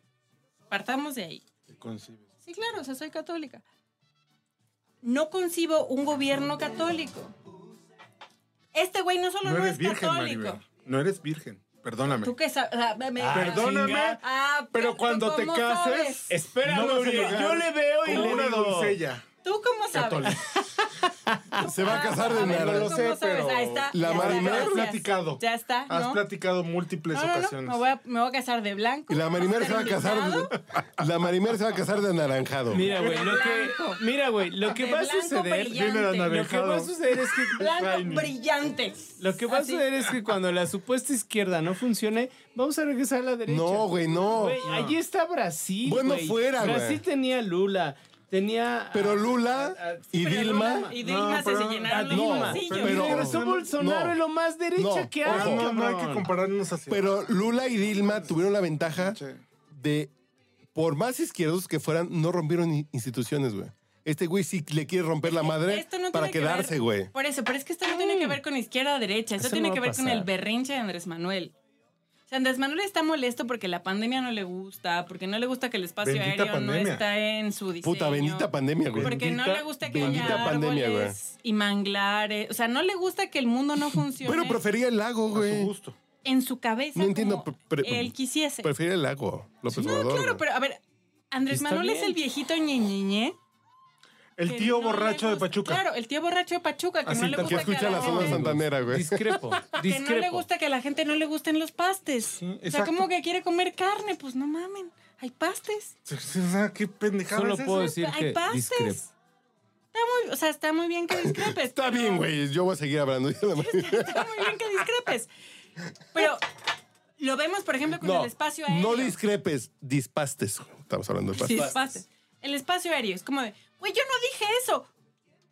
S4: Partamos de ahí.
S1: Te concibes.
S4: Sí, claro, o sea, soy católica. No concibo un gobierno católico. Este güey no
S1: No
S4: solo no,
S1: eres
S4: es
S1: virgen,
S4: católico.
S1: Maribel. No eres virgen. Perdóname.
S4: Tú qué sabes. O sea, me- me-
S1: Perdóname,
S4: Ah,
S1: pero cuando te
S4: ¿cómo
S1: cases,
S4: sabes?
S3: Espera,
S1: No vas a
S3: Uriel,
S1: llegar
S3: yo le veo y
S1: Como
S3: le
S1: una
S3: digo,
S1: doncella.
S4: ¿tú cómo sabes?
S1: Católica.
S2: se va a casar de
S4: Ah, ver,
S1: No
S2: nada.
S1: lo
S4: ¿cómo
S1: sé,
S4: sabes?
S1: pero
S4: Ahí está,
S2: la
S4: ya está,
S2: Marimer-
S1: Has
S4: gracias.
S1: platicado.
S4: Ya está,
S1: Has
S4: ¿no?
S1: platicado múltiples
S4: No, no, no,
S1: ocasiones.
S4: me voy, a, me voy a casar de blanco.
S2: Y la Marimer se va a casar
S4: terminado,
S2: de, la Marimer se va a casar de anaranjado.
S3: Mira, güey, lo que, mira, güey, lo que
S4: de
S3: va a
S4: blanco
S3: suceder,
S4: brillante.
S1: Viene la nave.
S3: lo que va a suceder es que
S4: Blanco brillante.
S3: Lo que va a
S4: Así.
S3: suceder es que cuando la supuesta izquierda no funcione, vamos a regresar a la derecha.
S2: No, güey, no.
S3: Güey, allí está Brasil.
S2: Bueno,
S3: güey.
S2: fuera, güey.
S3: Brasil tenía Lula, tenía.
S2: Pero
S3: a-
S2: Lula
S3: a-
S2: y
S4: Pero
S2: Dilma
S4: Lula Y Dilma
S1: No,
S4: se,
S1: pero-
S4: se llenaron los
S2: No,
S3: Dilma.
S4: bolsillos.
S3: Pero
S2: pero-
S3: regresó Bolsonaro
S2: no.
S3: en lo más derecha
S2: No,
S3: que
S2: ojo.
S3: hay.
S1: No, no, no hay
S3: cabrón.
S1: que compararnos así.
S2: Este, Pero Lula y Dilma tuvieron la ventaja de, por más izquierdos que fueran, no rompieron i- instituciones, güey. Este güey sí le quiere romper la madre
S4: Esto no
S2: para
S4: tiene que ver-
S2: quedarse, güey.
S4: Por eso, pero es que esto no tiene que ver con izquierda o derecha.
S3: Mm.
S4: Esto
S3: Eso no
S4: tiene
S3: va
S4: que
S3: a
S4: ver con el
S3: pasar.
S4: berrinche de Andrés Manuel. O sea, Andrés Manuel está molesto porque la pandemia no le gusta, porque no le gusta que el espacio
S1: Bendita
S4: aéreo no
S1: pandemia.
S4: está en su diseño.
S2: Puta, bendita pandemia, güey.
S4: Porque no
S3: Bendita-
S4: le gusta que
S2: bendita
S4: haya
S2: pandemia, güey.
S4: árboles y manglares. O sea, no le gusta que el mundo no funcione
S2: Pero prefería el lago,
S1: a su
S2: güey.
S1: gusto.
S4: en su cabeza
S2: No entiendo,
S4: como
S2: pre- pre-
S4: él quisiese.
S2: Prefería el lago, López
S4: no,
S2: Obrador,
S4: claro,
S2: güey.
S4: pero a ver, Andrés
S3: Está
S4: Manuel es
S3: bien.
S4: el viejito ñeñeñe.
S1: El
S4: que
S1: tío
S4: no
S1: borracho
S4: le
S1: de
S4: gusta-
S1: Pachuca.
S4: Claro, el tío borracho de Pachuca, que
S1: Así
S4: no le
S1: tal
S4: gusta
S2: Que
S1: cual.
S4: que
S2: escucha
S4: a
S2: la
S4: gente-
S2: zona santanera, güey.
S3: Discrepo.
S4: que no
S3: Discrepo.
S4: le gusta que a la gente no le gusten los pastes. o sea,
S1: exacto.
S4: como que quiere comer carne, pues no mamen. Hay pastes.
S1: O sea, qué pendejada
S3: Solo
S1: es
S3: puedo
S1: esa?
S3: decir
S4: Hay
S3: que
S4: pastes.
S3: discrepo.
S4: Está muy, o sea, está muy bien que discrepes.
S2: Está bien, güey. Yo voy a seguir hablando.
S4: Está muy bien que discrepes. Pero lo vemos, por ejemplo, con
S2: No,
S4: el espacio aéreo.
S2: no discrepes, dispastes. Estamos hablando de
S4: Sí,
S2: pastes.
S4: pastes. El espacio aéreo es como de, güey, yo no dije eso.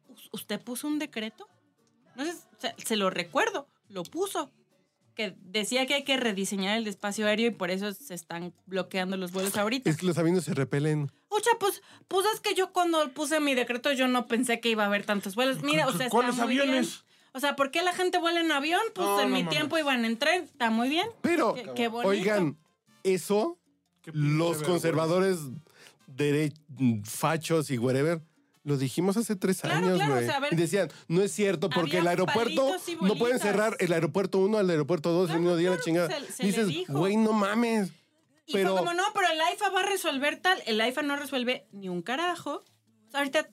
S4: "U- ¿Usted puso un decreto? No sé, o sea, se lo recuerdo, lo puso. Que decía que hay que rediseñar el espacio aéreo y por eso se están bloqueando los vuelos ahorita.
S2: Es que los sabinos se repelen.
S4: Ocha, pues, pues es que yo cuando puse mi decreto yo no pensé que iba a haber tantos vuelos. Mira, o sea, está
S1: ¿Cuáles
S4: muy bien.
S1: aviones?
S4: O sea, ¿por qué la gente vuela en avión? Pues
S1: No,
S4: en
S1: no
S4: mi
S1: mames.
S4: tiempo iban en tren. Está muy bien.
S2: Pero,
S4: Qué- qué bonito.
S2: oigan, eso,
S1: Qué pinche
S2: los
S1: vergüenza.
S2: conservadores, dere- fachos y whatever, lo dijimos hace tres
S4: Claro,
S2: años,
S4: claro, o
S2: güey.
S4: sea, a ver,
S2: y decían, no es cierto, porque
S4: había
S2: el aeropuerto
S4: palitos y
S2: no pueden
S4: bolitas.
S2: cerrar el aeropuerto 1 al aeropuerto 2 el
S4: Claro,
S2: mismo día la
S4: claro,
S2: chingada.
S4: se- se le
S2: Dices,
S4: dijo.
S2: güey, no mames.
S4: Y
S2: Pero-
S4: fue como, no, pero el AIFA va a resolver tal. El AIFA no resuelve ni un carajo. O sea, ahorita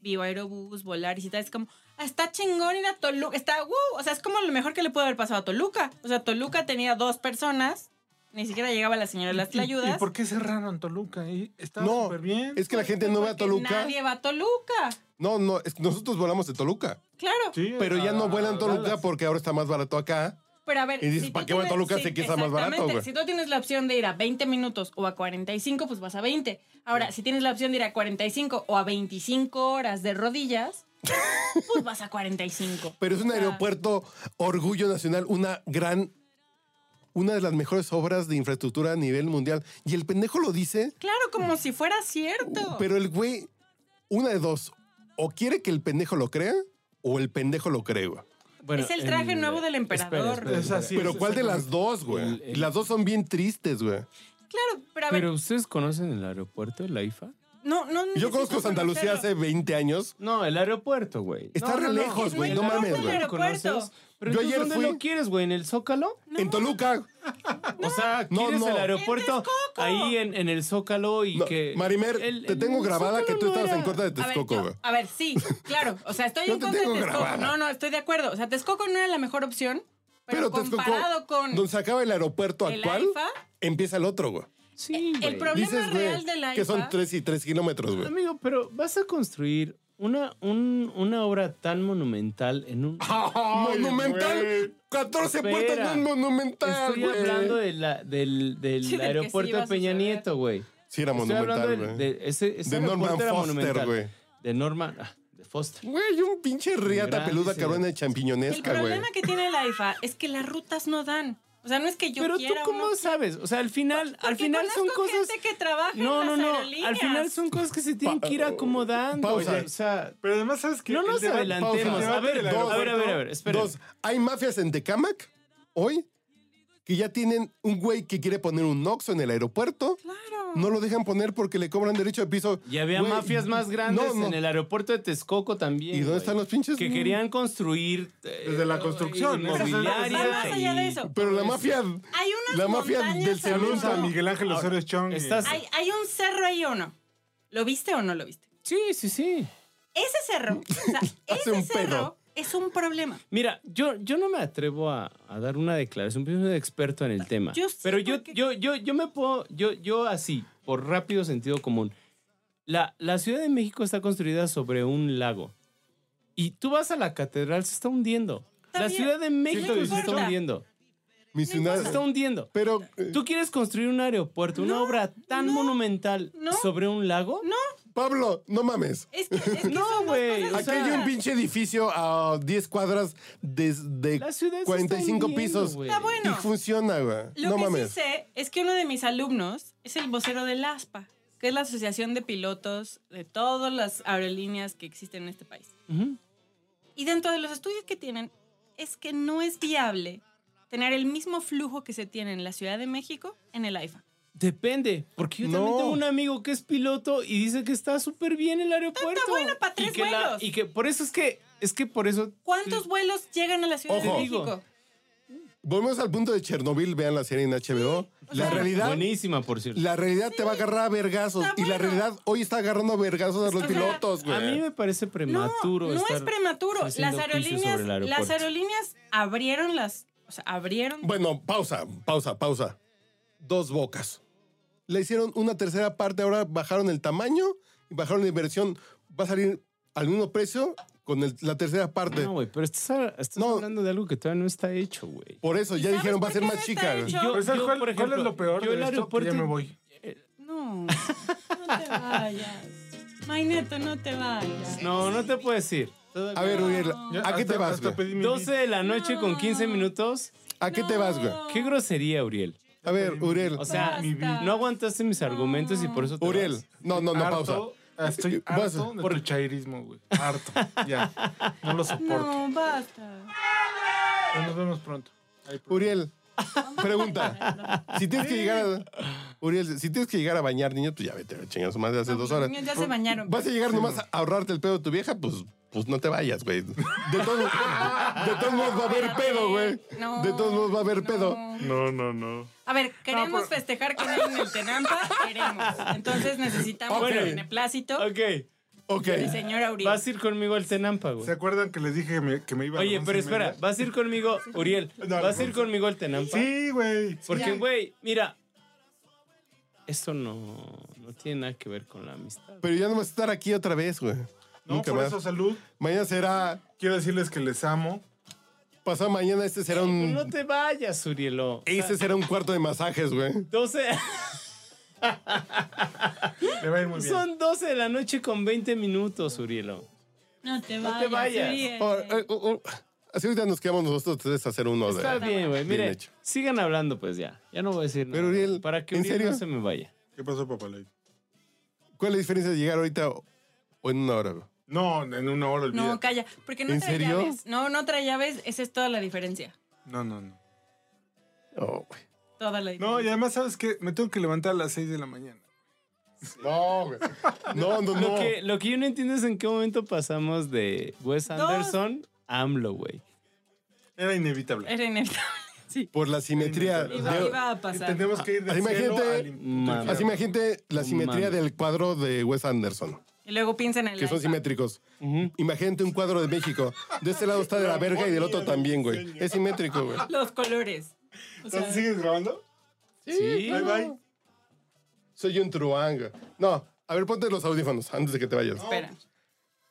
S4: vivo aerobús, volar y tal. Es como, "Ah, Está chingón ir a Toluca. Está, wow. O sea, es como lo mejor que le pudo haber pasado a Toluca. O sea, Toluca tenía dos personas. Ni siquiera llegaba la señora de las
S1: ¿Y
S4: Tlayudas.
S1: por qué cerraron Toluca? Y Estaba
S2: No,
S1: súper bien.
S2: Es que la gente no va a
S4: Porque
S2: Toluca.
S4: Nadie va a Toluca.
S2: No, no, es que nosotros volamos de Toluca.
S4: Claro.
S1: Sí, ah,
S2: Pero ya no
S1: a-
S2: vuelan
S1: a
S2: Toluca
S1: Dallas.
S2: porque ahora está más barato acá.
S4: Pero a ver.
S2: Y dices, ¿para
S4: tú
S2: qué voy a
S4: tienes-
S2: Toluca si aquí está más barato,
S4: exactamente.
S2: güey?
S4: Si tú tienes la opción de ir a 20 minutos o a 45, pues vas a 20. Ahora, si tienes la opción de ir a 45 o a 25 horas de rodillas, pues vas a 45.
S2: Pero es un
S4: O sea,
S2: aeropuerto orgullo nacional, una gran, una de las mejores obras de infraestructura a nivel mundial. Y el pendejo lo dice,
S4: Claro, como si fuera cierto.
S2: Uh, pero el güey, una de dos, o quiere que el pendejo lo crea o el pendejo lo cree, güey.
S3: Bueno,
S4: Es el traje nuevo del emperador.
S1: Es así,
S2: Pero
S1: es
S2: ¿cuál de las dos,
S3: El-
S2: güey?
S3: el-
S2: Y Las dos son bien tristes, güey.
S4: Claro, pero a ver.
S3: Pero ustedes conocen el aeropuerto, la IFA?
S4: no, no
S2: Yo
S4: necesitas
S2: conozco Santa Lucía
S4: conocerlo.
S2: hace 20 años.
S3: No, el aeropuerto, güey.
S2: Está re lejos, güey, no
S4: no
S2: mames,
S4: conozco el
S2: güey.
S4: aeropuerto.
S3: ¿Conoces? Pero
S2: Yo
S3: entonces,
S2: ayer
S3: ¿dónde
S2: fui-
S3: lo quieres, güey? ¿En el Zócalo?
S2: En Toluca.
S3: o sea,
S2: No,
S3: ¿quieres
S2: no.
S3: el aeropuerto
S4: En Texcoco.
S3: ahí en, en el Zócalo y
S2: No,
S3: que...
S2: Marimer,
S3: el-
S2: te
S3: el
S2: tengo grabada que
S3: Zócalo
S2: tú
S3: no
S2: estabas
S3: era-
S2: en contra de
S4: A ver,
S2: Texcoco,
S4: yo-
S2: güey.
S4: a ver, sí, claro. O sea, estoy
S2: Yo
S4: en
S2: te
S4: contra de
S2: tengo
S4: Texcoco.
S2: grabada.
S4: No, no, estoy de acuerdo. O sea, Texcoco no era la mejor opción,
S2: Pero
S4: pero,
S2: Texcoco,
S4: comparado con
S2: donde se acaba el aeropuerto
S4: el
S2: actual,
S4: AIFA,
S2: empieza el otro, güey.
S3: Sí,
S4: el
S3: güey.
S4: problema-
S2: Dices, güey,
S4: real de la
S2: que son
S4: IFA.
S2: 3 y 3 kilómetros, güey.
S3: Amigo, pero vas a construir una, un- una obra tan monumental en un...
S2: ¡Monumental! ¡14 puertas
S3: Espera.
S2: no es monumental,
S3: Estoy
S2: güey!
S3: hablando de la, del, del
S4: Sí, del que sí
S3: aeropuerto
S4: iba a
S3: de Peña
S4: suceder.
S3: Nieto, güey.
S2: Sí, era
S3: Estoy
S2: monumental,
S3: hablando
S2: güey.
S3: del- de, ese, ese
S2: De
S3: aeropuerto
S2: Norman
S3: era
S2: Foster,
S3: monumental.
S2: güey.
S3: De Norman... ah, de Foster.
S2: Güey, un pinche riata
S3: Gran
S2: peluda
S3: diseño.
S2: cabrón de
S4: el
S2: champiñonesca, güey.
S4: problema que tiene la IFA es que las rutas no dan. O sea, no es que yo
S3: pero tú
S4: quiera o
S3: cómo
S4: no-
S3: sabes? O sea, al final, al
S4: Porque
S3: final son
S4: conozco
S3: cosas...
S4: gente que trabaja
S3: No,
S4: en
S3: no,
S4: las
S3: no.
S4: aerolíneas.
S3: Al final son cosas que se tienen que ir acomodando.
S2: pausa.
S3: oye, O sea,
S1: Pero además, ¿sabes qué?
S3: no
S1: El
S3: nos
S1: debate-
S3: adelantemos.
S1: pausa.
S3: A ver,
S1: Dos,
S3: a ver, a ver, a ver. Espera.
S2: Dos, hay mafias en Tecámac hoy que ya tienen un güey que quiere poner un Noxo en el aeropuerto.
S4: Claro.
S2: No lo dejan poner porque le cobran derecho de piso.
S3: Y había
S2: Güey,
S3: mafias más grandes
S2: no, no.
S3: en el aeropuerto de Texcoco también.
S2: ¿Y dónde
S3: güey,
S2: están los pinches?
S3: Que querían construir. eh,
S1: Desde la construcción, ¿no?
S4: Va más
S3: Inmobiliaria.
S4: allá de
S3: y-
S4: eso.
S2: Pero la mafia.
S4: Hay unas
S2: La mafia
S4: montañas
S2: del
S4: ahí,
S1: Saludos
S4: ¿no?
S1: a Miguel Ángel Osorio Chong. y-
S3: estás-
S4: Hay, hay un cerro ahí o no. ¿Lo viste o no lo viste?
S3: Sí, sí, sí.
S4: Ese cerro, o sea,
S2: Hace
S4: ese
S2: un
S4: cerro
S2: pedo.
S4: es un problema.
S3: Mira, yo, yo no me atrevo a, a dar una declaración, pero yo soy experto en el tema.
S4: Yo sé
S3: pero yo,
S4: por qué.
S3: yo, yo, yo me puedo, yo, yo así, por rápido sentido común. La, la Ciudad de México está construida sobre un lago. Y tú vas a la catedral, se está hundiendo.
S4: Está
S3: la
S4: bien,
S3: Ciudad de México se está
S4: importa.
S3: hundiendo.
S2: misionada-
S3: Se está hundiendo.
S2: Pero. eh,
S3: ¿Tú quieres construir un aeropuerto, una obra tan monumental
S4: no.
S3: sobre un lago?
S4: No,
S2: Pablo, no mames.
S4: es que, es que
S3: No,
S4: son dos
S3: güey,
S4: cosas
S3: o
S2: Aquí
S3: sea-
S2: hay un pinche edificio a 10 cuadras desde
S3: La ciudad se está
S2: 45
S3: hundiendo,
S2: pisos.
S3: güey.
S4: Está bueno.
S2: Y funciona, güey.
S4: Lo
S2: no
S4: que
S2: mames.
S4: sí sé es que uno de mis alumnos es el vocero del ASPA, que es la asociación de pilotos de todas las aerolíneas que existen en este país.
S3: Ujú.
S4: Y dentro de los estudios que tienen, es que no es viable tener el mismo flujo que se tiene en la Ciudad de México en el AIFA.
S3: Depende, porque yo
S2: No.
S3: también tengo un amigo que es piloto y dice que está súper bien el aeropuerto.
S4: bueno pa'
S3: y
S4: tres
S3: que la-
S4: vuelos.
S3: y que por eso es que, es que por eso...
S4: ¿Cuántos vuelos llegan a la Ciudad
S2: Ojo.
S4: de México?
S2: Volvemos al punto de Chernobyl, vean la serie en HBO. la
S4: sea,
S2: realidad.
S3: Buenísima, por cierto.
S2: La realidad te va a agarrar a vergazos.
S4: Está
S2: Y la
S4: bueno.
S2: realidad hoy está agarrando a vergazos a los
S4: O sea,
S2: pilotos,
S3: A mí
S2: güey.
S3: me parece
S4: No,
S3: prematuro.
S4: no es
S3: estar
S4: prematuro. Las
S3: haciendo juicios
S4: aerolíneas,
S3: sobre el aeropuerto.
S4: las aerolíneas abrieron las... O sea, abrieron...
S2: Bueno, pausa, pausa, pausa. Dos bocas. Le hicieron una tercera parte, ahora bajaron el tamaño y bajaron la inversión. Va a salir al mismo precio con el- la tercera parte.
S3: No, güey, pero estás, estás
S2: No.
S3: hablando de algo que todavía no está hecho, güey.
S2: Por eso, ya
S4: ¿Sabes
S2: dijeron, va a
S4: por
S2: ser
S4: qué
S2: más
S4: no está
S2: chica.
S4: hecho?
S3: Yo-
S1: Pero Pues, ¿sabes
S3: yo,
S1: cuál,
S3: por
S1: cuál es
S3: ejemplo,
S1: lo peor
S3: yo
S1: de
S3: el
S1: esto? Que
S3: aeropuerto-
S1: Ya me voy.
S4: No, no te vayas. May Neto, no te vayas.
S3: No, no te puedes ir.
S2: A ver, Uriel,
S1: Ya,
S2: ¿a qué te
S1: hasta-
S2: vas,
S1: hasta
S2: güey?
S1: pedí mi
S3: 12 de la noche con 15 minutos.
S2: ¿A qué te vas, güey?
S3: Qué grosería, Uriel.
S2: A ver, Uriel.
S3: O sea,
S1: mi
S4: Ah.
S1: vida.
S3: no aguantaste mis argumentos y por eso te
S2: Uriel.
S3: vas.
S2: No, no, no,
S1: Harto,
S2: pausa.
S1: Estoy
S2: Vas-
S1: harto de tu chairismo, güey. Harto. Ya. No lo soporto.
S4: No, basta.
S1: Pero Nos vemos pronto. Ay, por-
S2: Uriel, pregunta. Si tienes que llegar a. Uriel, si tienes que llegar a bañar, niño, pues ya vete, chingas su madre hace dos horas.
S4: pues, Ya se bañaron.
S2: Vas a llegar nomás a ahorrarte el pedo de tu vieja, pues, pues no te vayas, güey. De todos, de todos modos va a haber pedo, güey.
S4: No,
S2: De todos modos va a haber
S4: no.
S2: pedo.
S1: No, no, no.
S4: A ver, queremos festejar que no en el Tenampa, queremos. Entonces necesitamos
S2: Ok.
S4: el beneplácito.
S3: Ok.
S2: Ok.
S4: Mi señor Auriel.
S3: Vas a ir conmigo al Tenampa, güey.
S1: ¿Se acuerdan que les dije que me, que me iba a
S3: Oye,
S1: Alonso
S3: pero espera,
S1: Méndez?
S3: vas a ir conmigo, Uriel.
S1: No,
S3: Vas a ir
S1: Alfonso.
S3: conmigo al Tenampa.
S1: Sí, güey.
S3: Porque, güey, mira, esto no, no tiene nada que ver con la amistad.
S2: Pero ya no vas a estar aquí otra vez, güey.
S1: No,
S2: Nunca
S1: por
S2: más.
S1: eso, salud.
S2: Mañana será.
S1: Quiero decirles que les amo.
S2: Pasado mañana este será
S3: Pero No
S2: un.
S3: te vayas, Urielo.
S2: Este será un cuarto de masajes, güey.
S3: 12,
S1: Le va a ir muy bien.
S3: son 12 de la noche con 20 minutos, Urielo.
S4: No te
S3: No te
S4: vayas.
S3: vayas.
S4: Uriel.
S2: Ahora, eh, uh, uh, Así ahorita nos quedamos nosotros tres a hacer uno de.
S3: Está bien, güey. Mire,
S2: hecho.
S3: sigan hablando, pues ya. Ya no voy a decir nada.
S2: Pero, Uriel,
S3: para que
S2: ¿en
S3: Uriel
S2: serio?
S3: no se me vaya.
S1: ¿Qué pasó, papá? Ley?
S2: ¿Cuál es la diferencia de llegar ahorita o o en una hora, güey?
S1: No, en una hora olvídate.
S4: No, calla. Porque no
S2: ¿En
S4: trae
S2: serio?
S4: llaves. No, no trae llaves. Esa es toda la diferencia.
S1: No, no, no.
S2: Oh, güey.
S4: Toda
S1: No,
S4: la diferencia.
S1: y además, ¿sabes qué? Me tengo que levantar a las 6 de la mañana.
S2: No, güey. No, no,
S3: Lo,
S2: no.
S3: que, lo que yo no entiendo es en qué momento pasamos de Wes
S4: No.
S3: Anderson a AMLO, güey.
S1: Era inevitable.
S4: Era inevitable. Sí.
S2: Por la simetría.
S1: Era
S4: Iba,
S1: inevitable.
S2: de-
S4: iba a pasar.
S1: Tenemos que ir de
S2: Ah, imagínate-
S1: cielo al in-
S3: Mames.
S2: Así imagínate la simetría
S3: Mami.
S2: del cuadro de Wes Anderson,
S4: Y luego piensa en el.
S2: que son
S4: iPad.
S2: simétricos. Imagínate un cuadro de México. De este lado está de la verga y del otro también, güey. Es simétrico, güey.
S4: Los colores. O sea,
S1: Entonces, ¿Sigues grabando?
S3: Sí.
S1: Bye, bye.
S2: Soy un truanga. No, a ver, ponte los audífonos antes de que te vayas.
S4: espera.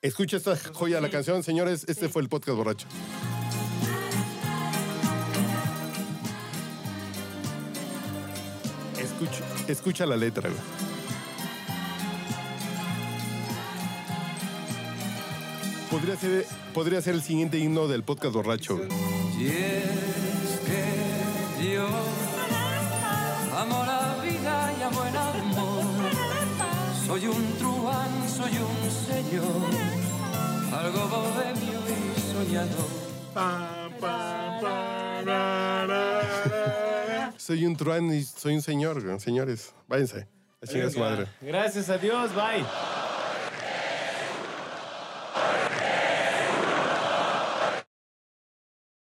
S2: Escucha esta joya de la canción, señores. Este fue el podcast borracho. Escucha, escucha la letra, güey. Podría ser, podría ser el siguiente himno del podcast borracho. güey.
S8: Y es que yo amo la vida y amo el amor. Soy un truán, soy un señor, algo bohemio y soñador.
S2: Soy un truán y soy un señor, güey. señores. Váyanse. A chingar a su madre.
S3: Gracias a Dios, bye.